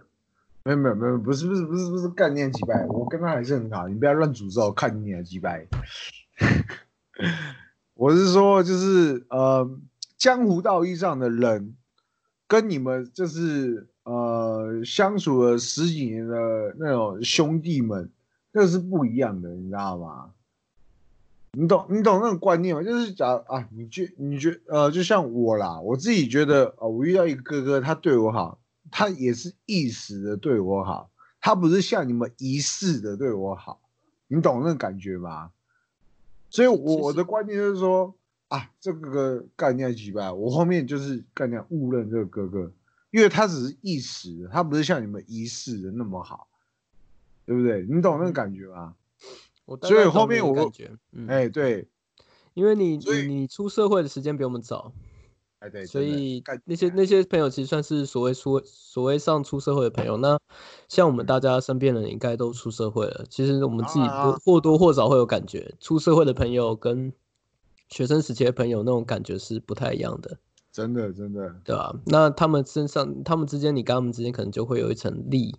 C: 没有没有没有，不是不是不是不是干你还几百，我跟他还是很好，你不要乱诅咒，看你还几百。 我是说，就是呃，江湖道义上的人，跟你们就是呃相处了十几年的那种兄弟们，那是不一样的，你知道吗？你懂你懂那种观念吗？就是假如啊，你觉你觉呃，就像我啦，我自己觉得啊、呃我遇到一个哥哥，他对我好，他也是一时的对我好，他不是像你们一世的对我好，你懂那种感觉吗？所以我，我的观念就是说啊，这个哥干掉几百，我后面就是干掉误认这个哥哥，因为他只是一时的，他不是像你们一世的那么好，对不对？你懂那种感觉吗？
F: 我大
C: 所
F: 概
C: 以
F: 懂
C: 后
F: 你
C: 面
F: 的
C: 我
F: 感觉，嗯，
C: 哎、对，
F: 因为你
C: 所以
F: 你你出社会的时间比我们早，
C: 哎对，
F: 所
C: 真的
F: 以
C: 干
F: 那些那些朋友其实算是所谓出所谓上出社会的朋友。那像我们大家身边的人应该都出社会了，其实我们自己
C: 当然
F: 多
C: 嗯啊
F: 或多或少会有感觉，出社会的朋友跟学生时期的朋友那种感觉是不太一样的，
C: 真的真的
F: 对吧、那他们身上他们之间，你跟他们之间可能就会有一层利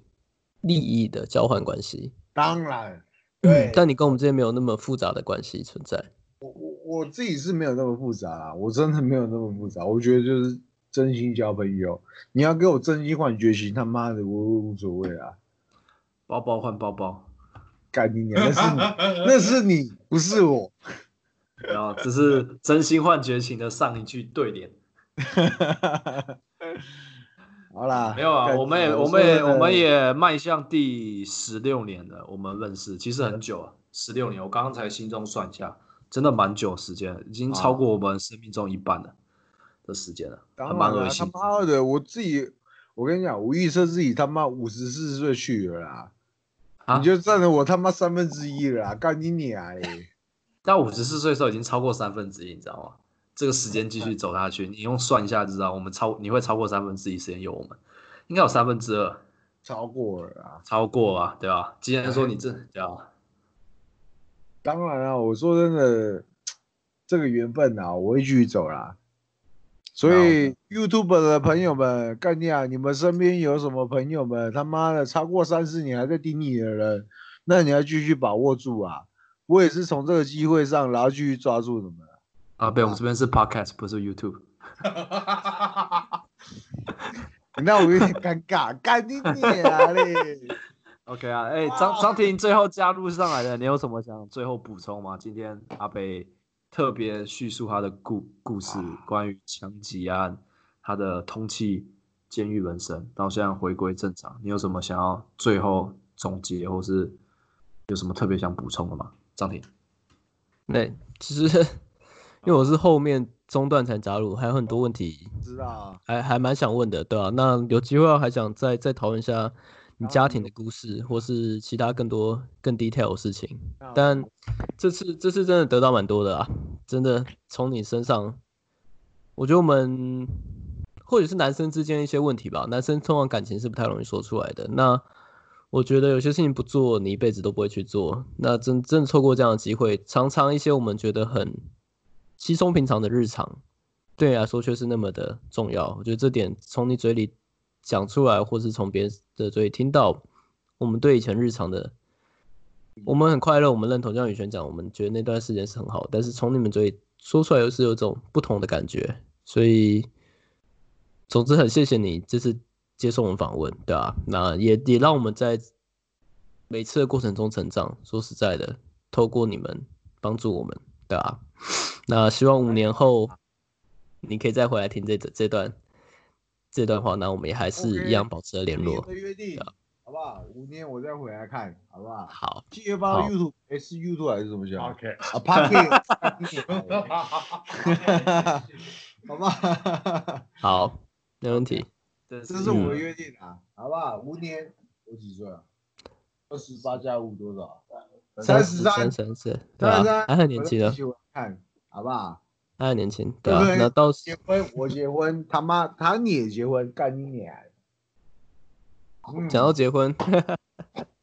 F: 利益的交换关系，嗯
C: 当
A: 嗯
C: 然，对，
F: 但你跟我们之间没有那么复杂的关系存在。
C: 我自己是没有那么复杂啦，我真的没有那么复杂。我觉得就是真心交朋友，你要给我真心换绝情，他妈的我我无所谓啊，
A: 包包换包包，
C: 干你娘！那是你，那是你，不是我。
A: 然后这是真心换绝情的上一句对联。
C: 好啦，
A: 没有啊，
C: 干
A: 我们也
C: 你娘
A: 我们也
C: 说的
A: 我们也迈向第十六年了，我们认识其实很久了，十六年，我刚刚才心中算一下，真的蛮久时间了，已
C: 啊
A: 经超过我们生命中一半了的时间了，
C: 当
A: 还
C: 然
A: 蛮
C: 啦
A: 恶心
C: 他。妈的，我自己，我跟你讲，我预测自己他妈五十四岁去了啦，
A: 啊
C: 你就占了我他妈三分之一了啦，干你娘嘞！
A: 到五十四岁的时候已经超过三分之一，你知道吗？这个时间继续走下去，你用算一下就知道，我们超你会超过三分之一时间有我们，应该有三分之二，
C: 超过了啦，
A: 超过啊，对吧？既然说你这对啊吧？
C: 当然啦，我说真的，这个缘分啊，我会继续走啦。所以 YouTube 的朋友们，干你啊！你们身边有什么朋友们他妈的超过三四年还在盯你的人，那你要继续把握住啊！我也是从这个机会上，然后继续抓住你们。
A: 啊，对，我们这边是 Podcast，不是 YouTube。
C: 那我有点尴 尬，干你娘嘞！
A: OK 啊，哎、张张婷最后加入上来的，你有什么想最后补充吗？今天阿北特别叙述他的故故事，关于枪击案，他的通气监狱人生，到现在回归正常，你有什么想要最后总结，或是有什么特别想补充的吗？张婷，
F: 对，其实 因为我是后面中段才加入，还有很多问题
C: 知道啊，
F: 还还蛮想问的，对啊，那有机会啊还想再再讨论一下你家庭的故事，或是其他更多更 detail 的事情。但这次这次真的得到蛮多的啊，真的从你身上，我觉得我们或者是男生之间一些问题吧，男生通常感情是不太容易说出来的。那我觉得有些事情不做，你一辈子都不会去做。那真真的错过这样的机会，常常一些我们觉得很稀松平常的日常，对你来说却是那么的重要。我觉得这点从你嘴里讲出来，或是从别人的嘴里听到，我们对以前日常的，我们很快乐，我们认同。就像宇轩讲，我们觉得那段时间是很好，但是从你们嘴里说出来，又是有种不同的感觉。所以，总之很谢谢你这次接受我们访问，对吧、那也也让我们在每次的过程中成长。说实在的，透过你们帮助我们，对吧、 那希望五年后你可以再回来听这这段这段话，那我们也还是一样
C: OK，
F: 保持了联
C: 五
F: 络
C: 年。的约定，好不好？五年我再回来看，好不好？
F: 好，
C: 七月八
F: 好
C: YouTube，哎是 YouTube 还是怎么讲？啊
D: OK，
C: ，Pocket，干你娘嘞 好不好？
F: 好，没问题。
A: 这
C: 这是我的约定啊，好不好？五年我几岁啊？二十八加五多少？
F: 三
C: 十三，
F: 三三十，对
C: 三十
F: 吧
C: 三？，
F: 还很年轻啊
C: 我
F: 的
C: 再，继续回来看好不好？
F: 还很年轻，
C: 对
F: 对吧
C: 不？对
F: 那到时
C: 结婚我结婚，他妈他你也结婚，干你娘！嗯
F: 讲到结婚，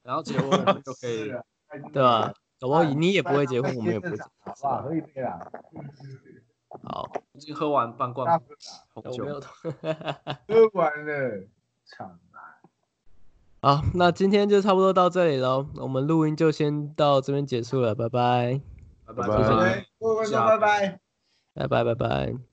A: 然后结婚我们就可以
C: 是啊干你
F: 对吧
C: 娘？
F: 搞不好
C: 哎
F: 你也不会结
C: 拜
F: 婚，
C: 托
F: 我们也不
C: 拜
F: 会
C: 托
F: 结
C: 好不好？喝一杯 啦，
F: 好，
A: 已经喝完半
C: 大
A: 罐
C: 喝啦，
A: 红
F: 我没
A: 酒，
F: 有懂。
C: 喝完了，操！
F: 好，那今天就差不多到这里喽，我们录音就先到这边结束了，拜拜。
A: 拜
B: 拜
A: 谢谢
F: 啊
C: 哎各位观众，拜拜。
F: 拜拜拜拜。